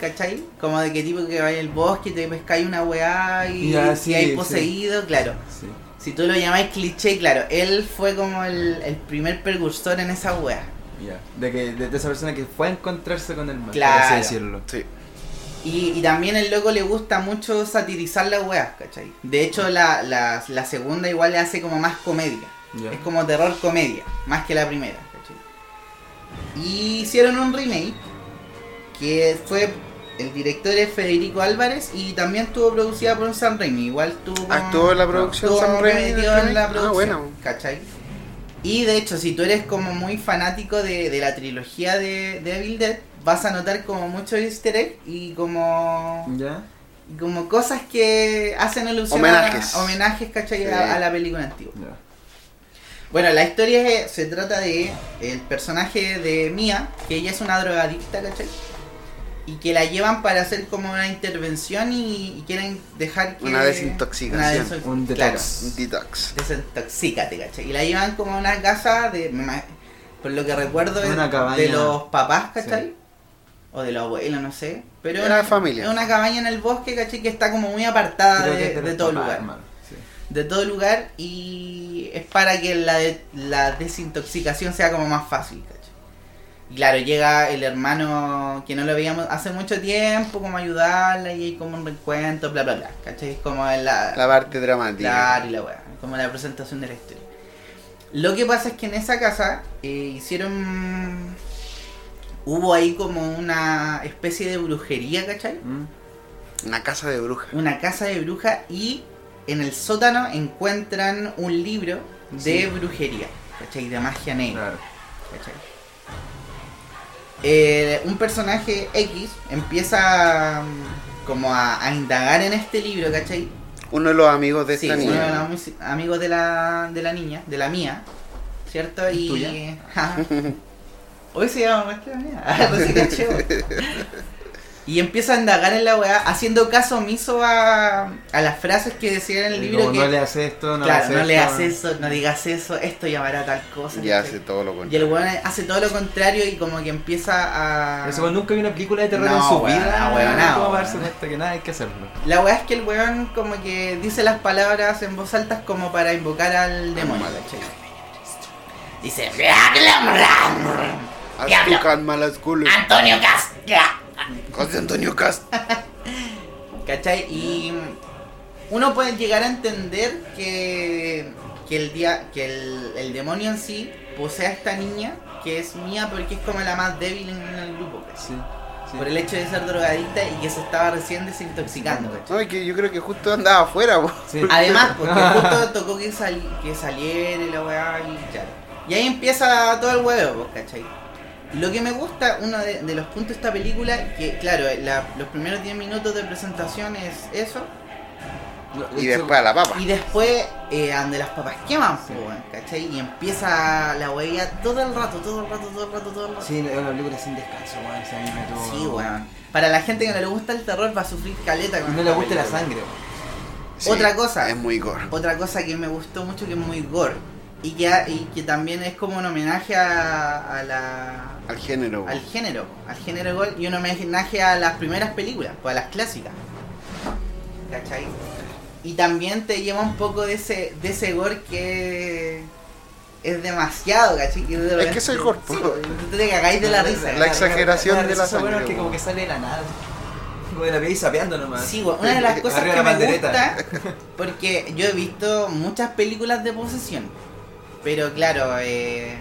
Speaker 3: ¿Cachai? Como de que tipo que vaya al bosque y te pescáis una weá y,
Speaker 5: Ya,
Speaker 3: y
Speaker 5: sí,
Speaker 3: hay
Speaker 5: sí.
Speaker 3: poseído, claro.
Speaker 5: Sí.
Speaker 3: Si tú lo llamáis cliché, claro, él fue como el, el primer precursor en esa weá.
Speaker 5: Ya, de, que, de, de esa persona que fue a encontrarse con el mal, por así
Speaker 3: Claro.
Speaker 5: decirlo.
Speaker 2: Sí.
Speaker 3: Y, y también el loco le gusta mucho satirizar las weas, ¿cachai? De hecho, la, la, la segunda igual le hace como más comedia.
Speaker 5: Ya.
Speaker 3: Es como terror comedia, más que la primera, ¿cachai? Y hicieron un remake que fue. El director es Federico Álvarez y también estuvo producida por Sam Raimi. Igual estuvo.
Speaker 2: ¿Actuó en la producción
Speaker 3: estuvo
Speaker 2: Sam Raimi en el
Speaker 3: metido en Ah, la
Speaker 2: remake? Ah,
Speaker 3: producción.
Speaker 2: bueno.
Speaker 3: ¿Cachai? Y de hecho, si tú eres como muy fanático de, de la trilogía de, de Evil Dead, vas a notar como mucho easter egg y como,
Speaker 5: Ya.
Speaker 3: y como cosas que hacen alusión
Speaker 2: Homenajes.
Speaker 3: a homenajes, ¿cachai?
Speaker 2: Sí.
Speaker 3: A, a la película antigua.
Speaker 5: Ya.
Speaker 3: Bueno, la historia es- se trata de el personaje de Mia, que ella es una drogadicta, ¿cachai? Y que la llevan para hacer como una intervención y, y quieren dejar que...
Speaker 2: Una desintoxicación.
Speaker 3: desintox-
Speaker 5: Un
Speaker 3: claro,
Speaker 5: detox.
Speaker 2: Un Detox.
Speaker 3: desintoxícate, ¿cachai? Y la llevan como a una casa de... me ima- Por lo que recuerdo es
Speaker 5: Una cabaña.
Speaker 3: de los papás, ¿cachai?
Speaker 5: Sí.
Speaker 3: O de los abuelos, no sé. Pero
Speaker 2: Era de
Speaker 3: es-
Speaker 2: familia.
Speaker 3: Es una cabaña en el bosque, ¿cachai? Que está como muy apartada
Speaker 5: Creo que este
Speaker 3: de,
Speaker 5: es
Speaker 3: de
Speaker 5: los
Speaker 3: todo
Speaker 5: papás,
Speaker 3: lugar
Speaker 5: hermano, sí.
Speaker 3: de todo lugar y es para que la, de- la desintoxicación sea como más fácil, ¿cachai? Y Claro, llega el hermano que no lo veíamos hace mucho tiempo, como a ayudarla y hay como un reencuentro, bla, bla, bla, ¿cachai? Es como la...
Speaker 2: La parte dramática.
Speaker 3: Claro, y la weá, como la presentación de la historia. Lo que pasa es que en esa casa eh, hicieron... Hubo ahí como una especie de brujería, ¿cachai?
Speaker 5: Mm.
Speaker 2: Una casa de brujas.
Speaker 3: una casa de brujas y en el sótano encuentran un libro de
Speaker 5: Sí.
Speaker 3: brujería, ¿cachai? De magia negra,
Speaker 5: Claro.
Speaker 3: ¿cachai? Eh, un personaje X empieza mm, como a, a indagar en este libro, ¿cachai?
Speaker 2: Uno de los amigos de
Speaker 3: sí,
Speaker 2: esta
Speaker 3: uno de
Speaker 2: niña.
Speaker 3: los mus- amigos de la, de la niña, de la mía, ¿cierto? Y...
Speaker 5: ¿Tuya?
Speaker 3: Ajá. Hoy se llama más que la mía. Ah, recién caché, weón. Y empieza a indagar en la weá, haciendo caso omiso a, a las frases que decían en el
Speaker 5: Y
Speaker 3: libro.
Speaker 5: como
Speaker 3: Que,
Speaker 5: no le hace esto, no le
Speaker 3: claro,
Speaker 5: hace
Speaker 3: no le
Speaker 5: esto,
Speaker 3: haces eso, no digas eso, esto llamará tal cosa.
Speaker 2: Ya
Speaker 3: ¿cachai?
Speaker 2: hace todo lo
Speaker 3: Y
Speaker 2: contrario.
Speaker 3: el weón hace todo lo contrario y como que empieza a...
Speaker 5: Pero ese weón nunca vio una película de terror
Speaker 3: No,
Speaker 5: en su
Speaker 3: weón,
Speaker 5: vida.
Speaker 3: no, weón, no,
Speaker 5: ¿Cómo va a darse
Speaker 3: weón.
Speaker 5: cuenta que nada hay que hacerlo?
Speaker 3: La weá es que el weón como que dice las palabras en voz alta como para invocar al demonio. ¿cachai? Dice...
Speaker 2: Haz
Speaker 3: Diablo.
Speaker 2: tu calma las culos.
Speaker 3: Antonio Castro.
Speaker 2: Cosas de Antonio Cast.
Speaker 3: ¿Cachai? Y mm, uno puede llegar a entender que, que, el, dia- que el, el demonio en sí posee a esta niña, que es mía porque es como la más débil en el grupo, ¿cachai?
Speaker 5: Sí. sí.
Speaker 3: Por el hecho de ser drogadicta y que se estaba recién desintoxicando, ¿cachai?
Speaker 2: No, es que yo creo que justo andaba afuera, po.
Speaker 5: Sí.
Speaker 3: Además, porque justo tocó que, sali- que saliera y la weá y claro. Y ahí empieza todo el huevo, pues, ¿cachai? Lo que me gusta, uno de, de los puntos de esta película, que claro, la- los primeros 10 minutos de presentación es eso,
Speaker 2: Y después a la papa.
Speaker 3: Y después, eh, ande las papas queman, po, weón, ¿cachai? Y empieza la huella todo el rato, todo el rato, todo el rato, todo el rato.
Speaker 5: Sí, es una película sin descanso, weón. esa a mí me tuvo-
Speaker 3: Sí, weón. Para la gente que no le gusta el terror va a sufrir caleta
Speaker 5: Y
Speaker 3: con
Speaker 5: no le
Speaker 3: esta
Speaker 5: gusta la
Speaker 3: película.
Speaker 5: sangre, weón.
Speaker 2: Sí,
Speaker 3: Otra cosa.
Speaker 2: Es muy gore.
Speaker 3: Otra cosa que me gustó mucho que es muy gore. Y que, ha- y que también es como un homenaje a, a la,
Speaker 2: Al género, po.
Speaker 3: al género, al género gore y un homenaje a las primeras películas, pues a las clásicas. ¿Cachai? Y también te lleva un poco de ese, de ese gore que es demasiado, ¿cachai? Que de repente-
Speaker 2: que es el gore, po.
Speaker 3: Sí, pues, te- te cagáis de la risa.
Speaker 2: La exageración de la
Speaker 5: risa, weón,
Speaker 2: sangre,
Speaker 5: que como
Speaker 2: weón.
Speaker 5: que sale de la nada. Como de la veis sapeando nomás.
Speaker 3: Sí, weón, una de las cosas
Speaker 5: Arriba
Speaker 3: que
Speaker 5: la
Speaker 3: me gusta,
Speaker 5: bandereta.
Speaker 3: porque yo he visto muchas películas de posesión, pero claro, eh,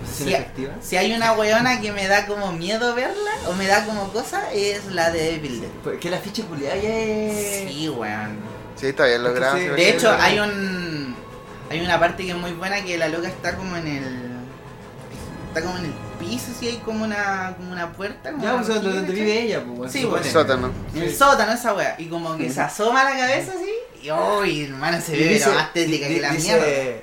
Speaker 5: ¿Posesión
Speaker 3: si, ha-
Speaker 5: efectiva?
Speaker 3: si hay una weona que me da como miedo verla, o me da como cosa, es la de Evil Dead.
Speaker 5: Pues, Que la ficha culiada ya es.
Speaker 3: Sí, weón.
Speaker 2: Sí, está bien logrado.
Speaker 5: Entonces,
Speaker 2: sí,
Speaker 3: De hecho,
Speaker 2: sí.
Speaker 3: hay un. Hay una parte que es muy buena que la loca está como en el. Está como en el piso, así hay como una. como una puerta. Como
Speaker 5: Ya,
Speaker 3: una
Speaker 5: pues donde donde
Speaker 3: horquilla,
Speaker 5: vive ella, pues. weón,
Speaker 3: Sí,
Speaker 5: se
Speaker 3: weón.
Speaker 5: supone.
Speaker 2: Sótano.
Speaker 3: En el sótano esa wea. Y como que se asoma la cabeza así. Y uy, hermano, se ve pero más tétrica que la
Speaker 5: dice-
Speaker 3: mierda.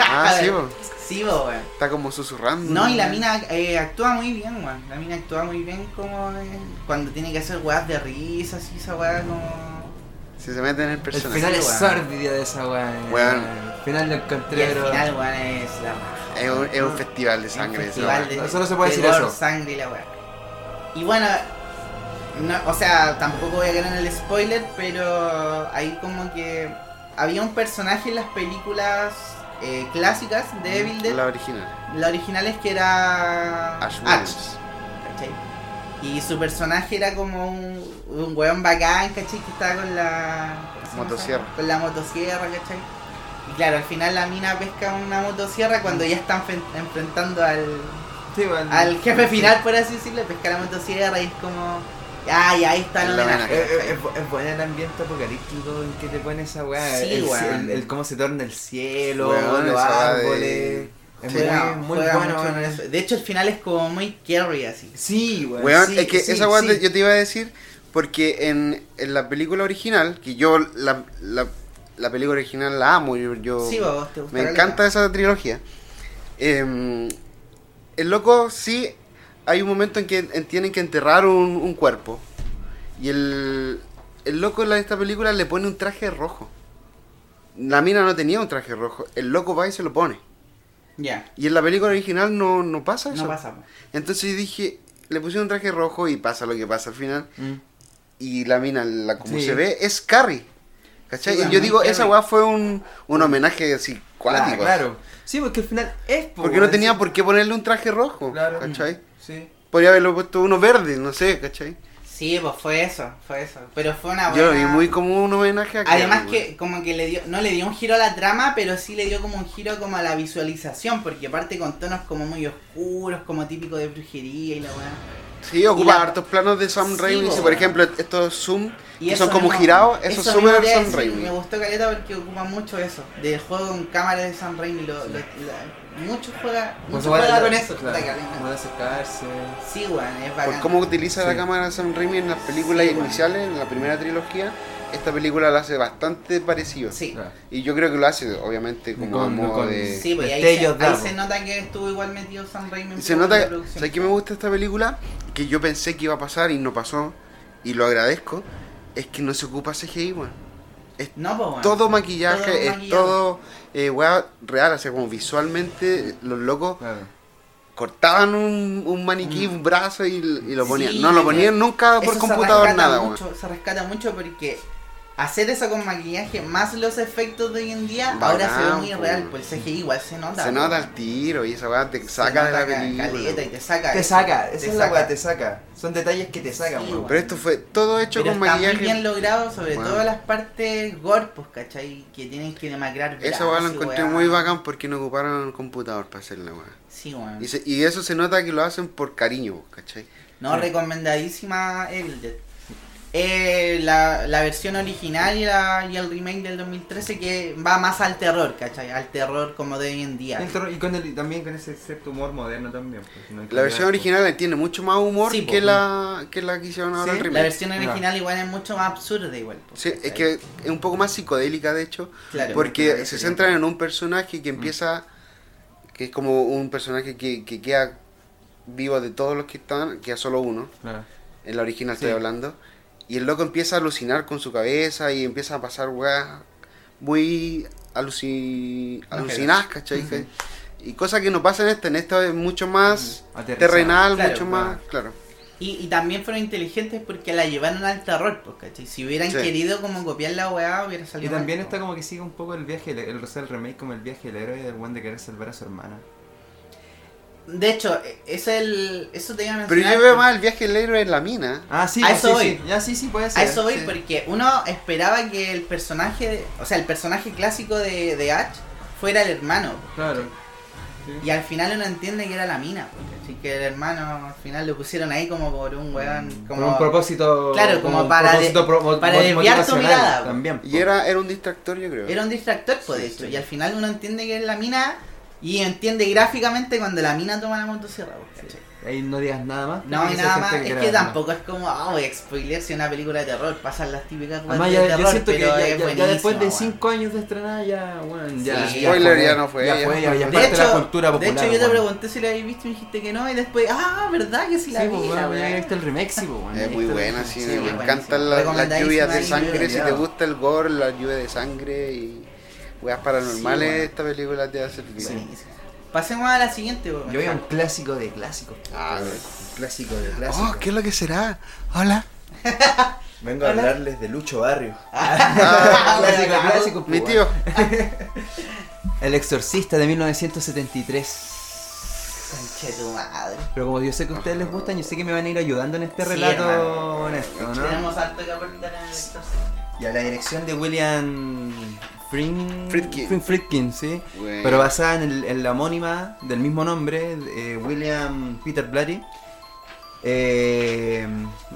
Speaker 2: Ah, sí, po.
Speaker 3: Sí, po, weón.
Speaker 2: Está como susurrando.
Speaker 3: No, y
Speaker 5: Mm.
Speaker 3: la mina eh, actúa muy bien, weón. La mina actúa muy bien como eh, cuando tiene que hacer weas de risa, así, esa wea como.
Speaker 2: Si se meten en
Speaker 5: El
Speaker 2: personaje.
Speaker 5: final es
Speaker 3: weón.
Speaker 5: sórbido de esa weón.
Speaker 2: Weón.
Speaker 5: El final lo
Speaker 3: Y
Speaker 5: encontré,
Speaker 3: al
Speaker 5: pero.
Speaker 3: final, weón, es la raja.
Speaker 2: Es un, es un festival de sangre. esa
Speaker 3: Festival
Speaker 2: weá.
Speaker 3: de-
Speaker 5: No, solo se puede
Speaker 3: de
Speaker 5: decir eso.
Speaker 3: gore, sangre y la weá. Y bueno, no- o sea, tampoco voy a ganar el spoiler, pero ahí como que había un personaje en las películas eh, clásicas
Speaker 5: Mm,
Speaker 3: de Evil Dead.
Speaker 2: La original.
Speaker 3: La original es que era
Speaker 2: Ash
Speaker 3: Ash,
Speaker 2: Williams.
Speaker 3: ¿cachai? Y su personaje era como un, un weón bacán, ¿cachai? Que estaba con la... ¿cómo se llama?
Speaker 2: Motosierra.
Speaker 3: Con la motosierra, ¿cachai? Y claro, al final la mina pesca una motosierra cuando ya están fen- enfrentando al,
Speaker 5: Sí, weón.
Speaker 3: al jefe final, por así decirlo, pesca la motosierra y es como... Ay, ahí está el
Speaker 2: La
Speaker 5: Eh,
Speaker 3: homenaje.
Speaker 2: homenaje.
Speaker 5: eh,
Speaker 3: ¿cachai?
Speaker 5: Es, bu- es bueno el ambiente apocalíptico en que te pone esa weá.
Speaker 3: Sí,
Speaker 5: el,
Speaker 3: weón.
Speaker 5: el- el cómo se torna el cielo,
Speaker 2: Weón,
Speaker 5: los
Speaker 2: esa weá de-
Speaker 5: árboles. Es
Speaker 2: Sí.
Speaker 5: muy,
Speaker 3: Juega-
Speaker 5: muy
Speaker 3: juega
Speaker 5: bueno,
Speaker 3: mucho
Speaker 5: weón.
Speaker 3: con eso. De hecho, el final es como muy carry, así.
Speaker 5: Sí, weón.
Speaker 2: Weón,
Speaker 5: sí,
Speaker 2: es que
Speaker 5: sí,
Speaker 2: esa weá
Speaker 5: sí.
Speaker 2: te- yo te iba a decir, porque en, en la película original, que yo la, la, la película original la amo, yo, yo
Speaker 3: Sí, vos, te gusta
Speaker 2: me
Speaker 3: la
Speaker 2: encanta
Speaker 3: letra.
Speaker 2: esa trilogía. Em, el loco sí, hay un momento en que en- tienen que enterrar un, un cuerpo. Y el, el loco en la- esta película le pone un traje rojo. La mina no tenía un traje rojo, el loco va y se lo pone.
Speaker 3: Ya,
Speaker 2: Y en la película original no, no pasa eso.
Speaker 3: no pasa. po.
Speaker 2: Entonces yo dije, le pusieron un traje rojo y pasa lo que pasa al final.
Speaker 5: Mm.
Speaker 2: Y la mina, la como
Speaker 5: Sí.
Speaker 2: se ve, es Carrie. ¿Cachai?
Speaker 3: Sí,
Speaker 2: Y
Speaker 3: la
Speaker 2: yo
Speaker 3: muy
Speaker 2: digo, esa
Speaker 3: Carrie.
Speaker 2: weá fue un, un homenaje así
Speaker 5: Claro,
Speaker 2: cuático.
Speaker 5: claro. Sí, porque al final es. po,
Speaker 2: Porque no
Speaker 3: Pues,
Speaker 5: weón,
Speaker 2: tenía
Speaker 5: sí.
Speaker 2: por qué ponerle un traje rojo.
Speaker 5: Claro.
Speaker 2: ¿Cachai?
Speaker 5: Sí.
Speaker 2: Podría haberlo puesto uno verde, no sé, ¿cachai?
Speaker 3: Sí, pues fue eso, fue eso. Pero fue una buena...
Speaker 2: Yo lo vi muy como un homenaje a Carrie.
Speaker 3: Ah,
Speaker 2: weón.
Speaker 3: Además que como que le dio, no le dio un giro a la trama, pero sí le dio como un giro como a la visualización, porque parte con tonos como muy oscuros, como típico de brujería y la weá.
Speaker 2: Sí, ocupa
Speaker 3: y la-
Speaker 2: hartos planos de Sam
Speaker 3: Sí,
Speaker 2: Raimi.
Speaker 3: po,
Speaker 2: sí, por
Speaker 3: weón.
Speaker 2: ejemplo, estos zoom,
Speaker 3: Y
Speaker 2: que
Speaker 3: eso
Speaker 2: son como
Speaker 3: mismo-
Speaker 2: girados, eso es
Speaker 3: mismo
Speaker 2: súper
Speaker 3: te iba a
Speaker 2: Sam
Speaker 3: decir,
Speaker 2: Raimi.
Speaker 3: Me gustó Caleta porque ocupa mucho eso, de juego con cámaras de Sam Raimi, lo, lo- la- mucho juega, mucho
Speaker 5: weón, la-
Speaker 3: juega con eso.
Speaker 5: Pues Claro.
Speaker 3: puta que
Speaker 5: Como
Speaker 3: la-
Speaker 5: de acercarse.
Speaker 3: Sí, weón, es
Speaker 2: Por
Speaker 3: bacán.
Speaker 2: cómo utiliza la
Speaker 5: Sí.
Speaker 2: cámara Sam Raimi en las películas
Speaker 3: Sí, bueno.
Speaker 2: iniciales, en la primera trilogía, esta película la hace bastante parecido.
Speaker 3: Sí.
Speaker 5: Claro.
Speaker 2: Y yo creo que lo hace, obviamente, como
Speaker 5: Con-
Speaker 2: a modo
Speaker 5: con-
Speaker 2: de...
Speaker 3: Sí, pues, y ahí, se,
Speaker 5: Destellos de
Speaker 3: ahí
Speaker 5: algo.
Speaker 3: se nota que estuvo igual metido Sam Raimi. en
Speaker 2: Se
Speaker 3: la
Speaker 2: nota,
Speaker 3: producción.
Speaker 2: ¿sabes qué me gusta esta película? Que yo pensé que iba a pasar y no pasó, y lo agradezco, es que no se ocupa CGI, weón.
Speaker 3: No, pues, weón.
Speaker 2: Todo maquillaje,
Speaker 3: Todo
Speaker 2: es
Speaker 3: maquillado.
Speaker 2: todo eh, weá, real, o sea, como visualmente los locos
Speaker 5: Claro.
Speaker 2: cortaban un, un maniquí, un brazo y, y lo
Speaker 3: Mm. Sí,
Speaker 2: ponían. no lo ponían nunca por
Speaker 3: Eso
Speaker 2: computador,
Speaker 3: se
Speaker 2: nada,
Speaker 3: rescata
Speaker 2: weón.
Speaker 3: mucho, Se rescata mucho porque hacer eso con maquillaje más los efectos de hoy en día,
Speaker 2: Bacán,
Speaker 3: ahora se ve muy
Speaker 2: po.
Speaker 3: real. Pues el CGI igual se nota.
Speaker 2: Se
Speaker 3: po.
Speaker 2: nota el tiro y esa weá te
Speaker 3: Se
Speaker 2: saca de
Speaker 3: nota
Speaker 2: la
Speaker 3: ca-
Speaker 2: película.
Speaker 3: caleta y te saca.
Speaker 5: Te
Speaker 3: eso,
Speaker 5: saca, esa
Speaker 3: te
Speaker 5: es la
Speaker 3: saca.
Speaker 5: weá, te saca. Son detalles que te sacan,
Speaker 3: Sí,
Speaker 5: weón.
Speaker 3: weón.
Speaker 2: Pero esto fue todo hecho
Speaker 3: Pero
Speaker 2: con
Speaker 3: está
Speaker 2: maquillaje.
Speaker 3: muy bien logrado, sobre
Speaker 2: Bueno.
Speaker 3: todo las partes gorpos, ¿cachai? Que tienen que demacrar.
Speaker 2: Esa weá la encontré muy bacán porque no ocuparon el computador para hacer la weá.
Speaker 3: Sí, weón.
Speaker 2: Y, se- y eso se nota que lo hacen por cariño, ¿cachai?
Speaker 3: No, recomendadísima Evil Dead. Eh, la, la versión original y, la, y el remake del 2013 que va más al terror, ¿cachai? Al terror como de hoy en día.
Speaker 5: El terror- y con el- también con ese cierto humor moderno también. pues, no hay que
Speaker 2: La versión
Speaker 5: olvidar,
Speaker 2: original tiene mucho más humor
Speaker 3: Sí, po.
Speaker 2: que, la, que la que hicieron ahora
Speaker 5: Sí,
Speaker 2: el
Speaker 3: La
Speaker 2: remake.
Speaker 3: versión
Speaker 5: Ya.
Speaker 3: original igual es mucho más absurda igual. pues,
Speaker 2: Sí,
Speaker 3: ¿cachai?
Speaker 2: es que es un poco más psicodélica, de hecho,
Speaker 3: Claro.
Speaker 2: porque se centran en un personaje que empieza, que es como un personaje que, que queda vivo de todos los que están, queda solo uno.
Speaker 5: pues. Claro.
Speaker 2: En la original
Speaker 5: Sí.
Speaker 2: estoy hablando. Y el loco empieza a alucinar con su cabeza y empieza a pasar weas muy aluci... alucinadas, ¿cachai? Y cosas que no pasan en esta. En esta es mucho más
Speaker 5: Ujú. Aterrizado.
Speaker 2: terrenal,
Speaker 3: Claro,
Speaker 2: mucho más. Claro.
Speaker 3: Y, y también fueron inteligentes porque la llevaron al terror, pues, ¿cachai? Si hubieran
Speaker 2: Sí.
Speaker 3: querido como copiar la weá, hubiera
Speaker 5: Y
Speaker 3: salido mal,
Speaker 5: también
Speaker 3: pues.
Speaker 5: está como que sigue un poco el viaje, el, el, el remake como el viaje del héroe del buen de querer salvar a su hermana.
Speaker 3: De hecho, eh, es el... Eso te iba a
Speaker 2: Pero
Speaker 3: mencionar.
Speaker 2: yo veo más el viaje del héroe en la mina.
Speaker 5: Ah, sí,
Speaker 3: A
Speaker 5: pues,
Speaker 3: eso
Speaker 5: sí,
Speaker 3: voy.
Speaker 5: sí. Ya, sí, sí, puede ser.
Speaker 3: A eso voy
Speaker 2: sí.
Speaker 3: porque uno esperaba que el personaje, de- o sea, el personaje clásico de, de Ash fuera el hermano.
Speaker 5: Claro.
Speaker 3: Y al final uno entiende que era la mina. pues, Así que el hermano al final lo pusieron ahí como por un weón.
Speaker 5: Como
Speaker 3: Como
Speaker 5: Mm. un propósito.
Speaker 3: Claro, como
Speaker 5: un
Speaker 3: para de-
Speaker 5: propósito pro-
Speaker 3: para
Speaker 5: mo-
Speaker 3: desviar tu
Speaker 5: motivacional
Speaker 3: mirada.
Speaker 5: También.
Speaker 2: Y era, era un distractor, yo creo.
Speaker 3: Era un distractor, pues, de
Speaker 2: Sí,
Speaker 3: hecho.
Speaker 2: sí.
Speaker 3: Y al final uno entiende que es la mina y entiende gráficamente cuando la mina toma la motosierra. pues, ¿cachai?
Speaker 5: Ahí no digas nada más.
Speaker 3: No, y
Speaker 5: porque
Speaker 3: nada
Speaker 5: esa
Speaker 3: más,
Speaker 5: gente
Speaker 3: es
Speaker 5: crea
Speaker 3: que
Speaker 5: nada.
Speaker 3: tampoco es como, ah, voy a spoilear si una película de terror, pasan las típicas weas
Speaker 5: Además,
Speaker 3: de
Speaker 5: ya, yo
Speaker 3: terror,
Speaker 5: siento que
Speaker 3: pero
Speaker 5: ya,
Speaker 3: es
Speaker 5: ya- ya después de
Speaker 3: buenísima, weón.
Speaker 5: 5 años de estrenada, ya, bueno, ya.
Speaker 3: Sí.
Speaker 2: Spoiler, ya no fue,
Speaker 5: Ya
Speaker 2: ya
Speaker 5: fue,
Speaker 2: no
Speaker 5: ya,
Speaker 2: fue.
Speaker 5: ya
Speaker 2: De
Speaker 3: De
Speaker 5: parte
Speaker 3: hecho,
Speaker 5: de la cultura
Speaker 3: de
Speaker 5: popular.
Speaker 3: hecho, yo te
Speaker 5: weón.
Speaker 3: pregunté si la habéis visto y me dijiste que no, y después, ah, verdad que sí la
Speaker 5: Sí,
Speaker 3: vi,
Speaker 5: pues,
Speaker 3: la
Speaker 5: bueno, ya
Speaker 3: weá.
Speaker 5: está el remake, sí, pues, bueno,
Speaker 2: Es
Speaker 5: ahí está
Speaker 2: muy
Speaker 5: el
Speaker 2: buena,
Speaker 5: remake.
Speaker 2: sí,
Speaker 3: Sí,
Speaker 2: me
Speaker 3: buenísimo.
Speaker 2: encantan la- las
Speaker 3: Recomendadísima
Speaker 2: lluvias de
Speaker 3: y
Speaker 2: sangre. Si te
Speaker 3: recomendado.
Speaker 2: gusta el gore, las lluvias de sangre y weas paranormales,
Speaker 3: Sí, bueno.
Speaker 2: esta película te va a servir.
Speaker 3: Buenísimo. Pasemos a la siguiente, weón.
Speaker 5: Yo veo un clásico de clásicos.
Speaker 2: Ah,
Speaker 5: Un clásico de clásicos.
Speaker 2: Oh, ¿qué es lo que será? Hola.
Speaker 5: Vengo a hablarles de Lucho Barrio.
Speaker 3: Ah,
Speaker 5: clásico,
Speaker 3: bueno,
Speaker 5: clásico.
Speaker 2: Mi
Speaker 5: pues,
Speaker 2: tío.
Speaker 5: El Exorcista de 1973.
Speaker 3: Conche tu madre.
Speaker 5: Pero como yo sé que a ustedes les gustan, yo sé que me van a ir ayudando en este
Speaker 3: Sí,
Speaker 5: relato
Speaker 3: hermano.
Speaker 5: honesto, ¿no?
Speaker 3: Tenemos harto que aportar a esto.
Speaker 5: Y a la dirección de William Frin-
Speaker 2: Friedkin.
Speaker 5: Frin- Friedkin, sí.
Speaker 2: Bueno.
Speaker 5: Pero basada en, el- en la homónima del mismo nombre, eh, William Peter Blatty. Eh,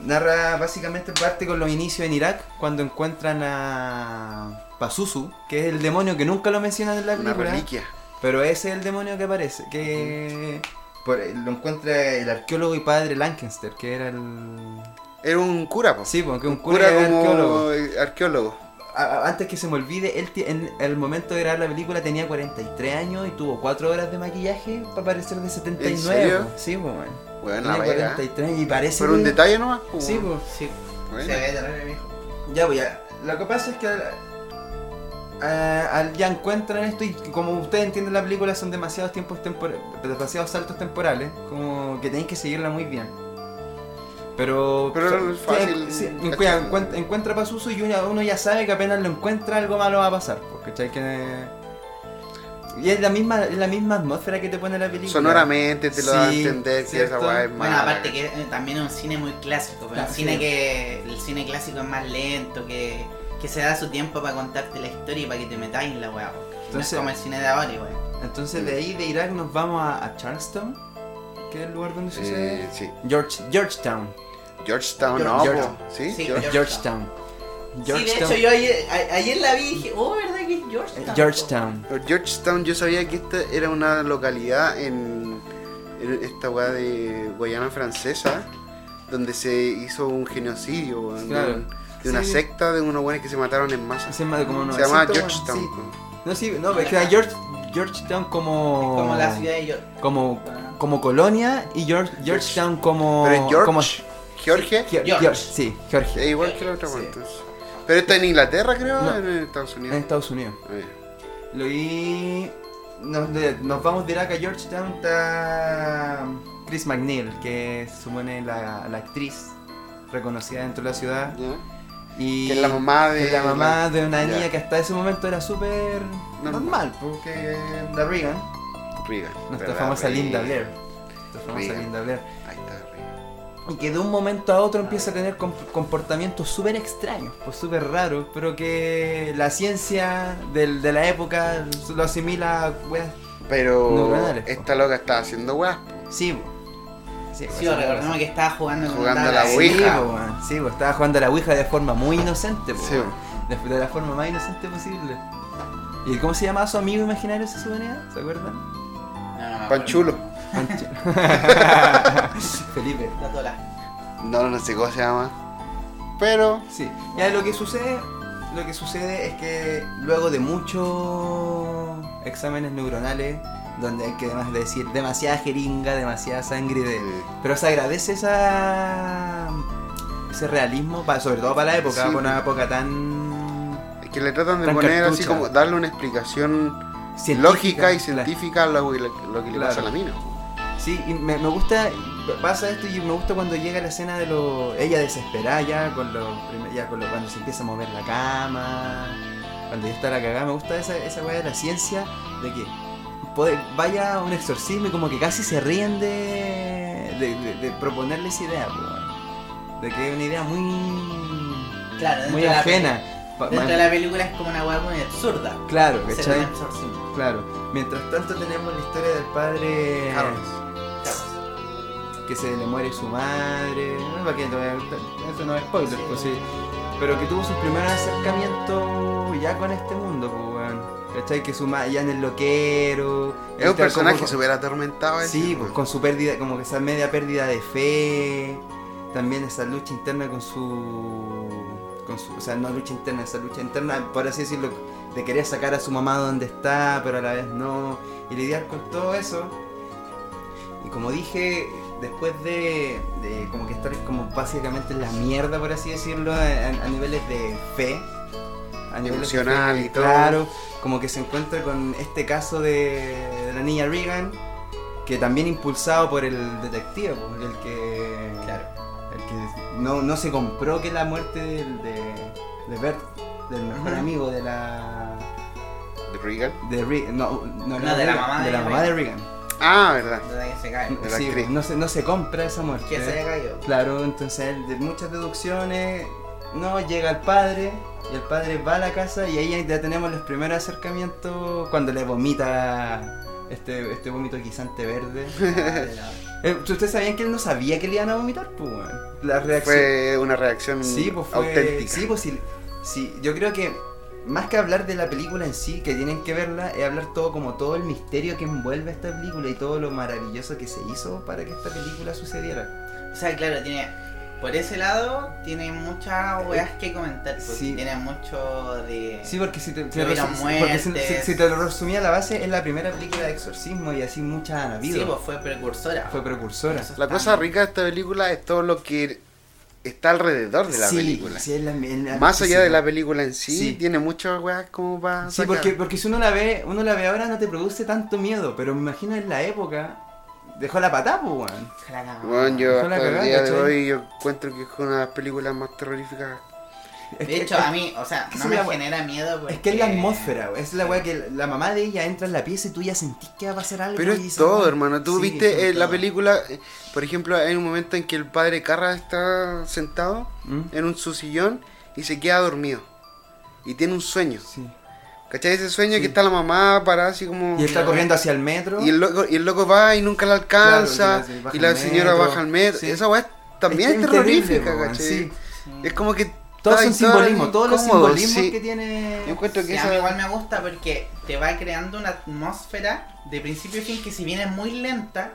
Speaker 5: narra básicamente parte con los inicios en Irak, cuando encuentran a Pazuzu, que es el demonio que nunca lo mencionan en la
Speaker 2: Una
Speaker 5: película.
Speaker 2: reliquia.
Speaker 5: Pero ese es el demonio que aparece, que por- eh, lo encuentra el arqueólogo y padre Lancaster, que era el...
Speaker 2: Era un cura, po.
Speaker 5: Sí, porque un cura,
Speaker 2: cura
Speaker 5: era
Speaker 2: como eh,
Speaker 5: arqueólogo.
Speaker 2: arqueólogo.
Speaker 5: A- a- antes que se me olvide, él ti- en el momento de grabar la película tenía 43 años y tuvo 4 horas de maquillaje para parecer de 79.
Speaker 2: serio?
Speaker 5: po. Sí, pues, bueno.
Speaker 2: Bueno, la
Speaker 5: Tenía
Speaker 2: verga.
Speaker 5: 43 y parece...
Speaker 2: Pero un
Speaker 5: que-
Speaker 2: detalle nomás, po.
Speaker 5: Sí, pues.
Speaker 3: Sí,
Speaker 2: Bueno.
Speaker 3: se ve terrible, viejo.
Speaker 5: Ya, pues ya. Lo que pasa es que al- a- al- ya encuentran esto y como ustedes entienden la película son demasiados tiempos tempor- demasiados saltos temporales, como que tenéis que seguirla muy bien. Pero,
Speaker 2: Pero
Speaker 5: so-
Speaker 2: es fácil,
Speaker 5: sí, encu-
Speaker 2: ¿cachai?
Speaker 5: encuent- encuentra Pazuzu y uno, uno ya sabe que apenas lo encuentra algo malo va a pasar, pues, ¿cachai? Que- y es la misma es la misma atmósfera que te pone la película.
Speaker 2: Sonoramente te lo da a
Speaker 5: Sí,
Speaker 2: entender que
Speaker 5: ¿cierto?
Speaker 2: esa weá es
Speaker 3: Bueno,
Speaker 2: mala.
Speaker 3: aparte que eh, también es un cine muy clásico, pero
Speaker 5: Ah,
Speaker 3: un
Speaker 5: sí.
Speaker 3: cine que el cine clásico es más lento, que, que se da su tiempo para contarte la historia y para que te metáis en la weá. po. No es
Speaker 5: Entonces-
Speaker 3: como el cine de ahora, weón.
Speaker 5: Entonces de ahí de Irak nos vamos a, a Charleston, que es el lugar donde sucede.
Speaker 2: Eh, sí.
Speaker 5: George, Georgetown.
Speaker 2: Georgetown, no,
Speaker 5: Georgetown.
Speaker 2: po. ¿Sí?
Speaker 3: Sí,
Speaker 2: George-
Speaker 3: George-
Speaker 5: Georgetown.
Speaker 3: Sí, de hecho yo ayer, a- ayer la vi y dije, oh, ¿verdad que es Georgetown?
Speaker 5: Georgetown.
Speaker 2: Pero Georgetown, yo sabía que esta era una localidad en, en esta weá de Guayana Francesa, donde se hizo un genocidio weón, de
Speaker 5: Claro.
Speaker 2: un- de una
Speaker 5: Sí.
Speaker 2: secta de unos weones que se mataron en masa.
Speaker 5: Se llama como
Speaker 2: se llamaba
Speaker 5: 900,
Speaker 2: Georgetown.
Speaker 5: sí.
Speaker 2: po.
Speaker 5: No, sí, no, pero queda George, Georgetown como.
Speaker 3: Como la ciudad de York.
Speaker 5: Como, como colonia y George, Georgetown como.
Speaker 2: Pero George, Eh.
Speaker 5: como-
Speaker 2: George,
Speaker 5: Ge-
Speaker 3: George.
Speaker 5: George, sí, George.
Speaker 2: es igual que la otra
Speaker 5: Sí.
Speaker 2: weá, entonces. Pero está en Inglaterra, creo,
Speaker 5: No.
Speaker 2: o en Estados
Speaker 5: En
Speaker 2: Unidos.
Speaker 5: Estados Unidos.
Speaker 2: Eh,
Speaker 5: Lo y. Nos, de- nos vamos de Irak a Georgetown. Está. Chris McNeil, que se supone la, la actriz reconocida dentro de la ciudad.
Speaker 2: ¿ya?
Speaker 5: Y
Speaker 2: Que es la mamá de.
Speaker 5: Es la mamá de una
Speaker 2: Ya.
Speaker 5: niña que hasta ese momento era súper
Speaker 2: Normal.
Speaker 5: normal, porque la Reagan,
Speaker 2: Reagan,
Speaker 5: nuestra
Speaker 2: ¿verdad?
Speaker 5: famosa
Speaker 2: Reagan.
Speaker 5: Linda Blair, nuestra famosa
Speaker 2: Reagan.
Speaker 5: Linda Blair,
Speaker 2: Ahí está, Reagan.
Speaker 5: y que de un momento a otro empieza a tener com- comportamientos súper extraños, pues súper raros, pero que la ciencia del- de la época lo asimila a weas.
Speaker 2: Pero
Speaker 5: Neuronales, po.
Speaker 2: esta loca estaba haciendo weas. po.
Speaker 5: Sí, po. sí, po, esa
Speaker 3: Sí, o
Speaker 5: es la
Speaker 3: recordemos
Speaker 5: cosa.
Speaker 3: que estaba jugando con
Speaker 2: Jugando a
Speaker 3: tabla.
Speaker 2: la
Speaker 5: Sí,
Speaker 2: Ouija.
Speaker 5: po, man. sí, po, estaba jugando a la Ouija de forma muy inocente, po,
Speaker 2: Sí,
Speaker 5: man. de, de la forma más inocente posible. ¿Y cómo se llamaba su amigo imaginario, se suponía? ¿Se acuerdan?
Speaker 3: No, no me
Speaker 2: Panchulo.
Speaker 3: acuerdo.
Speaker 5: Pancho. Felipe.
Speaker 3: La tola.
Speaker 2: No, no sé cómo se llama. Pero
Speaker 5: Sí. Ya lo que sucede, lo que sucede es que luego de muchos exámenes neuronales, donde hay que además decir demasiada jeringa, demasiada sangre de.
Speaker 2: Sí.
Speaker 5: Pero se agradece esa ese realismo, pa- sobre todo para la época,
Speaker 2: Sí.
Speaker 5: para una época tan
Speaker 2: es que le tratan de
Speaker 5: Tan
Speaker 2: poner así
Speaker 5: cartucha.
Speaker 2: como darle una explicación
Speaker 5: científica.
Speaker 2: lógica y
Speaker 5: Claro.
Speaker 2: científica a lo, que le- lo que le
Speaker 5: Claro.
Speaker 2: pasa a la mina.
Speaker 5: Sí, y me, me gusta, pasa esto y me gusta cuando llega la escena de lo, ella desesperada ya, con los primer- ya con lo- cuando se empieza a mover la cama, cuando ya está la cagada, me gusta esa, esa weá de la ciencia, de que puede- vaya a un exorcismo y como que casi se ríen de, de, de- de proponerle esa idea, po, weón. de que es una idea muy,
Speaker 3: Claro, dentro,
Speaker 5: muy
Speaker 3: de la-
Speaker 5: ajena. Pa-
Speaker 3: dentro
Speaker 5: más-
Speaker 3: de la película es como una hueá muy absurda.
Speaker 5: Claro,
Speaker 3: Ser
Speaker 5: ¿cachai?
Speaker 3: un exorcismo.
Speaker 5: Claro. Mientras tanto tenemos la historia del padre...
Speaker 3: Claro.
Speaker 5: que se le muere su madre. No, para que no- eso no es spoiler, pues sí. pero que tuvo su primer acercamiento ya con este mundo, pues, weón. ¿Cachai? Que su ma- ya en el loquero.
Speaker 2: Es un
Speaker 5: entra
Speaker 2: personaje
Speaker 5: como-
Speaker 2: súper atormentado. ese,
Speaker 5: Sí, pues
Speaker 2: weón.
Speaker 5: con su pérdida, como que esa media pérdida de fe, también esa lucha interna con su, con su- o sea, no lucha interna, esa lucha interna, por así decirlo, de querer sacar a su mamá de donde está, pero a la vez no, y lidiar con todo eso. Y como dije, después de, de como que estar como básicamente en la mierda, por así decirlo, a, a- a niveles de fe, a niveles de fe,
Speaker 2: Emocional y todo.
Speaker 5: Claro, como que se encuentra con este caso de, de la niña Regan, que también impulsado por el detective, por el que. El que no, no se compró que la muerte del- de, de Bert, del mejor
Speaker 3: Ujú.
Speaker 5: amigo de la.
Speaker 2: De Regan.
Speaker 5: De Re- no, no,
Speaker 3: No,
Speaker 5: era
Speaker 3: de la
Speaker 5: Regan,
Speaker 3: mamá
Speaker 5: de
Speaker 3: de
Speaker 5: la mamá de Regan.
Speaker 2: Ah, verdad.
Speaker 3: Donde que se cae.
Speaker 2: De la
Speaker 5: Sí,
Speaker 2: actriz.
Speaker 5: no, se, no se compra esa muerte.
Speaker 3: Que se haya caído.
Speaker 5: Claro, entonces él de muchas deducciones, no, llega el padre, y el padre va a la casa y ahí ya tenemos los primeros acercamientos cuando le vomita este, este vómito guisante verde. Eh, ¿Ustedes sabían que él no sabía que le iban a vomitar? Pues, weón? la reacción...
Speaker 2: Fue una reacción
Speaker 5: Sí, pues fue-
Speaker 2: auténtica.
Speaker 5: Sí, pues sí, sí, yo creo que más que hablar de la película en sí, que tienen que verla, es hablar todo como todo el misterio que envuelve esta película y todo lo maravilloso que se hizo para que esta película sucediera.
Speaker 3: O sea, claro, tiene. Por ese lado, tiene muchas weas que comentar. Porque
Speaker 5: Eh, Sí.
Speaker 3: Tiene mucho de.
Speaker 5: Sí, porque si te, te
Speaker 3: Hubieron
Speaker 5: resu- porque si-
Speaker 3: muertes.
Speaker 5: si- si te lo resumía la base, es la primera película de exorcismo y así muchas han habido.
Speaker 3: Sí, pues fue precursora.
Speaker 5: Fue precursora.
Speaker 3: Eso
Speaker 2: La
Speaker 3: está-
Speaker 5: Ah.
Speaker 2: cosa rica de esta película es todo lo que está alrededor de la
Speaker 5: Sí,
Speaker 2: película.
Speaker 5: sí, es la- es la-
Speaker 2: Más allá
Speaker 5: sí,
Speaker 2: de la película en sí,
Speaker 5: Sí.
Speaker 2: tiene muchas weas como para
Speaker 5: Sí, porque, porque si uno la ve, uno la ve ahora no te produce tanto miedo, pero me imagino en la época dejó la patada, pues, weón.
Speaker 3: la cagada.
Speaker 2: Bueno, yo
Speaker 5: Fue la
Speaker 2: hasta el
Speaker 5: cagada,
Speaker 2: día de
Speaker 5: ¿cachai?
Speaker 2: hoy yo encuentro que es una de las películas más terroríficas.
Speaker 5: Es
Speaker 3: De
Speaker 5: que-
Speaker 3: hecho, a mí, o sea,
Speaker 5: que
Speaker 3: no
Speaker 5: se
Speaker 3: me
Speaker 5: la-
Speaker 3: genera miedo. Porque...
Speaker 5: Es que es la atmósfera, güey. es la weá que la mamá de ella entra en la pieza y tú ya sentís que va a pasar algo.
Speaker 2: Pero
Speaker 5: y
Speaker 2: es
Speaker 5: esa
Speaker 2: todo,
Speaker 5: weá-
Speaker 2: hermano. Tú
Speaker 5: Sí, es
Speaker 2: viste eh, la
Speaker 5: todo.
Speaker 2: película, eh, por ejemplo, hay un momento en que el padre Carra está sentado
Speaker 5: ¿Mm?
Speaker 2: en un, su sillón y se queda dormido. Y tiene un sueño.
Speaker 5: Sí.
Speaker 2: ¿Cachai? Ese sueño
Speaker 5: Sí.
Speaker 2: que está la mamá parada así como...
Speaker 5: Y está corriendo hacia el metro.
Speaker 2: Y el loco, y el loco va y nunca la alcanza.
Speaker 5: Claro, y la-
Speaker 2: y
Speaker 5: y baja
Speaker 2: la
Speaker 5: al
Speaker 2: señora
Speaker 5: metro.
Speaker 2: baja al metro.
Speaker 5: Sí.
Speaker 2: Esa weá también es,
Speaker 5: bien
Speaker 2: terrorífica,
Speaker 5: terrible, weón,
Speaker 2: ¿cachai?
Speaker 5: sí.
Speaker 2: Es como que.
Speaker 5: Todos
Speaker 2: está
Speaker 5: son
Speaker 2: ahí todo
Speaker 5: simbolismos, todos los
Speaker 2: incómodo,
Speaker 5: simbolismos
Speaker 2: sí.
Speaker 5: que tiene.
Speaker 2: Yo encuentro que
Speaker 3: Sí, a
Speaker 2: esa.
Speaker 3: mí igual me gusta porque te va creando una atmósfera de principio a fin que si bien es muy lenta,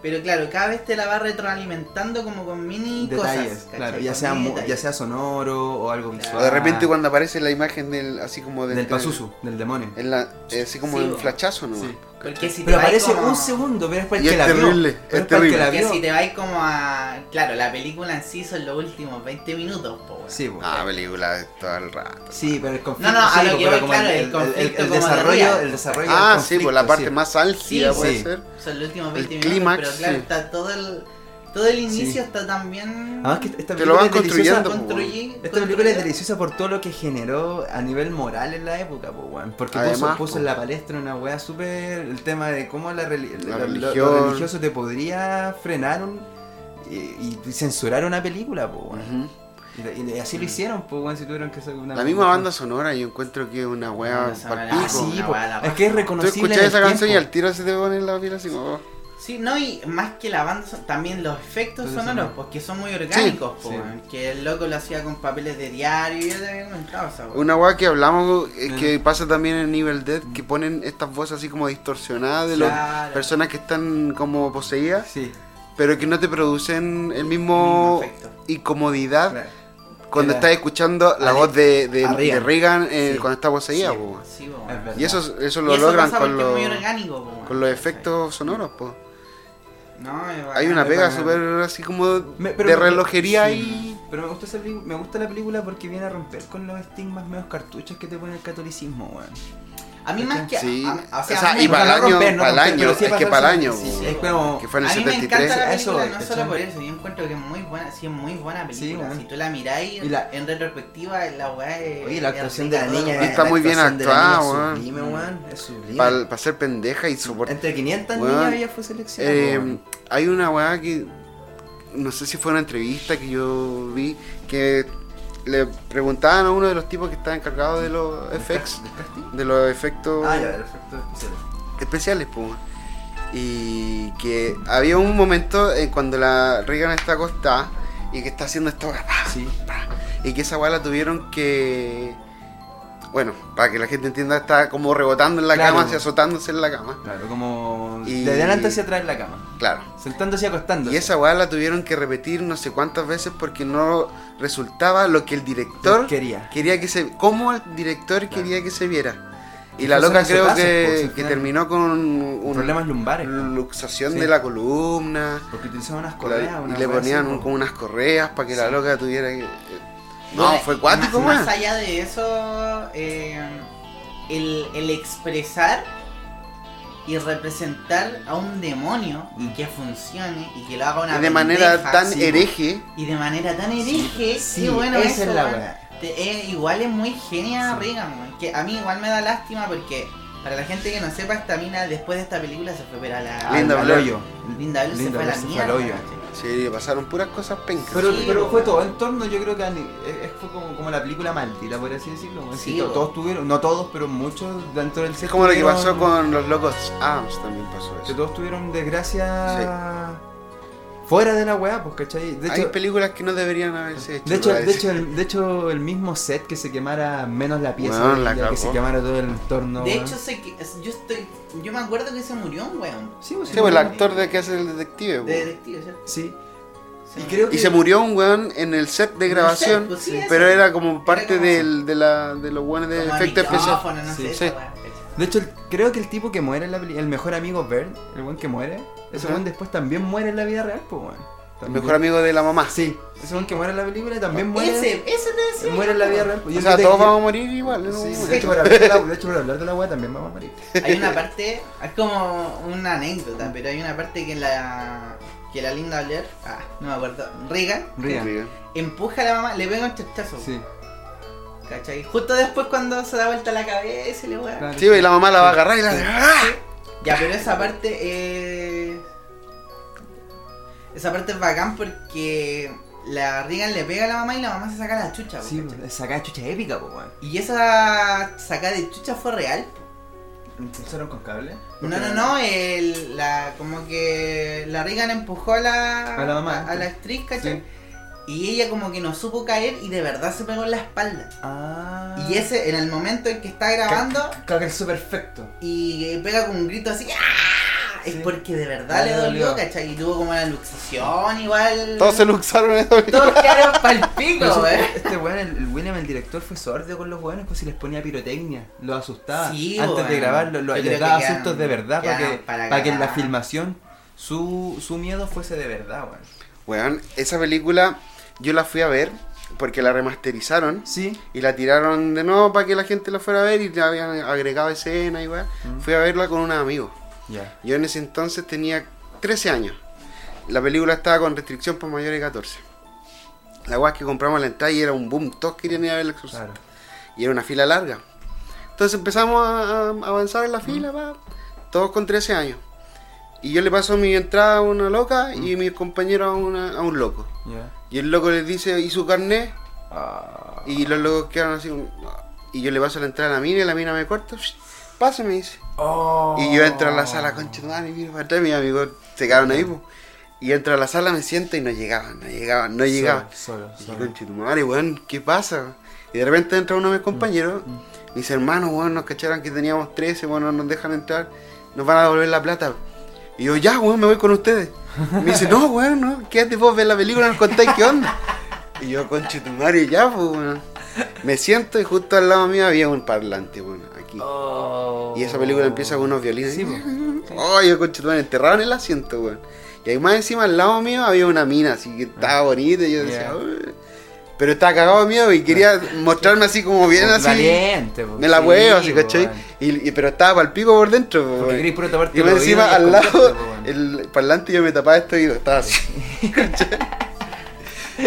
Speaker 3: pero claro, cada vez te la va retroalimentando como con mini
Speaker 5: Detalles,
Speaker 3: cosas. ¿cachai?
Speaker 5: claro, ya
Speaker 3: Con
Speaker 5: sea,
Speaker 3: mini
Speaker 5: mu- ya
Speaker 3: detalles.
Speaker 5: sea sonoro o algo
Speaker 3: Claro.
Speaker 5: visual.
Speaker 2: O de repente cuando aparece la imagen del. Así
Speaker 3: Ah,
Speaker 2: como
Speaker 5: Ah. Del Pazuzu, del demonio.
Speaker 2: en la- eh, así como
Speaker 3: Sí,
Speaker 2: en
Speaker 3: bo.
Speaker 2: flachazo, ¿no?
Speaker 5: Sí.
Speaker 3: Porque si te
Speaker 5: Pero
Speaker 3: vais
Speaker 5: aparece
Speaker 3: como-
Speaker 5: un segundo, pero es para el
Speaker 2: Y
Speaker 5: que
Speaker 2: es
Speaker 5: la
Speaker 2: terrible,
Speaker 5: vio. Pero
Speaker 2: es
Speaker 5: es para el que
Speaker 2: terrible.
Speaker 5: la
Speaker 3: Porque
Speaker 5: vio.
Speaker 3: si te vais como a. Claro, la película en sí son los últimos 20 minutos, po, weón.
Speaker 5: Sí, weón.
Speaker 2: Ah, pues. película todo el rato.
Speaker 5: Sí, pero el conflicto.
Speaker 3: No, no, a
Speaker 5: sí, pues,
Speaker 3: lo que
Speaker 5: pero
Speaker 3: voy,
Speaker 5: como
Speaker 3: claro,
Speaker 5: el-
Speaker 3: el
Speaker 5: el- el-
Speaker 3: conflicto
Speaker 5: el
Speaker 3: como de
Speaker 5: desarrollo,
Speaker 3: real.
Speaker 5: el desarrollo. del
Speaker 2: Ah, sí, pues la
Speaker 5: conflicto,
Speaker 2: parte
Speaker 5: sí.
Speaker 2: más álgida
Speaker 3: Sí,
Speaker 2: puede
Speaker 5: sí.
Speaker 2: ser.
Speaker 3: Son los últimos
Speaker 2: El
Speaker 3: 20 minutos.
Speaker 2: clímax,
Speaker 3: pero claro,
Speaker 2: sí.
Speaker 3: está todo el. Todo el inicio
Speaker 5: Sí.
Speaker 3: está también.
Speaker 2: Ah,
Speaker 5: Además Ah, que esta
Speaker 2: Te lo van
Speaker 5: película es deliciosa
Speaker 2: construyendo,
Speaker 3: construye-
Speaker 5: Esta película es
Speaker 3: construido.
Speaker 5: deliciosa por todo lo que generó a nivel moral en la época, po, weón. Porque puso-
Speaker 2: Además,
Speaker 5: puso,
Speaker 2: po.
Speaker 5: en la palestra una weá súper. el tema de cómo la, reli-
Speaker 2: La
Speaker 5: lo- lo- lo
Speaker 2: religión.
Speaker 5: religioso te podría frenar un- y, y censurar una película, po,
Speaker 2: po.
Speaker 5: weón. y, y así lo hicieron, po, weón, si tuvieron que hacer una.
Speaker 2: Mm. La misma banda sonora yo encuentro que es una wea
Speaker 3: Una sonora
Speaker 5: Ah,
Speaker 2: palpico.
Speaker 5: sí,
Speaker 3: Una
Speaker 5: po.
Speaker 3: weá de la
Speaker 5: Es que es
Speaker 3: raja.
Speaker 2: Tú
Speaker 5: reconocible.
Speaker 2: escuchas
Speaker 5: en el
Speaker 2: esa canción y
Speaker 5: tiempo.
Speaker 2: al tiro se te pone en la piel así como. oh.
Speaker 3: Sí, no, y más que la banda, son- también los efectos
Speaker 5: Entonces,
Speaker 3: sonoros,
Speaker 5: no.
Speaker 3: porque son muy orgánicos,
Speaker 5: Sí, sí.
Speaker 3: po, weón, que el loco lo hacía con papeles de diario, yo te había comentado esa weón.
Speaker 2: Una weá que hablamos eh,
Speaker 5: Mm.
Speaker 2: que pasa también en Evil Dead, que ponen estas voces así como distorsionadas de las
Speaker 3: Claro.
Speaker 2: personas que están como poseídas,
Speaker 5: Sí,
Speaker 2: pero que no te producen el mismo,
Speaker 3: El mismo efecto.
Speaker 2: incomodidad
Speaker 5: claro.
Speaker 2: cuando
Speaker 5: Que la-
Speaker 2: estás escuchando la
Speaker 5: Ale-
Speaker 2: voz de, de,
Speaker 5: a Regan.
Speaker 2: de Regan eh,
Speaker 5: Sí.
Speaker 2: cuando está poseída.
Speaker 5: Sí.
Speaker 2: po, weón.
Speaker 3: Sí, po,
Speaker 5: Es
Speaker 3: weón.
Speaker 5: verdad.
Speaker 2: Y eso, eso
Speaker 3: Y
Speaker 2: lo
Speaker 3: eso
Speaker 2: logran
Speaker 3: pasa
Speaker 2: con
Speaker 3: porque es
Speaker 2: los,
Speaker 3: muy orgánico, po, weón.
Speaker 2: con los efectos sonoros. po.
Speaker 3: No, es
Speaker 2: Hay
Speaker 3: bacán.
Speaker 2: una
Speaker 5: es
Speaker 2: pega
Speaker 5: bacán.
Speaker 2: súper así como
Speaker 5: Me- pero-
Speaker 2: de relojería
Speaker 5: sí.
Speaker 2: y...
Speaker 5: Pero me gusta, esa peli- me gusta la película porque viene a romper con los estigmas medios cartuchos que te pone el catolicismo, weón.
Speaker 3: A mí más que...
Speaker 2: Sí.
Speaker 3: a- a-
Speaker 2: O sea, y
Speaker 3: a mí me-
Speaker 2: para el año,
Speaker 5: romper, no
Speaker 2: para el
Speaker 5: romper,
Speaker 2: año,
Speaker 5: pero sí
Speaker 2: es que
Speaker 5: pasarse-
Speaker 2: para el año,
Speaker 5: sí,
Speaker 2: po,
Speaker 5: sí,
Speaker 2: weón.
Speaker 5: es como...
Speaker 2: que fue en el
Speaker 3: a mí me
Speaker 2: 73.
Speaker 3: encanta la película,
Speaker 5: Eso es,
Speaker 3: no
Speaker 5: ¿cachai?
Speaker 3: solo por eso, yo encuentro que es muy buena, sí, es muy buena
Speaker 5: Sí,
Speaker 3: película.
Speaker 5: weón.
Speaker 3: si tú la miráis
Speaker 5: Y la-
Speaker 3: en retrospectiva, la weá es...
Speaker 5: Oye, la
Speaker 3: es
Speaker 5: actuación de la
Speaker 3: rica,
Speaker 5: niña
Speaker 3: todo,
Speaker 2: está
Speaker 5: la
Speaker 2: muy bien
Speaker 5: actuación de la niña
Speaker 2: actuada,
Speaker 5: es Sublime, weón. Es sublime.
Speaker 2: Para ser pendeja y soportar...
Speaker 5: Entre 500
Speaker 2: Weón.
Speaker 5: niñas ella fue seleccionada.
Speaker 2: Eh,
Speaker 5: weón.
Speaker 2: hay una weá que. No sé si fue una entrevista que yo vi. Que le preguntaban a uno de los tipos que estaba encargado de los effects.
Speaker 5: ¿Del casting?
Speaker 2: De los efectos
Speaker 5: Ah, ya, perfecto. especial.
Speaker 2: especiales, pues. Y que había eh, un momento en cuando la Regan está acostada y que está haciendo esto.
Speaker 5: Sí.
Speaker 2: y que esa weá la tuvieron que. Bueno, para que la gente entienda, está como rebotando en la
Speaker 5: Claro.
Speaker 2: cama, así azotándose en la cama.
Speaker 5: Claro, como
Speaker 2: Y-
Speaker 5: de adelante hacia atrás en la cama.
Speaker 2: Claro.
Speaker 5: Sentándose y acostándose.
Speaker 2: Y esa weá la tuvieron que repetir no sé cuántas veces porque no resultaba lo que el director
Speaker 5: Quería.
Speaker 2: quería que se como el director quería que se viera. Y la
Speaker 5: Entonces
Speaker 2: loca
Speaker 5: no se
Speaker 2: creo
Speaker 5: pasen, pues,
Speaker 2: que,
Speaker 5: al
Speaker 2: que
Speaker 5: final.
Speaker 2: terminó con un
Speaker 5: Problemas lumbares.
Speaker 2: luxación
Speaker 5: Sí.
Speaker 2: de la columna
Speaker 5: Porque utilizaban unas
Speaker 2: la-
Speaker 5: correas.
Speaker 2: y
Speaker 5: una
Speaker 2: le
Speaker 5: wea
Speaker 2: ponían
Speaker 5: así,
Speaker 2: un-
Speaker 5: po.
Speaker 2: como unas correas para que la
Speaker 5: Sí.
Speaker 2: loca tuviera que... eh, No,
Speaker 3: Bueno,
Speaker 2: fue cuático,
Speaker 3: más,
Speaker 2: weón.
Speaker 3: más allá de eso, eh, el, el expresar y representar a un demonio y
Speaker 5: Mm.
Speaker 3: que funcione y que lo haga una
Speaker 2: Y de manera
Speaker 3: pendeja,
Speaker 2: tan
Speaker 3: sí,
Speaker 2: hereje.
Speaker 3: Y de manera tan hereje,
Speaker 5: Sí,
Speaker 3: qué bueno
Speaker 5: esa
Speaker 3: eso,
Speaker 5: es la
Speaker 3: weón.
Speaker 5: weá.
Speaker 3: Te- eh, igual es muy genial Reagan, weón, que a mí igual me da lástima porque para la gente que no sepa, esta mina después de esta película se fue para la...
Speaker 5: Al-
Speaker 2: Linda
Speaker 5: al
Speaker 2: Blair.
Speaker 5: hoyo.
Speaker 3: Linda Blair se fue a la
Speaker 5: Blair se fue al
Speaker 3: mierda.
Speaker 5: hoyo.
Speaker 3: ¿cachai?
Speaker 2: Sí, pasaron puras cosas pencas.
Speaker 5: Pero,
Speaker 3: Sí,
Speaker 5: pero
Speaker 3: po.
Speaker 5: fue todo en torno, yo creo que a ni- eh, fue como, como la película maldita, por así decirlo. weón.
Speaker 3: Sí,
Speaker 5: Sí, to-
Speaker 3: po.
Speaker 5: todos tuvieron, no todos, pero muchos dentro del
Speaker 2: es
Speaker 5: set
Speaker 2: como lo que
Speaker 5: tuvieron-
Speaker 2: pasó con los locos Arms, también pasó
Speaker 5: Que
Speaker 2: eso.
Speaker 5: todos tuvieron desgracia fuera de la weá, pues, ¿cachai? De
Speaker 2: Hay
Speaker 5: hecho,
Speaker 2: películas que no deberían haberse hecho.
Speaker 5: de hecho,
Speaker 2: lo voy a
Speaker 5: de, hecho, el, de hecho, el mismo set que se quemara menos la pieza,
Speaker 2: Weón, la
Speaker 5: ya que se
Speaker 2: cagó.
Speaker 5: quemara todo el entorno.
Speaker 3: de
Speaker 5: weón.
Speaker 3: hecho, sé que, yo estoy, yo me acuerdo que se murió un weón.
Speaker 5: sí, pues,
Speaker 2: Sí, pues, el actor de que hace el detective.
Speaker 3: De
Speaker 2: weón.
Speaker 3: detective, ¿cierto?
Speaker 5: Sí.
Speaker 3: Se
Speaker 5: Y
Speaker 3: murió.
Speaker 5: creo que
Speaker 2: Y se murió un weón en el set de
Speaker 3: En el
Speaker 2: grabación,
Speaker 3: set, pues sí, eso.
Speaker 2: pero era como parte
Speaker 3: como-
Speaker 2: del, de, la, de los weones de
Speaker 3: Como
Speaker 2: efectos especiales.
Speaker 3: micrófono, no
Speaker 5: Sí,
Speaker 3: sé,
Speaker 2: sí.
Speaker 3: esa weá, ¿cachai?
Speaker 5: De hecho, el- creo que el tipo que muere en la película, el mejor amigo Bird, el buen que muere, ese
Speaker 2: Ajá.
Speaker 5: buen después también muere en la vida real, pues, weón.
Speaker 2: El
Speaker 5: También-
Speaker 2: mejor amigo de la mamá.
Speaker 5: Sí, ese buen que muere en la película también muere.
Speaker 3: Ese, ese te decía.
Speaker 5: Muere en la vida real. pues.
Speaker 2: O
Speaker 5: Yo
Speaker 2: sea,
Speaker 5: creo
Speaker 2: todos
Speaker 5: que-
Speaker 2: vamos a morir igual. ¿no?
Speaker 5: Sí,
Speaker 2: Bueno.
Speaker 5: de hecho, por hablar de la- de hecho, por hablar de la weá también vamos a morir.
Speaker 3: Hay una parte, es como una anécdota, pero hay una parte que la que la Linda Blair, ah, no me acuerdo, Reagan,
Speaker 5: Rían.
Speaker 3: empuja a la mamá, le pega un chachazo,
Speaker 5: Sí,
Speaker 3: ¿cachai? Justo después cuando se da vuelta la cabeza y le weá.
Speaker 5: claro.
Speaker 2: Sí, y la mamá la va a agarrar y la ¡Ah!
Speaker 3: Ya, pero esa parte eh, Esa parte es bacán porque la Reagan le pega a la mamá y la mamá se saca la chucha, po,
Speaker 5: Sí,
Speaker 3: ¿cachai?
Speaker 5: pues, esa cachucha es épica, pues, weón.
Speaker 3: Y esa sacada de chucha fue real.
Speaker 5: ¿Impulsaron con cable?
Speaker 3: No, no, no, el, la, como que la Reagan empujó a la,
Speaker 5: A la mamá,
Speaker 3: a, a la
Speaker 5: sí.
Speaker 3: actriz, ¿cachai? Y ella como que no supo caer y de verdad se pegó en la espalda.
Speaker 5: Ah.
Speaker 3: Y ese, en el momento en que está grabando
Speaker 5: Caga eso perfecto.
Speaker 3: y pega con un grito así, ¡ah! Es
Speaker 5: Sí.
Speaker 3: porque de verdad
Speaker 5: Le
Speaker 3: le dolió,
Speaker 5: dolió.
Speaker 3: ¿cachai? Y tuvo como una luxación igual.
Speaker 2: Todos se luxaron en esa
Speaker 3: Todos quedaron pa'l pico,
Speaker 5: Pero sí,
Speaker 3: weón.
Speaker 5: Este weón, el, el William, el director, fue sordo con los weones, pues si les ponía pirotecnia, los asustaba.
Speaker 3: Sí,
Speaker 5: Antes
Speaker 3: weón.
Speaker 5: de grabarlo,
Speaker 3: Yo
Speaker 5: lo, les
Speaker 3: creo que
Speaker 5: daba
Speaker 3: quedaron-
Speaker 5: sustos de verdad para que,
Speaker 3: quedaron para
Speaker 5: para que en la
Speaker 3: cagar.
Speaker 5: filmación su, su miedo fuese de verdad, weón.
Speaker 2: Weón, esa película yo la fui a ver porque la remasterizaron
Speaker 5: Sí.
Speaker 2: y la tiraron de nuevo para que la gente la fuera a ver y le habían agregado escena y weón. Fui a verla con unos amigos.
Speaker 5: Ya.
Speaker 2: Yo en ese entonces tenía 13 años. La película estaba con restricción para mayores de 14. La weá es que compramos la entrada y era un boom. Todos querían ir a ver el exorcista.
Speaker 5: Claro.
Speaker 2: Y era una fila larga. Entonces empezamos a, a avanzar en la fila, pa, todos con 13 años. Y yo le paso mi entrada a una loca y mis compañeros a, una- a un loco.
Speaker 5: Ya.
Speaker 2: Y el loco les dice, ¿y su carnet?
Speaker 5: Ah.
Speaker 2: Y los locos quedaron así. un- Y yo le paso la entrada a la mina y la mina me corta. Pásame, me dice.
Speaker 5: Oh.
Speaker 2: Y yo entro a la sala, concha tu madre, mira para atrás, mis amigos se quedaron ahí, po. Y entro a la sala, me siento y no llegaban, no llegaban, no llegaban.
Speaker 5: Solo, solo,
Speaker 2: Y
Speaker 5: solo.
Speaker 2: yo, concha tu madre, weón, ¿qué pasa? Y de repente entra uno de mis compañeros,
Speaker 5: Mm,
Speaker 2: mis hermanos, weón, nos cacharon que teníamos 13, weón, no nos dejan entrar, nos van a devolver la plata. Y yo, ya, weón, me voy con ustedes. Me dice, no, weón, no, quédate vos, ver la película, nos contáis qué onda. Y yo, concha tu madre, ya, pues, weón. Me siento y justo al lado mío había un parlante, weón, aquí.
Speaker 5: Oh.
Speaker 2: Y esa película empieza con unos violines.
Speaker 5: Sí, pues. po.
Speaker 2: oh, yo conchetumare, enterrado en el asiento, weón. Y ahí más encima al lado mío había una mina, así que estaba bonita. Y yo decía,
Speaker 5: Yeah.
Speaker 2: "Uy". pero estaba cagado de miedo y quería mostrarme así como bien así.
Speaker 5: Valiente, po.
Speaker 2: Me la
Speaker 5: Sí, pues,
Speaker 2: huevo, así, ¿cachai?
Speaker 5: weón.
Speaker 2: Y, y- pero estaba pal pico por dentro, po,
Speaker 5: Porque
Speaker 2: weón.
Speaker 5: querés puro taparte
Speaker 2: Y más
Speaker 5: los
Speaker 2: encima
Speaker 5: oídos y
Speaker 2: al
Speaker 5: el
Speaker 2: lado,
Speaker 5: contacto, po, weón.
Speaker 2: el parlante yo me tapaba esto y estaba así. ¿cachai?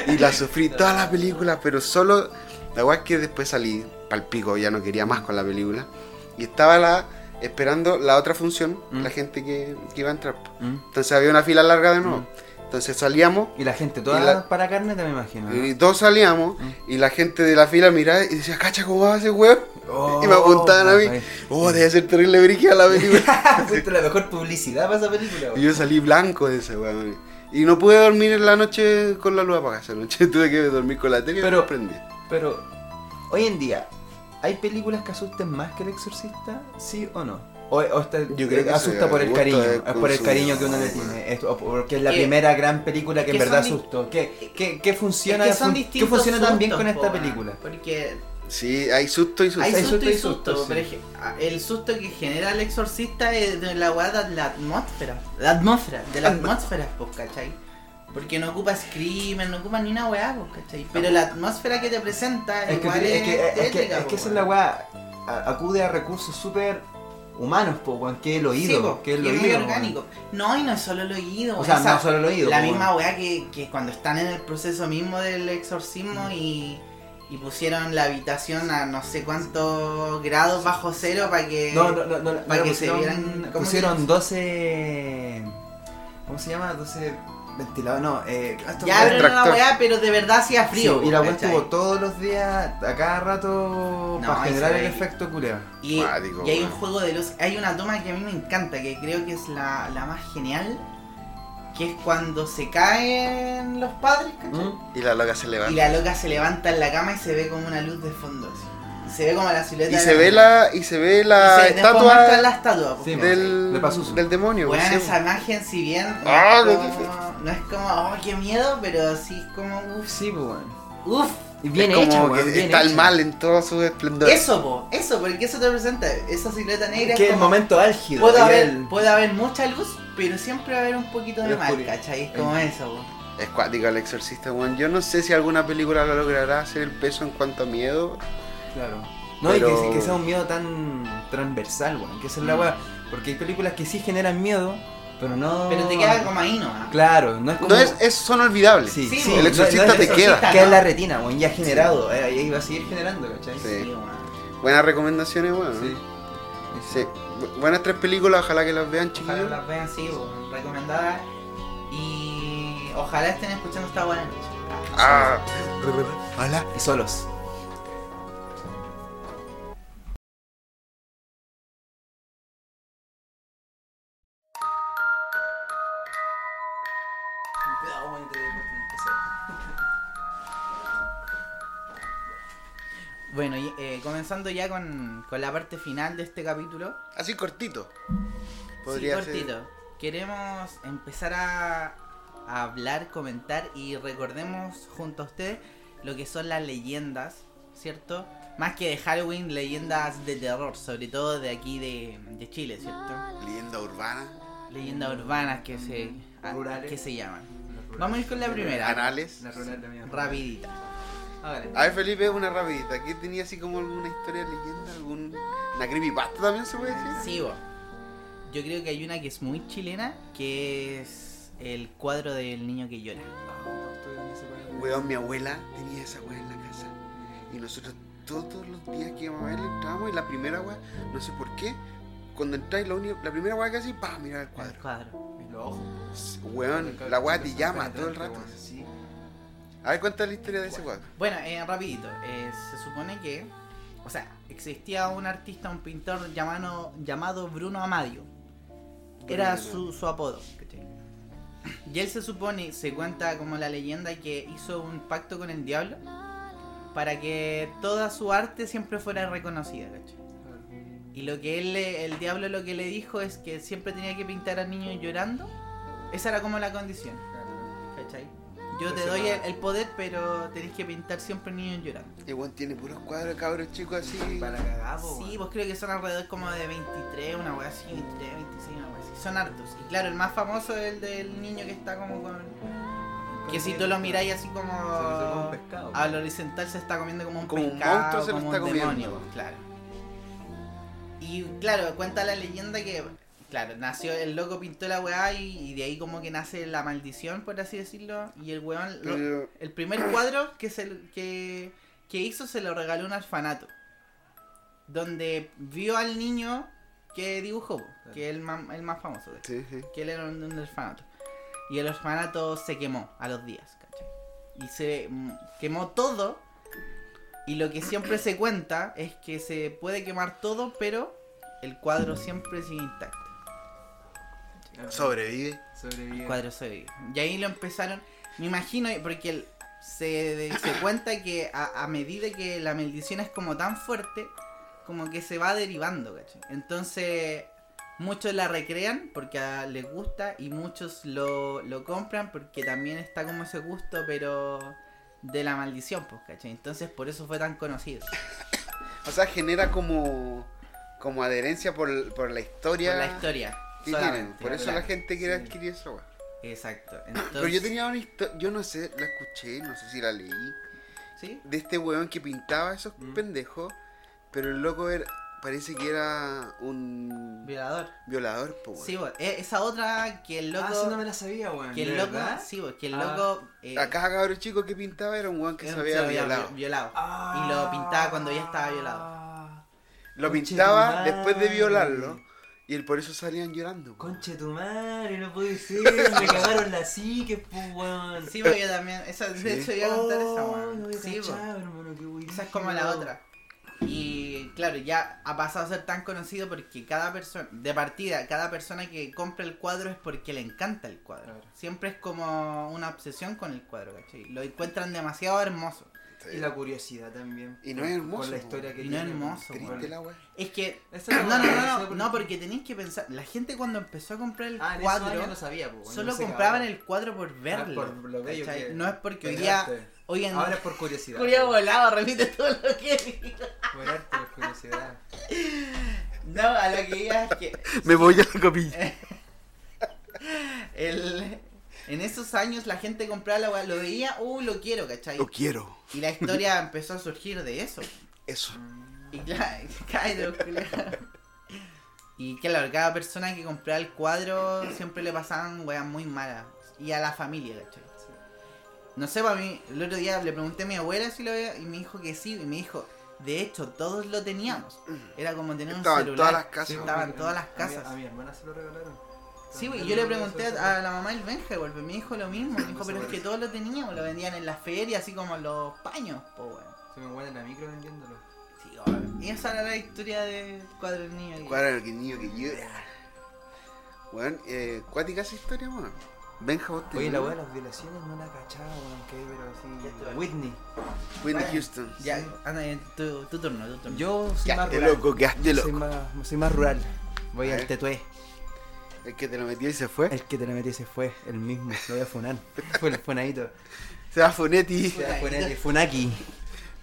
Speaker 2: y la sufrí toda la película, pero solo. La weá es que después salí pal pico, ya no quería más con la película. Y estaba la, esperando la otra función,
Speaker 5: Mm.
Speaker 2: la gente que, que iba a entrar. po.
Speaker 5: Mm.
Speaker 2: Entonces había una fila larga de nuevo. Entonces salíamos,
Speaker 5: Y la gente toda
Speaker 2: Y la-
Speaker 5: para carne, te me imagino. ¿no?
Speaker 2: y todos salíamos,
Speaker 5: Mm.
Speaker 2: y la gente de la fila miraba y decía, cacha, ¿cómo va ese weón?
Speaker 5: Oh,
Speaker 2: y me apuntaban a mí,
Speaker 5: ay.
Speaker 2: oh, debe ser terrible brígida la película.
Speaker 5: Fuiste la mejor publicidad para esa película.
Speaker 2: Y yo salí blanco de ese weón. Y Y no pude dormir en la noche con la luz apagada. Esa noche tuve que dormir con la tele
Speaker 5: Pero-
Speaker 2: pero prendí.
Speaker 5: Pero hoy en día, ¿hay películas que asusten más que El Exorcista? ¿Sí o no? O, o está- eh,
Speaker 2: Yo creo que
Speaker 5: asusta
Speaker 2: se
Speaker 5: por el
Speaker 2: gusta
Speaker 5: cariño,
Speaker 2: de
Speaker 5: es por el
Speaker 2: consumir.
Speaker 5: cariño que uno le tiene, es- o porque es la
Speaker 3: Que-
Speaker 5: primera gran película que en
Speaker 3: Eh, que
Speaker 5: verdad
Speaker 3: son di-
Speaker 5: asustó. ¿Qué, qué, qué funciona,
Speaker 3: Es que son
Speaker 5: fun-
Speaker 3: distintos
Speaker 5: qué funciona tan bien
Speaker 3: sustos,
Speaker 5: con esta
Speaker 3: po, weón,
Speaker 5: película?
Speaker 3: Porque
Speaker 2: Sí, hay susto y susto.
Speaker 3: hay
Speaker 5: hay
Speaker 3: susto,
Speaker 5: susto
Speaker 3: y
Speaker 5: y
Speaker 3: susto.
Speaker 5: susto,
Speaker 3: pero
Speaker 5: sí.
Speaker 3: es que, ah, el susto que genera el exorcista es de la weá de la atmósfera. La atmósfera, de la atmósfera, pues, ¿cachai? Porque no ocupa screamer, no ocupa ni una weá, pues, ¿cachai? Pero la atmósfera que te presenta
Speaker 5: Es que,
Speaker 3: igual
Speaker 5: es
Speaker 3: es,
Speaker 5: que, es que,
Speaker 3: tétrica,
Speaker 5: es que
Speaker 3: po,
Speaker 5: esa es la
Speaker 3: weón.
Speaker 5: weá, a- acude a recursos súper humanos, po, weón, que es el
Speaker 3: Sí,
Speaker 5: oído,
Speaker 3: po,
Speaker 5: que es el
Speaker 3: y es
Speaker 5: oído.
Speaker 3: muy
Speaker 5: weón.
Speaker 3: orgánico. No, y no es solo el oído.
Speaker 5: O sea,
Speaker 3: esa-
Speaker 5: no solo el oído.
Speaker 3: La
Speaker 5: po,
Speaker 3: misma weá que, que cuando están en el proceso mismo del
Speaker 5: Mm.
Speaker 3: exorcismo y, y pusieron la habitación a no sé cuántos grados bajo cero para que...
Speaker 5: No, no, no, no, no
Speaker 3: Eh, para
Speaker 5: la
Speaker 3: que se
Speaker 5: pusieron,
Speaker 3: vieran- ¿cómo se
Speaker 5: pusieron
Speaker 3: llama?
Speaker 5: 12. ¿Cómo se llama? 12 ventiladores. No, eh, esto-
Speaker 3: Ya
Speaker 2: abre
Speaker 3: abrieron la
Speaker 2: Extractor.
Speaker 3: weá, pero de verdad hacía
Speaker 5: Sí,
Speaker 3: frío.
Speaker 5: y la weá
Speaker 3: ¿cachai?
Speaker 5: estuvo todos los días, a cada rato,
Speaker 3: No,
Speaker 5: para
Speaker 3: ahí
Speaker 5: generar
Speaker 3: se
Speaker 5: el
Speaker 3: ve.
Speaker 5: efecto culeo.
Speaker 3: Y,
Speaker 2: Cuático,
Speaker 3: y hay un
Speaker 2: weón.
Speaker 3: juego de luz. Hay una toma que a mí me encanta, que creo que es la, la más genial, que es cuando se caen los padres, ¿cachai?
Speaker 2: Y la loca se
Speaker 3: Y
Speaker 2: levanta.
Speaker 3: la loca se levanta en la cama y se ve como una luz de fondo. así. Se ve como la silueta.
Speaker 2: Y
Speaker 3: de
Speaker 2: se ve la, y se ve
Speaker 3: y
Speaker 2: la
Speaker 3: se- después muestran
Speaker 2: estatua
Speaker 3: la estatua. pues,
Speaker 5: Sí,
Speaker 3: ¿cachai?
Speaker 2: del,
Speaker 5: de Pazuzu.
Speaker 2: del demonio. pues,
Speaker 3: Bueno,
Speaker 2: sí.
Speaker 3: esa imagen, si bien no,
Speaker 2: Ah,
Speaker 3: es
Speaker 2: lo
Speaker 3: como,
Speaker 2: que-
Speaker 3: no es como, oh, qué miedo, pero sí es como, uff,
Speaker 5: Sí, pues, weón.
Speaker 3: uff,
Speaker 5: Y
Speaker 2: Es
Speaker 5: bien
Speaker 2: como
Speaker 5: hecha,
Speaker 2: que
Speaker 5: weón. bien
Speaker 2: está el
Speaker 5: hecha.
Speaker 2: mal en todo su esplendor.
Speaker 3: eso, po, eso, porque eso te presenta, esa silueta negra. es
Speaker 5: Que el
Speaker 3: como-
Speaker 5: momento álgido.
Speaker 3: Puede
Speaker 5: ahí
Speaker 3: haber,
Speaker 5: el-
Speaker 3: puede haber mucha luz, pero siempre va a haber un poquito de
Speaker 5: Pero
Speaker 3: mal,
Speaker 5: oscuridad.
Speaker 3: ¿cachai? Es como eso, po.
Speaker 2: Es cuático el exorcista, weón. Yo no sé si alguna película lo logrará hacer el peso en cuanto a miedo.
Speaker 5: Claro. No, y
Speaker 2: Pero-
Speaker 5: que- que, sea un miedo tan transversal, weón. Que esa
Speaker 3: Mm.
Speaker 5: es la weá. Porque hay películas que sí generan miedo, pero no.
Speaker 3: Pero te queda como ahí, ¿no?
Speaker 5: Claro, no es como.
Speaker 2: No es, es- son olvidables.
Speaker 5: Sí,
Speaker 3: Sí,
Speaker 5: sí,
Speaker 3: sí.
Speaker 2: El exorcista
Speaker 5: No, no,
Speaker 2: te
Speaker 5: eso
Speaker 2: queda.
Speaker 3: exorcista.
Speaker 5: Queda en la retina, weón. Ya generado. eh, ahí va a seguir generando, ¿cachai?
Speaker 2: Sí.
Speaker 3: weón.
Speaker 2: Buenas recomendaciones, weón.
Speaker 5: Sí.
Speaker 2: Sí. Bu- Buenas tres películas, ojalá que las vean,
Speaker 3: Ojalá
Speaker 2: chiquillos.
Speaker 3: las vean, sí, po, recomendadas. Y ojalá estén escuchando esta buena noche.
Speaker 2: Ah.
Speaker 5: Y solos.
Speaker 3: Bueno, y, eh, comenzando ya con, con la parte final de este capítulo.
Speaker 2: Así cortito.
Speaker 3: sí, cortito. Queremos empezar a, a hablar, comentar y recordemos junto a ustedes lo que son las leyendas, ¿cierto? Más que de Halloween, leyendas de terror, sobre todo de aquí de, de Chile, ¿cierto?
Speaker 2: Leyenda urbana.
Speaker 3: Leyendas urbanas que se, a-
Speaker 5: Rurales.
Speaker 3: que se llaman. Vamos a ir con la primera,
Speaker 2: Anales.
Speaker 3: rapidita. Hágale.
Speaker 2: A ver, Felipe, una rapidita. ¿Qué tenía así como alguna historia de leyenda? ¿Algún... ¿Una creepypasta también se puede decir?
Speaker 3: Sí, bo. Yo creo que hay una que es muy chilena, que es el cuadro del niño que llora.
Speaker 2: Weón, mi abuela tenía esa weá en la casa. Y nosotros todos los días que íbamos a verla entrábamos y la primera weá, no sé por qué, cuando entráis, la, única- la primera weá que hacís, pa, mirar el
Speaker 3: El
Speaker 2: cuadro.
Speaker 3: cuadro.
Speaker 2: Weón, la weá te llama todo
Speaker 5: este
Speaker 2: el rato. A ver, cuéntale la historia de ese cuadro.
Speaker 3: Bueno, eh, rapidito. eh, se supone que, o sea, existía un artista, un pintor llamado, llamado Bruno Amadio. Era
Speaker 2: Bruno.
Speaker 3: su, su apodo. ¿cachai? Y él se supone, se cuenta como la leyenda que hizo un pacto con el diablo para que toda su arte siempre fuera reconocida, ¿cachai? Y lo que él, le- el diablo lo que le dijo es que siempre tenía que pintar al niño llorando. Esa era como la condición. ¿Cachai? Yo te doy el, el poder, pero tenés que pintar siempre al niño llorando.
Speaker 2: El weón tiene puros cuadros, cabros chicos así.
Speaker 5: Para
Speaker 2: Ah,
Speaker 5: cagar,
Speaker 2: pues,
Speaker 3: Sí, vos creo que son alrededor como de 23, una wea así, 23, 26, una wea así. Son hartos. Y claro, el más famoso es el del niño que está como con... Que si tú lo miráis así como...
Speaker 5: un pescado.
Speaker 3: Al horizontal se está comiendo como un
Speaker 2: pues. Como un
Speaker 3: pescado,
Speaker 2: monstruo se lo
Speaker 3: como
Speaker 2: está
Speaker 3: un
Speaker 2: comiendo.
Speaker 3: demonio, pues, claro. Y claro, cuenta la leyenda que, claro, nació el loco pintó la weá y, y de ahí como que nace la maldición, por así decirlo. Y el weón, lo-
Speaker 2: Pero-
Speaker 3: el primer cuadro que, se, que, que hizo se lo regaló a un orfanato. Donde vio al niño que dibujó, po, que es el, mam- el más famoso. de hecho
Speaker 2: Sí, sí.
Speaker 3: que él era un, un orfanato. Y el orfanato se quemó a los días, ¿cachai? Y se mm, quemó todo. Y lo que siempre se cuenta es que se puede quemar todo, pero el cuadro siempre sigue intacto.
Speaker 2: Sobrevive.
Speaker 5: Sobrevive.
Speaker 3: cuadro sobrevive. Y ahí lo empezaron, me imagino, porque el- se, de- se cuenta que a, a medida que la maldición es como tan fuerte, como que se va derivando, ¿cachai? Entonces, muchos la recrean porque a- les gusta y muchos lo, lo compran porque también está como ese gusto, pero de la maldición, pues, ¿cachai? Entonces, por eso fue tan conocido.
Speaker 2: O sea, genera como, como adherencia por, por la historia.
Speaker 3: Por la historia.
Speaker 2: que tienen.
Speaker 3: solamente,
Speaker 2: Por eso
Speaker 3: claro.
Speaker 2: la gente quiere adquirir eso, weón.
Speaker 3: Exacto. Entonces,
Speaker 2: Pero yo tenía una historia, yo no sé, la escuché, no sé si la leí,
Speaker 3: ¿Sí?
Speaker 2: de este weón que pintaba esos pendejos, pero el loco era, parece que era un
Speaker 3: Violador.
Speaker 2: violador, po, weón.
Speaker 3: Sí, bo, e- esa otra que el loco.
Speaker 5: Ah, sí, no me la sabía, weón.
Speaker 3: que el
Speaker 5: ¿De
Speaker 3: loco.
Speaker 5: verdad?
Speaker 3: Sí, bo, que el
Speaker 5: Ah.
Speaker 3: loco. eh,
Speaker 2: Acá cabrón chico que pintaba era un weón que se había violado.
Speaker 3: vi- violado.
Speaker 5: Ah.
Speaker 3: Y lo pintaba cuando ya estaba violado.
Speaker 2: Lo
Speaker 5: Conche tu
Speaker 2: pintaba
Speaker 5: madre.
Speaker 2: después de violarlo y él por eso salían llorando. po.
Speaker 5: Conche tu madre, no puede ser. Me cagaron la psique, pues, weón.
Speaker 3: Sí, bo, yo también. Esa, de hecho, iba a contar esa,
Speaker 5: Oh,
Speaker 3: weón.
Speaker 5: no había
Speaker 3: Sí, bo.
Speaker 5: cachado, hermano, qué
Speaker 3: Esa es como la
Speaker 5: brígido.
Speaker 3: otra. Y claro, ya ha pasado a ser tan conocido porque cada persona, de partida, cada persona que compra el cuadro es porque le encanta el cuadro.
Speaker 5: Claro.
Speaker 3: Siempre es como una obsesión con el cuadro, ¿cachai? Lo encuentran demasiado hermoso.
Speaker 5: Y
Speaker 2: Sí.
Speaker 5: la curiosidad también.
Speaker 2: Y no es hermoso,
Speaker 5: Con la
Speaker 2: po.
Speaker 5: historia que
Speaker 3: Y no
Speaker 5: tiene,
Speaker 3: es hermoso,
Speaker 5: weón.
Speaker 2: Triste la weá.
Speaker 3: Es que...
Speaker 5: Esa es
Speaker 3: No,
Speaker 5: la
Speaker 3: no,
Speaker 5: weá, esa
Speaker 3: no, no,
Speaker 5: es la
Speaker 3: no,
Speaker 5: curiosidad.
Speaker 3: porque tenéis que pensar, la gente cuando empezó a comprar el
Speaker 5: Ah, en esos
Speaker 3: cuadro,
Speaker 5: años no sabía, po, weón,
Speaker 3: solo
Speaker 5: Pues no sé,
Speaker 3: compraban
Speaker 5: ahora.
Speaker 3: el cuadro por verlo.
Speaker 5: Ah, por lo bello
Speaker 3: ¿cachai?
Speaker 5: que-
Speaker 3: No es porque hoy
Speaker 5: por
Speaker 3: día,
Speaker 5: arte.
Speaker 3: hoy en
Speaker 5: Ahora es por curiosidad.
Speaker 3: Julio volado, repite todo lo que digo.
Speaker 5: Por arte, por curiosidad.
Speaker 3: No, a lo que iba es que
Speaker 2: Me voy a la copilla.
Speaker 3: El- en esos años la gente compraba la weá, lo veía, uh, lo quiero, ¿cachai?
Speaker 2: Lo quiero.
Speaker 3: Y la historia empezó a surgir de eso.
Speaker 2: Eso.
Speaker 5: Ah,
Speaker 3: Y claro, cállate, pues, culiao. Y claro, cada persona que compraba el cuadro siempre le pasaban weas muy malas. Y a la familia, ¿cachai? No sé, para mí, el otro día le pregunté a mi abuela si lo veía y me dijo que sí. Y me dijo, de hecho, todos lo teníamos. Era como tener un
Speaker 2: Mm. Estaba en
Speaker 3: celular.
Speaker 2: todas las casas.
Speaker 5: Sí,
Speaker 3: Estaba en
Speaker 5: weón.
Speaker 3: todas las
Speaker 5: A mi-
Speaker 3: casas.
Speaker 5: A mi, hermana se lo regalaron.
Speaker 3: Sí,
Speaker 5: También
Speaker 3: y
Speaker 2: Mm.
Speaker 3: yo
Speaker 5: me
Speaker 3: le
Speaker 5: lo
Speaker 3: pregunté
Speaker 5: hizo-
Speaker 3: a la mamá del Benja, güey, pero me dijo lo mismo, me dijo,
Speaker 5: Pues
Speaker 3: pero es que
Speaker 5: parece.
Speaker 3: todos lo teníamos, lo vendían en la feria, así como los paños, po, güey.
Speaker 5: Se me guarda en la micro vendiéndolo.
Speaker 3: Sí, güey. Y esa era la historia de Cuadro del Niño. Guía.
Speaker 2: Cuadra el niño que llora. Weón, eh, cuática esa historia, weón. Benja, vos
Speaker 5: Oye,
Speaker 2: tenías-
Speaker 5: la weá de las violaciones no la cachaba, weón, que
Speaker 3: Ya
Speaker 5: pero
Speaker 3: estoy.
Speaker 5: así. Whitney.
Speaker 2: Whitney
Speaker 3: Bueno,
Speaker 2: Houston.
Speaker 3: Ya, anda, eh, tu, tu turno, tu turno.
Speaker 5: Yo soy
Speaker 2: Quedaste
Speaker 5: más rural.
Speaker 2: loco, quedaste
Speaker 5: Yo soy
Speaker 2: loco. Eh.
Speaker 5: más, soy más rural. Voy
Speaker 2: A
Speaker 5: al
Speaker 2: ver.
Speaker 5: tetué.
Speaker 2: El que te lo metió y se fue.
Speaker 5: El que te la metí se fue, el mismo. Lo voy a funar. Fue el funadito.
Speaker 2: Se va Funetti.
Speaker 5: Se va a poner el funaki.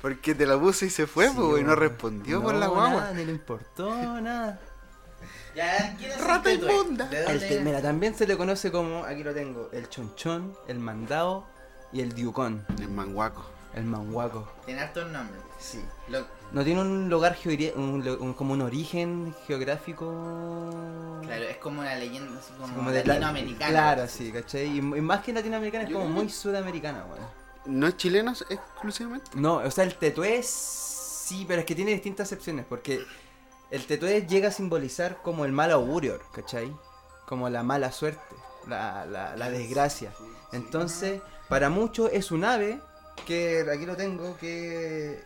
Speaker 2: Porque te la puso y se fue,
Speaker 5: Sí,
Speaker 2: po, güey. No
Speaker 5: weón.
Speaker 2: respondió por la
Speaker 5: No,
Speaker 2: guagua.
Speaker 5: Nada, ni le importó, nada.
Speaker 3: Ya, ¿quién es el
Speaker 2: Rata
Speaker 3: tetué?
Speaker 2: inmunda.
Speaker 3: ¿De
Speaker 5: El
Speaker 3: dónde
Speaker 5: te-
Speaker 3: viene?
Speaker 5: mira, también se le conoce como, aquí lo tengo, el chonchón, el mandao y el diucón,
Speaker 2: El manguaco.
Speaker 5: el manguaco.
Speaker 3: Tiene hartos nombres.
Speaker 5: Sí.
Speaker 3: Lo-
Speaker 5: No tiene un lugar, geogra- un lo- un- como un origen geográfico.
Speaker 3: claro, es como una leyenda, así como,
Speaker 5: Así como de la-
Speaker 3: latinoamericana.
Speaker 5: Claro, sí, ¿cachai? Y, y más que latinoamericana, es como muy sudamericana, weón.
Speaker 2: ¿No es chileno exclusivamente?
Speaker 5: No, o sea, el tetué es... sí, pero es que tiene distintas acepciones, porque el tetué llega a simbolizar como el mal augurio, ¿cachai? Como la mala suerte, la, la- la desgracia. Entonces, para muchos es un ave, que aquí lo tengo, que...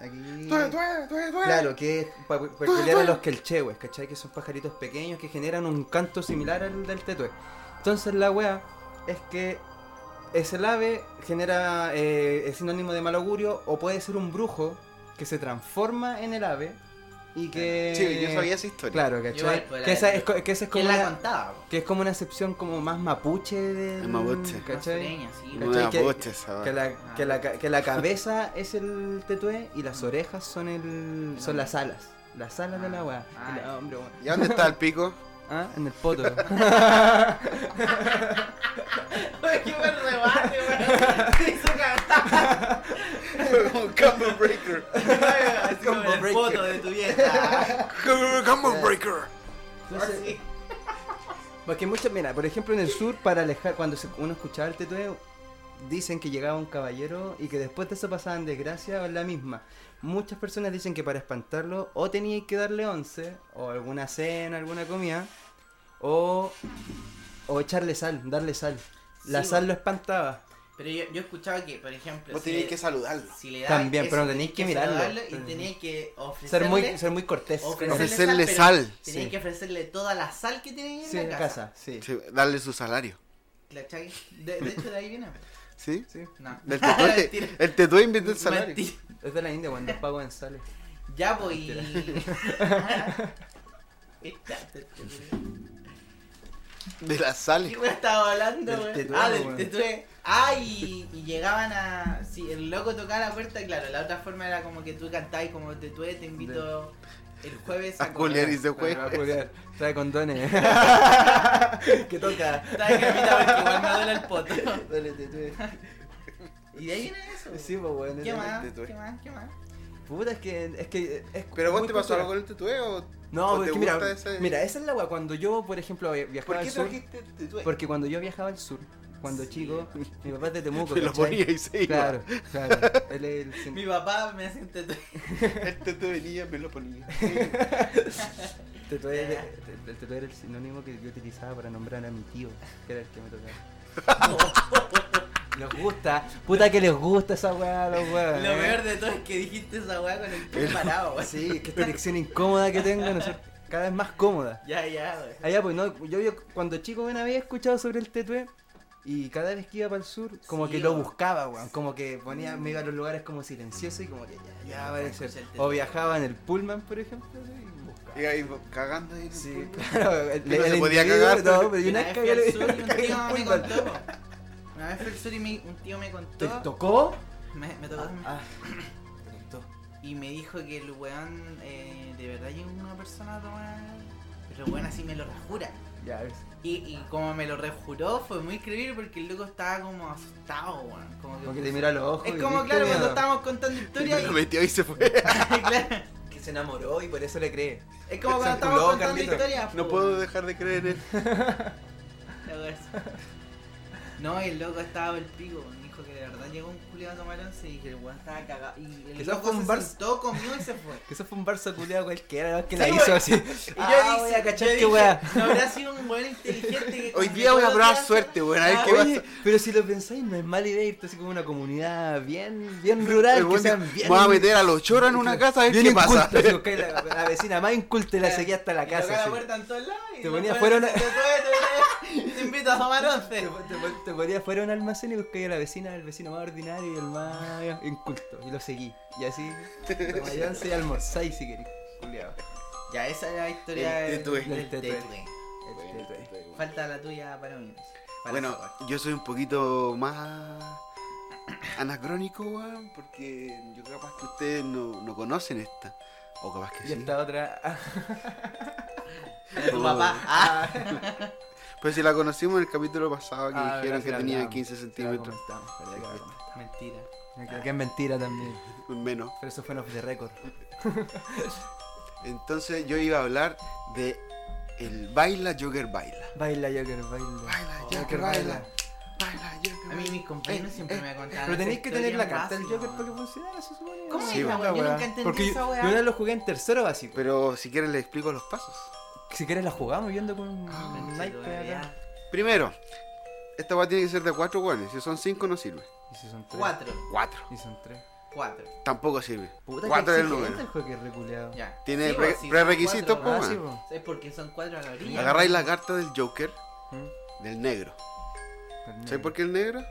Speaker 5: Aquí... Claro, que es pa- pa- peculiar a los quelchehues, ¿cachai? Que son pajaritos pequeños que generan un canto similar al del tetué. Entonces la wea es que es el ave, genera eh, es sinónimo de mal augurio, o puede ser un brujo que se transforma en el ave y que...
Speaker 2: Sí, yo sabía esa historia.
Speaker 5: Claro,
Speaker 3: Igual,
Speaker 5: ¿cachai?
Speaker 3: pues, la-
Speaker 5: que, esa es, co- que esa es
Speaker 3: ¿Quién
Speaker 5: como
Speaker 3: la
Speaker 5: una,
Speaker 3: contaba? po?
Speaker 5: que es como una acepción como más mapuche del...
Speaker 2: Es mapuche.
Speaker 5: ¿Cachai?
Speaker 3: Más sureña, sí,
Speaker 5: ¿Cachai?
Speaker 2: Una
Speaker 5: Que-
Speaker 2: bocha esa,
Speaker 5: Que
Speaker 2: weón.
Speaker 5: la, que, la, ca- que la cabeza es el tetué y las orejas son el son las alas. Las alas de la weá.
Speaker 3: Ah. Ah,
Speaker 5: Y la-
Speaker 3: ya.
Speaker 5: hombre, weón.
Speaker 2: ¿Y dónde está el pico?
Speaker 5: Ah, en el poto.
Speaker 3: güey. ¡Qué buen rebate, güey! Se hizo cantar.
Speaker 2: Fue como un combo breaker.
Speaker 3: Así como
Speaker 5: Combo
Speaker 3: en el
Speaker 5: breaker.
Speaker 3: foto de tu vieja. Pues
Speaker 2: Combo breaker.
Speaker 5: Entonces, porque muchos, mira, por ejemplo en el sur, para alejar, cuando se- uno escuchaba el tetué, dicen que llegaba un caballero y que después de eso pasaban desgracia o la misma. Muchas personas dicen que para espantarlo o tenía que darle once, o alguna cena, alguna comida, o, o echarle sal, darle sal. La
Speaker 3: Sí,
Speaker 5: sal
Speaker 3: bo-
Speaker 5: lo espantaba.
Speaker 3: Pero yo, yo escuchaba que, por ejemplo,
Speaker 2: Vos tenéis
Speaker 3: le-
Speaker 2: que saludarlo.
Speaker 3: si le das
Speaker 5: También,
Speaker 3: eso,
Speaker 5: pero tenéis que mirarlo.
Speaker 3: saludarlo Y
Speaker 5: Mm.
Speaker 3: tenéis que ofrecerle,
Speaker 5: Ser muy, ser muy cortés.
Speaker 3: ofrecerle,
Speaker 2: Ofrecerle
Speaker 3: sal.
Speaker 2: sal,
Speaker 3: pero Tenéis
Speaker 5: sí.
Speaker 3: que ofrecerle toda la sal que tenéis en
Speaker 5: Sí,
Speaker 3: la casa.
Speaker 5: sí.
Speaker 2: Sí, darle su salario.
Speaker 3: ¿Cachai? De, de hecho, de ahí viene.
Speaker 2: ¿Sí?
Speaker 3: No.
Speaker 2: Del tetué.
Speaker 3: Mentira.
Speaker 2: el tetué inventó el salario.
Speaker 3: Mentira.
Speaker 5: Es de la India, cuando Paco González.
Speaker 3: Ya voy.
Speaker 2: De la sal.
Speaker 3: ¿Qué weón estaba hablando,
Speaker 5: Del
Speaker 3: weón?
Speaker 5: tetué,
Speaker 3: Ah, del
Speaker 5: weón.
Speaker 3: tetué. Ah, y, y llegaban a. Si el loco tocaba la puerta, claro, la otra forma era como que tú cantabas como tetué, te invito el jueves
Speaker 2: A
Speaker 3: a
Speaker 2: culiar
Speaker 3: comer.
Speaker 2: y se
Speaker 5: Bueno, va a
Speaker 2: fue.
Speaker 5: culiar. Trae condones. que toca.
Speaker 3: Estaba en camita porque igual me duele el poto.
Speaker 5: Dale, te tuve.
Speaker 3: Y de ahí viene eso.
Speaker 5: Sí, pues bueno.
Speaker 3: ¿Qué
Speaker 5: es-
Speaker 3: más?
Speaker 2: tetué.
Speaker 3: ¿Qué más? ¿Qué más?
Speaker 5: Puta, es que. Es que es
Speaker 2: ¿Pero vos
Speaker 5: muy
Speaker 2: te pasó
Speaker 5: cultural.
Speaker 2: algo con el tetué o.?
Speaker 5: No,
Speaker 2: o
Speaker 5: porque
Speaker 2: te
Speaker 5: mira,
Speaker 2: gusta ese-
Speaker 5: mira, esa es la weá. Cuando yo, por ejemplo, viajaba
Speaker 2: ¿Por qué
Speaker 5: al sur.
Speaker 2: trajiste tetué?
Speaker 5: Porque cuando yo viajaba al sur, cuando chico, mi papá es de Temuco.
Speaker 2: Te lo
Speaker 5: ¿cachai?
Speaker 2: ponía y se iba.
Speaker 5: Claro, claro. Él es el sin-
Speaker 3: Mi papá me hace un tetué.
Speaker 2: El tetué venía, me lo ponía.
Speaker 5: Tetué era- el tetué era el sinónimo que yo utilizaba para nombrar a mi tío, que era el que me tocaba. les gusta, puta que les gusta esa weá, los weá.
Speaker 3: Lo peor de todo es que dijiste esa weá con el pie parado, weón.
Speaker 5: Ah. Sí, es que esta elección incómoda que tengo, no sé, cada vez más cómoda.
Speaker 3: Ya, ya, weón.
Speaker 5: Allá, pues no, yo, yo cuando chico bueno, había escuchado sobre el tetué. Y cada vez que iba para el sur, como
Speaker 3: Sí,
Speaker 5: que lo
Speaker 3: weón.
Speaker 5: buscaba, weón. Como que ponía, me iba a los lugares como silencioso y como que ya, ya va a aparecer.
Speaker 3: escuchar el tetué.
Speaker 5: O viajaba en el pullman, por ejemplo, así, y buscaba.
Speaker 2: Y ahí cagando ahí.
Speaker 5: Sí, claro.
Speaker 2: Que no se podía cagar.
Speaker 5: No, pero yo
Speaker 3: Y
Speaker 5: una
Speaker 3: una
Speaker 5: vez
Speaker 3: vez fui
Speaker 5: cagué
Speaker 3: al sur y un
Speaker 5: cagué
Speaker 3: tío
Speaker 5: en
Speaker 3: me
Speaker 5: Pullman.
Speaker 3: contó. po. Una vez fui al sur y mi- un tío me
Speaker 5: ¿Te
Speaker 3: contó.
Speaker 5: tocó?
Speaker 3: Me, me tocó.
Speaker 5: Ah,
Speaker 3: Y me dijo que el weón eh, de verdad llegó una persona a tomar. Pero el weón así me lo rejura.
Speaker 5: ya ves.
Speaker 3: Y, y como me lo rejuró fue muy creíble porque el loco estaba como asustado, weón. Como que,
Speaker 5: Como que te mira a los ojos.
Speaker 3: es
Speaker 5: y
Speaker 3: como
Speaker 5: viste,
Speaker 3: claro cuando
Speaker 5: mira.
Speaker 3: estábamos contando historias
Speaker 2: Me lo
Speaker 3: y
Speaker 2: metió y se fue.
Speaker 3: claro,
Speaker 5: Que se enamoró y por eso le cree.
Speaker 3: es como cuando
Speaker 5: Se
Speaker 3: estábamos
Speaker 5: culó,
Speaker 3: contando
Speaker 5: Carlito.
Speaker 3: historias.
Speaker 2: No
Speaker 3: po,
Speaker 2: puedo
Speaker 3: weón.
Speaker 2: dejar de creer en él.
Speaker 3: La wea así. No, el loco estaba el pico, me dijo que de verdad llegó un culiado a tomar once y que el weón estaba cagado. Y el
Speaker 5: Quizás
Speaker 3: loco
Speaker 5: fue un bar-
Speaker 3: se sentó, comió y se fue.
Speaker 5: Que eso fue un Barça culiado cualquiera, ¿no? que la
Speaker 3: Sí,
Speaker 5: hizo
Speaker 3: güey.
Speaker 5: así.
Speaker 3: Y
Speaker 5: Ah, voy a cachar qué wea.
Speaker 3: no habrá sido un weón inteligente que
Speaker 2: Hoy
Speaker 3: como
Speaker 2: día
Speaker 3: que
Speaker 2: voy a
Speaker 3: todos
Speaker 2: probar
Speaker 3: días-
Speaker 2: suerte, weón. A ver
Speaker 3: Ah,
Speaker 2: qué pasa.
Speaker 5: Oye, pero si lo pensáis, no es mala idea irte así como a una comunidad bien, bien rural, que
Speaker 2: El weón dijo,
Speaker 5: sean bien...
Speaker 2: Voy a meter a los choros en una casa a ver
Speaker 5: bien
Speaker 2: qué pasa.
Speaker 5: incultos, así, buscáis la, la vecina más inculta y la seguía hasta la
Speaker 3: y tocaba
Speaker 5: casa.
Speaker 3: la
Speaker 5: así.
Speaker 3: puerta en todos lados y
Speaker 5: Te
Speaker 3: los
Speaker 5: ponía
Speaker 3: weones
Speaker 5: fuera una-
Speaker 3: se te- te- te- Te invito a tomar
Speaker 5: Te,
Speaker 3: once.
Speaker 5: te, te ponías fuera de un almacén y buscáis a la vecina, el vecino más ordinario y el más inculto. Y lo seguí. Y así, tomáis y almorzáis si queréis. Culeado.
Speaker 3: Ya, esa era la historia
Speaker 2: El
Speaker 3: del-
Speaker 2: tetué.
Speaker 3: del
Speaker 5: El tetué.
Speaker 3: tetué.
Speaker 5: Este,
Speaker 3: Falta la tuya para mí. Para
Speaker 2: Bueno,
Speaker 3: esa wea.
Speaker 2: yo soy un poquito más anacrónico, weón, porque yo capaz que ustedes no, no conocen esta. O capaz que
Speaker 5: Y
Speaker 2: sí.
Speaker 5: esta otra. ah,
Speaker 3: Era tu papá. Ah,
Speaker 2: Pero pues si la conocimos en el capítulo pasado que
Speaker 5: ah,
Speaker 2: dijeron
Speaker 5: sí
Speaker 2: que
Speaker 5: la
Speaker 2: tenía
Speaker 5: hablamos,
Speaker 2: 15
Speaker 5: sí la
Speaker 2: centímetros
Speaker 5: comentamos, verdad que la comentamos.
Speaker 3: mentira.
Speaker 5: Que- Que es mentira también.
Speaker 2: menos.
Speaker 5: Pero eso fue en off the record.
Speaker 2: Entonces yo iba a hablar de el baila, Joker baila.
Speaker 5: Baila, Joker, baila.
Speaker 2: Baila,
Speaker 5: Oh, Joker, baila.
Speaker 2: Baila, Joker,
Speaker 3: A mí mis compañeros
Speaker 2: Eh,
Speaker 3: siempre
Speaker 2: eh,
Speaker 3: me contaban.
Speaker 5: Pero tenéis
Speaker 3: esa
Speaker 5: que tener la
Speaker 3: historia
Speaker 5: carta del
Speaker 3: básica,
Speaker 5: Joker para que
Speaker 3: weón.
Speaker 5: funcionara, se supone.
Speaker 3: ¿Cómo
Speaker 2: Sí,
Speaker 3: es la
Speaker 2: weón.
Speaker 3: weá? Yo
Speaker 5: weá.
Speaker 3: nunca entendí
Speaker 5: Porque yo,
Speaker 3: esa
Speaker 5: yo
Speaker 3: weá.
Speaker 5: una vez lo jugué en tercero básico.
Speaker 2: Pero si quieren les explico los pasos.
Speaker 5: Si quieres la jugamos viendo con un
Speaker 2: Ah,
Speaker 3: Conchito,
Speaker 5: naipe acá.
Speaker 3: ya.
Speaker 2: Primero, esta weá tiene que ser de cuatro weones. Si son cinco no sirve.
Speaker 5: Y si son tres.
Speaker 3: Cuatro.
Speaker 2: Cuatro.
Speaker 5: Y son tres.
Speaker 3: Cuatro.
Speaker 2: Tampoco sirve.
Speaker 5: Puta
Speaker 2: cuatro
Speaker 5: que
Speaker 2: es el
Speaker 5: exigente
Speaker 2: número.
Speaker 5: el Joker reculeado.
Speaker 3: Ya.
Speaker 2: Tiene
Speaker 3: Sí,
Speaker 2: pre-
Speaker 3: pues, si son
Speaker 2: prerequisitos,
Speaker 3: cuatro,
Speaker 2: po.
Speaker 5: Ah,
Speaker 2: Toma.
Speaker 5: sí, po.
Speaker 3: ¿Sabes por qué son cuatro a la orilla?
Speaker 2: Agarráis la carta del Joker,
Speaker 5: ¿Mm?
Speaker 2: del negro.
Speaker 5: Pero
Speaker 2: ¿Sabes
Speaker 5: no,
Speaker 2: por qué el negro?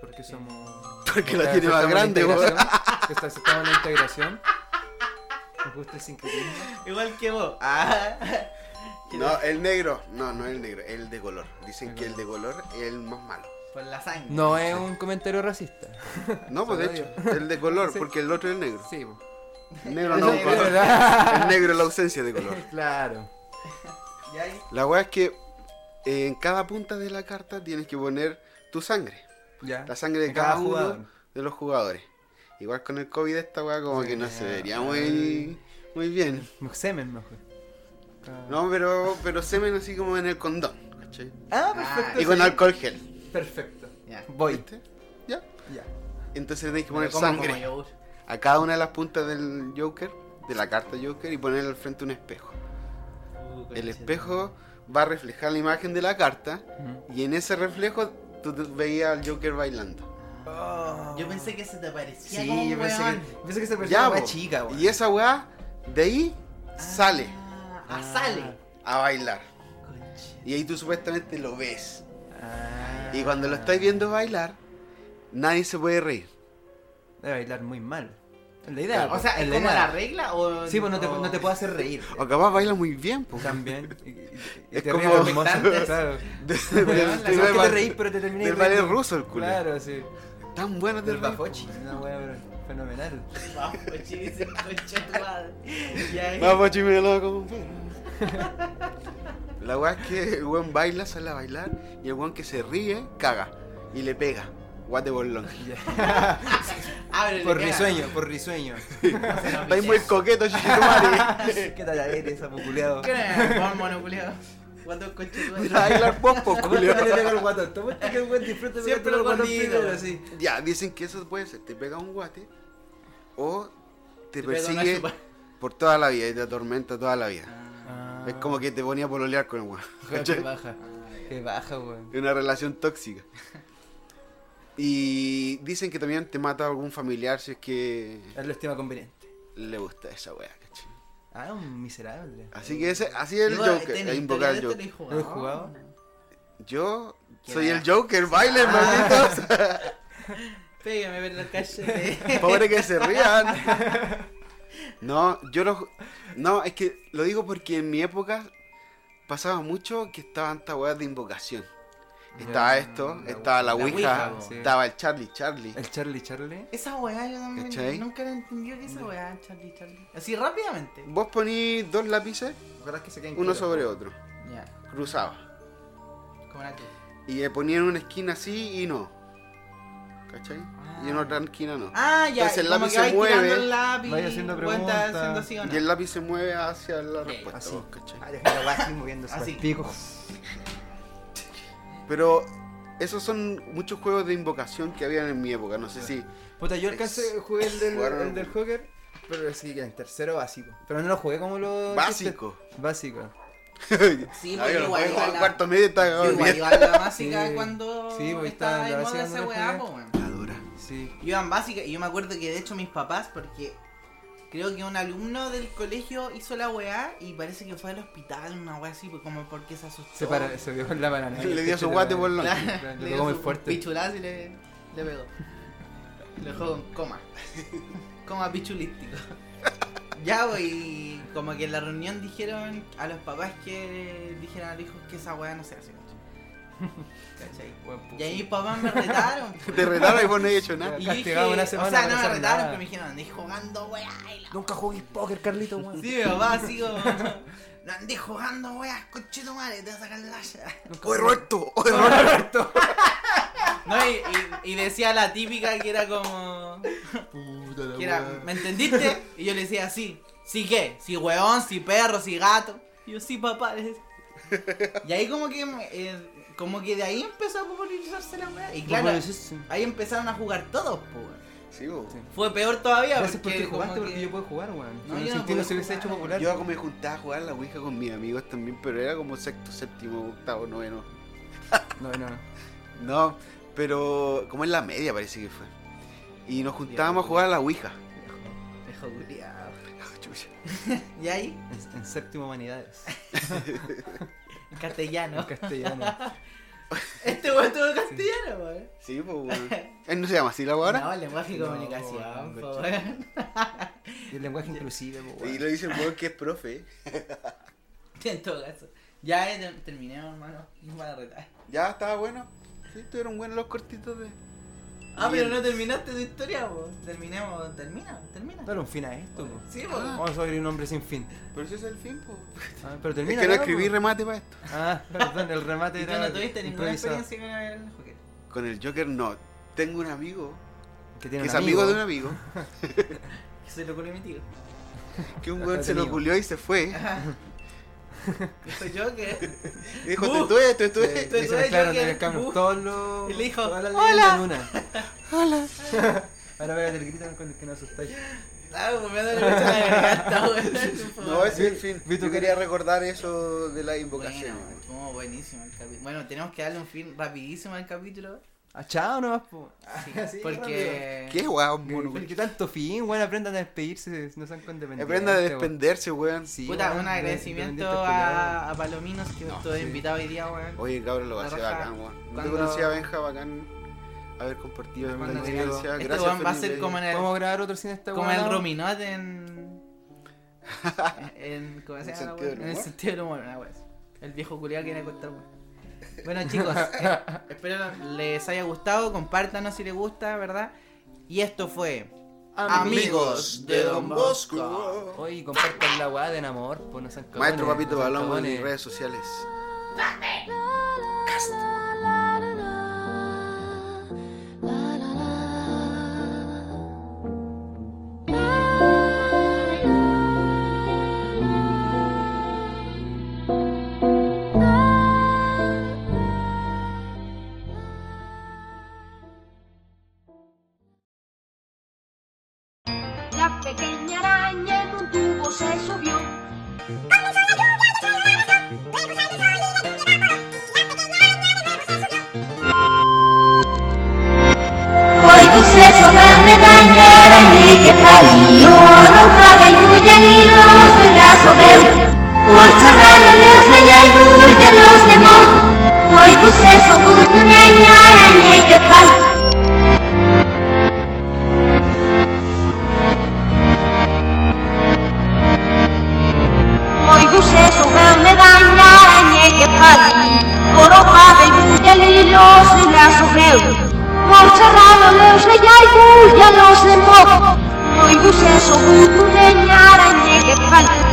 Speaker 5: Porque somos.
Speaker 2: Mm. Porque la
Speaker 5: Porque
Speaker 2: tiene
Speaker 5: estamos
Speaker 2: más
Speaker 5: en
Speaker 2: grande, weón.
Speaker 5: integración, que está- Estamos en la integración. Nos gusta el sincretismo.
Speaker 3: Igual que vos. Ah.
Speaker 2: No, el negro. No, no el negro, el de color. Dicen
Speaker 5: El
Speaker 2: que el de color es el más malo.
Speaker 3: Por la sangre.
Speaker 5: No es un comentario racista.
Speaker 2: No, pues de
Speaker 5: Solo
Speaker 2: hecho, el de color,
Speaker 5: Sí.
Speaker 2: porque el otro es el negro.
Speaker 5: Sí, po.
Speaker 2: El negro no,
Speaker 5: Sí,
Speaker 2: color.
Speaker 5: ¿verdad?
Speaker 2: El negro es la ausencia de color.
Speaker 5: Claro.
Speaker 3: Y ahí,
Speaker 2: La weá es que eh, en cada punta de la carta tienes que poner tu sangre.
Speaker 5: Ya.
Speaker 2: La sangre de
Speaker 5: En
Speaker 2: cada, uno
Speaker 5: jugador.
Speaker 2: de los jugadores. Igual con el COVID esta weá como
Speaker 5: Sí,
Speaker 2: que no
Speaker 5: ya.
Speaker 2: se vería muy, muy bien.
Speaker 5: Semen mejor. Ah.
Speaker 2: No, pero, pero semen así como en el condón. ¿cachai?
Speaker 5: Ah,
Speaker 3: perfecto,
Speaker 5: perfecto.
Speaker 2: Y con alcohol gel.
Speaker 5: Perfecto.
Speaker 3: Ya.
Speaker 5: Voy.
Speaker 2: ¿Viste? Ya.
Speaker 5: Ya.
Speaker 2: Entonces tenés que
Speaker 3: me
Speaker 2: poner
Speaker 3: lo como como
Speaker 2: sangre
Speaker 3: yogur.
Speaker 2: a cada una de las puntas del Joker, de la carta Joker, y poner al frente un espejo.
Speaker 3: Uh,
Speaker 2: El espejo va a reflejar la imagen de la carta y en ese reflejo tú tú veías al Joker bailando.
Speaker 3: Yo pensé que se te parecía.
Speaker 5: Sí,
Speaker 3: como un
Speaker 5: yo pensé
Speaker 3: weón.
Speaker 5: que, pensé que esa
Speaker 2: Ya,
Speaker 5: persona era
Speaker 2: po.
Speaker 5: chica, weón.
Speaker 2: Y esa weá, de ahí sale
Speaker 3: Ah, ah, sale.
Speaker 2: a bailar.
Speaker 3: Conche.
Speaker 2: Y ahí tú supuestamente lo ves.
Speaker 5: Ah.
Speaker 2: Y cuando lo estáis viendo bailar, nadie se puede reír.
Speaker 5: Debe bailar muy mal. Es la idea.
Speaker 3: O sea, ¿es
Speaker 5: la
Speaker 3: como
Speaker 5: idea.
Speaker 3: la regla o.?
Speaker 5: Sí, pues no te, no te puedo hacer reír.
Speaker 2: O capaz baila muy bien, po.
Speaker 5: También. Y- y- y
Speaker 2: Es
Speaker 5: te
Speaker 2: como-
Speaker 5: ríes hermoso,
Speaker 3: Expectantes.
Speaker 5: claro.
Speaker 2: Del-
Speaker 5: Weón,
Speaker 2: del-
Speaker 5: la verdad pues, es que te
Speaker 2: del-
Speaker 5: reís, pero te terminé
Speaker 2: Del ballet
Speaker 5: riendo.
Speaker 2: ruso, el culo.
Speaker 5: Claro, sí.
Speaker 2: Tan bueno
Speaker 5: Del
Speaker 2: del
Speaker 5: Bafochi. Una wea pero fenomenal.
Speaker 3: Vamos, chile, concha tu madre. Y ahí-
Speaker 2: Vamos, chimelo, como un perro. La weá es que el weón baila, sale a bailar, y el weón que se ríe, caga. Y le pega. What the long.
Speaker 3: Ábrele,
Speaker 5: Por
Speaker 3: cara.
Speaker 5: risueño, por risueño.
Speaker 2: Está ahí muy coqueto, chichitumare.
Speaker 5: ¿Qué pues, tal eres, apoculeado?
Speaker 3: ¿Qué era? Vamos, monoculeado. ¿Cuántos conches tú
Speaker 2: Mira, bailar popo,
Speaker 5: ¿Cómo te le pega
Speaker 2: culio.
Speaker 5: el guatón? Tomaste que el buen disfrute
Speaker 3: Siempre
Speaker 5: pegándole al
Speaker 3: lo
Speaker 5: guatón
Speaker 3: conmigo.
Speaker 5: primero, sí.
Speaker 2: Ya, dicen que eso puede ser. Te pega un guate o te,
Speaker 3: Te pega una
Speaker 2: persigue
Speaker 3: chupa.
Speaker 2: por toda la vida y te atormenta toda la vida. Es como que te ponía a pololear con el weón.
Speaker 5: Ah, Qué
Speaker 2: ¿cachai?
Speaker 5: baja. Qué baja, weón.
Speaker 2: Es una relación tóxica. Y dicen que también te mata algún familiar si es que
Speaker 5: Es lo estima conveniente.
Speaker 2: le gusta esa wea, ¿cachai?
Speaker 5: Ah, un miserable.
Speaker 2: Así que ese, así es el
Speaker 3: Digo,
Speaker 2: Joker,
Speaker 3: tenis,
Speaker 2: es invocar al
Speaker 3: tenis,
Speaker 2: Joker.
Speaker 3: tenis
Speaker 5: ¿Lo he jugado?
Speaker 2: Yo
Speaker 3: ¿Qué
Speaker 2: soy
Speaker 3: era?
Speaker 2: el Joker, bailen, malditos.
Speaker 3: Pégame ver la calle.
Speaker 2: Pobre que se rían. No, yo lo. No, es que lo digo porque en mi época pasaba mucho que estaban estas weas de invocación. Estaba
Speaker 5: Ya,
Speaker 2: esto,
Speaker 5: la-
Speaker 2: estaba la
Speaker 3: la
Speaker 2: Ouija,
Speaker 3: Ouija,
Speaker 5: sí.
Speaker 2: estaba el Charlie, Charlie.
Speaker 5: El Charlie Charlie.
Speaker 3: Esa weá yo también
Speaker 2: ¿Cachai?
Speaker 3: nunca la entendí que esa weá, Charlie, Charlie. Así rápidamente.
Speaker 2: Vos ponís dos lápices,
Speaker 5: Ojalá que se queden
Speaker 2: uno
Speaker 5: quietos.
Speaker 2: sobre otro,
Speaker 3: Ya,
Speaker 2: cruzados.
Speaker 3: como la que.
Speaker 2: Y le ponían en una esquina así y no. ¿Cachai? Y en
Speaker 3: Ah.
Speaker 2: otra esquina no.
Speaker 3: Ah, ya.
Speaker 2: Entonces el
Speaker 3: como
Speaker 2: lápiz
Speaker 3: que
Speaker 2: se
Speaker 3: vais
Speaker 2: mueve,
Speaker 3: tirando el lápiz,
Speaker 5: vais haciendo
Speaker 3: weón, está
Speaker 5: preguntas.
Speaker 3: haciendo así o no.
Speaker 2: Y el lápiz se mueve hacia la
Speaker 3: Sí,
Speaker 2: respuesta.
Speaker 5: así.
Speaker 2: vos, ¿cachai?
Speaker 5: Ah, deja la weá así moviéndose.
Speaker 3: Así.
Speaker 5: pa'l pico.
Speaker 2: Pero esos son muchos juegos de invocación que habían en mi época. No sé si.
Speaker 5: Puta, yo alcancé, jugué el del,
Speaker 2: Jugaron-
Speaker 5: el del Joker, pero sí que en tercero básico. Pero no lo jugué como lo...
Speaker 2: Básico.
Speaker 5: Básico.
Speaker 3: Sí,
Speaker 2: Ah,
Speaker 3: porque
Speaker 2: yo lo
Speaker 3: igual
Speaker 2: juego
Speaker 3: iba
Speaker 2: en
Speaker 3: la-
Speaker 2: cuarto medio está
Speaker 3: Yo
Speaker 2: cagado. de
Speaker 3: igual
Speaker 2: miedo.
Speaker 3: iba a la básica
Speaker 5: Sí.
Speaker 3: cuando
Speaker 5: Sí, pues,
Speaker 3: estaba
Speaker 5: estaba
Speaker 3: de
Speaker 5: la
Speaker 3: moda
Speaker 5: básica
Speaker 3: esa
Speaker 5: cuando
Speaker 3: weá,
Speaker 5: la
Speaker 3: po,
Speaker 5: jugué.
Speaker 3: weón.
Speaker 2: La dura.
Speaker 5: Sí.
Speaker 3: Yo iba en básica y yo me acuerdo que de hecho mis papás, porque creo que un alumno del colegio hizo la weá y parece que fue al hospital, una weá así, pues, como porque se asustó.
Speaker 5: Se, para, se vio en la banana.
Speaker 2: Le dio su guate por la-
Speaker 3: Claro,
Speaker 5: Le
Speaker 3: dio
Speaker 5: tocó muy
Speaker 3: su
Speaker 5: fuerte.
Speaker 3: Pichulazo y le, le pegó. Le dejó en coma. Coma pichulístico. Ya, wey, y como que en la reunión dijeron a los papás que dijeron a los hijos que esa weá no se hace, ¿cachai? ¿cachai?
Speaker 5: Buen puto.
Speaker 3: Y ahí mis papás me retaron. po.
Speaker 2: Te retaron y vos no habías hecho nada.
Speaker 3: Y
Speaker 5: Castigado
Speaker 3: dije-
Speaker 5: una semana
Speaker 3: O sea,
Speaker 5: por
Speaker 3: no me
Speaker 5: hacer
Speaker 3: retaron,
Speaker 5: nada.
Speaker 3: pero me dijeron, andé jugando, weá. y la-
Speaker 5: Nunca jugué póker, Carlito, weón.
Speaker 3: Sí, mi papá, así como. No andé jugando, weá, cochito madre, te vas a sacar la haya.
Speaker 2: Oye, ¡Oh, Roberto, oye, Roberto.
Speaker 3: No, y, y- y decía la típica que era como. que era, ¿me entendiste? Y yo le decía así, ¿sí qué? ¿Sí hueón? ¿Sí perro? ¿Sí gato? Y yo, sí papá, le decía. Y ahí como que, eh, como que de ahí empezó a popularizarse la weá. Y claro, ahí empezaron a jugar todos, po, weón.
Speaker 2: Sí, vos.
Speaker 5: Sí.
Speaker 3: Fue peor todavía
Speaker 5: Gracias
Speaker 3: porque,
Speaker 5: porque jugaste,
Speaker 3: como
Speaker 5: porque
Speaker 3: que-
Speaker 5: yo puedo jugar, weón.
Speaker 3: No,
Speaker 5: No,
Speaker 3: yo
Speaker 5: si
Speaker 3: no
Speaker 5: tú no se
Speaker 3: puedo
Speaker 5: hubiese hecho
Speaker 3: jugar.
Speaker 5: popular.
Speaker 2: Yo como me juntaba a jugar a la Ouija con mis amigos también, pero era como sexto, séptimo, octavo, noveno.
Speaker 5: No, no, no.
Speaker 2: No, pero como en la media parece que fue. Y nos juntábamos a jugar a la Ouija.
Speaker 3: Viejo culiao.
Speaker 2: Chucha.
Speaker 3: Y ahí,
Speaker 5: En, en séptimo humanidades.
Speaker 3: en
Speaker 5: En
Speaker 3: castellano.
Speaker 5: castellano.
Speaker 3: Este weón tuvo castellano, weón.
Speaker 2: Sí, pues weón. Él no se llama así la weá ahora.
Speaker 3: No, lenguaje y
Speaker 5: No,
Speaker 3: comunicación, po,
Speaker 5: hombre,
Speaker 3: weón.
Speaker 5: Y el lenguaje inclusive, po,
Speaker 2: Y
Speaker 5: weón.
Speaker 2: lo dice el weón que es profe.
Speaker 3: En todo caso. Ya eh, ter- terminemos, hermano. Nos van a retar.
Speaker 2: Ya estaba bueno. Sí, estuvieron buenos los cortitos de.
Speaker 3: Ah,
Speaker 2: Bien.
Speaker 3: pero no terminaste tu historia, vos. Terminemos, termina, termina.
Speaker 5: Dale un fin a esto, po.
Speaker 3: Sí, vos.
Speaker 2: Ah,
Speaker 5: Vamos a abrir un hombre sin fin.
Speaker 2: Pero si es el fin, pues.
Speaker 5: Ah, pero termina.
Speaker 2: Es que no
Speaker 5: ya,
Speaker 2: escribí
Speaker 5: po.
Speaker 2: remate para esto.
Speaker 5: Ah, perdón, el remate
Speaker 3: Y tú
Speaker 5: era.
Speaker 3: no tuviste ninguna
Speaker 5: improvisado.
Speaker 3: experiencia con el hockey.
Speaker 2: Con el Joker no. Tengo un amigo
Speaker 5: Que
Speaker 2: que
Speaker 5: tiene
Speaker 2: es
Speaker 5: un
Speaker 2: amigo
Speaker 5: amigo
Speaker 2: de un amigo
Speaker 3: Que se lo ocurrió mi tío.
Speaker 2: que un
Speaker 5: Está
Speaker 2: weón se lo
Speaker 5: detenido.
Speaker 2: culió y se fue.
Speaker 3: Que soy yo que.
Speaker 2: Y dijo,
Speaker 3: Uh.
Speaker 2: te tuve, te
Speaker 5: Sí,
Speaker 2: tuve.
Speaker 3: Tú-
Speaker 5: y
Speaker 3: tú
Speaker 5: se
Speaker 3: eres
Speaker 5: mezclaron
Speaker 3: Joker.
Speaker 5: en el cambio
Speaker 3: Uh.
Speaker 5: todos los.
Speaker 3: Y le dijo,
Speaker 5: todas las
Speaker 3: "Hola".
Speaker 5: leyendas en una. Hola. Ahora vean el grito con el que nos asustáis.
Speaker 3: Ah, weón, me duele mucho la garganta, weón.
Speaker 2: No, es el
Speaker 3: Bueno,
Speaker 2: fin. Yo quería recordar eso de la invocación.
Speaker 3: estuvo buenísimo el capítulo. Bueno, tenemos que darle un fin rapidísimo al capítulo.
Speaker 4: Ah, chao nomás, po.
Speaker 5: Sí,
Speaker 3: porque.
Speaker 2: Ah, Qué weón, mono,
Speaker 4: Porque
Speaker 2: weón.
Speaker 4: tanto fin, bueno, aprendan a despedirse, no sean condependientes.
Speaker 2: Aprenda a
Speaker 5: este
Speaker 4: weón.
Speaker 2: desprenderse, weón.
Speaker 4: Sí,
Speaker 3: Puta,
Speaker 4: weón,
Speaker 3: un agradecimiento
Speaker 4: independiente culiao.
Speaker 3: a, a Palominos que
Speaker 2: No,
Speaker 3: estuvo invitado hoy día, weón.
Speaker 2: Oye, cabrón, lo pasé
Speaker 3: La raja.
Speaker 2: bacán, weón. No te
Speaker 3: Cuando-
Speaker 2: conocía, Benja, bacán. Haber compartido la
Speaker 4: Cuando
Speaker 2: experiencia.
Speaker 4: llegamos.
Speaker 2: Gracias,
Speaker 3: este weón va a ser
Speaker 2: Felipe.
Speaker 3: como en el,
Speaker 4: Podemos grabar otro sin
Speaker 5: este
Speaker 4: esta
Speaker 3: como
Speaker 4: weá,
Speaker 3: el
Speaker 4: ¿no?
Speaker 3: Rominot en. en ¿Cómo se
Speaker 2: En
Speaker 3: llama?
Speaker 2: sentido
Speaker 3: weón?
Speaker 2: del
Speaker 3: En el
Speaker 2: humor.
Speaker 3: sentido del humor, una weá así. El viejo culiado quiere contar, weón. Bueno, chicos, eh, espero les haya gustado. Compártanos si les gusta, ¿verdad? Y esto fue.
Speaker 5: Ah,
Speaker 2: Amigos de Don Bosco.
Speaker 4: Oye, compartan la weá de enamor, pues no sean cagones,
Speaker 2: Maestro Papito
Speaker 4: no sean
Speaker 2: Palomo en mis
Speaker 4: cagones.
Speaker 2: redes sociales.
Speaker 7: La pequeña araña en un tubo se subió. Por tus besos grande dañera y que cayó Nunca me huye ni los vendrás a ver Por tus redes me llevo de los demás Por tus besos grande dañera y que cayó Hoy usé su gran medalla en que pali, corojada y bulla lilos en la sobreu. Por cerrado los leía y bulla los demó. Hoy usé su gran medalla en que pali,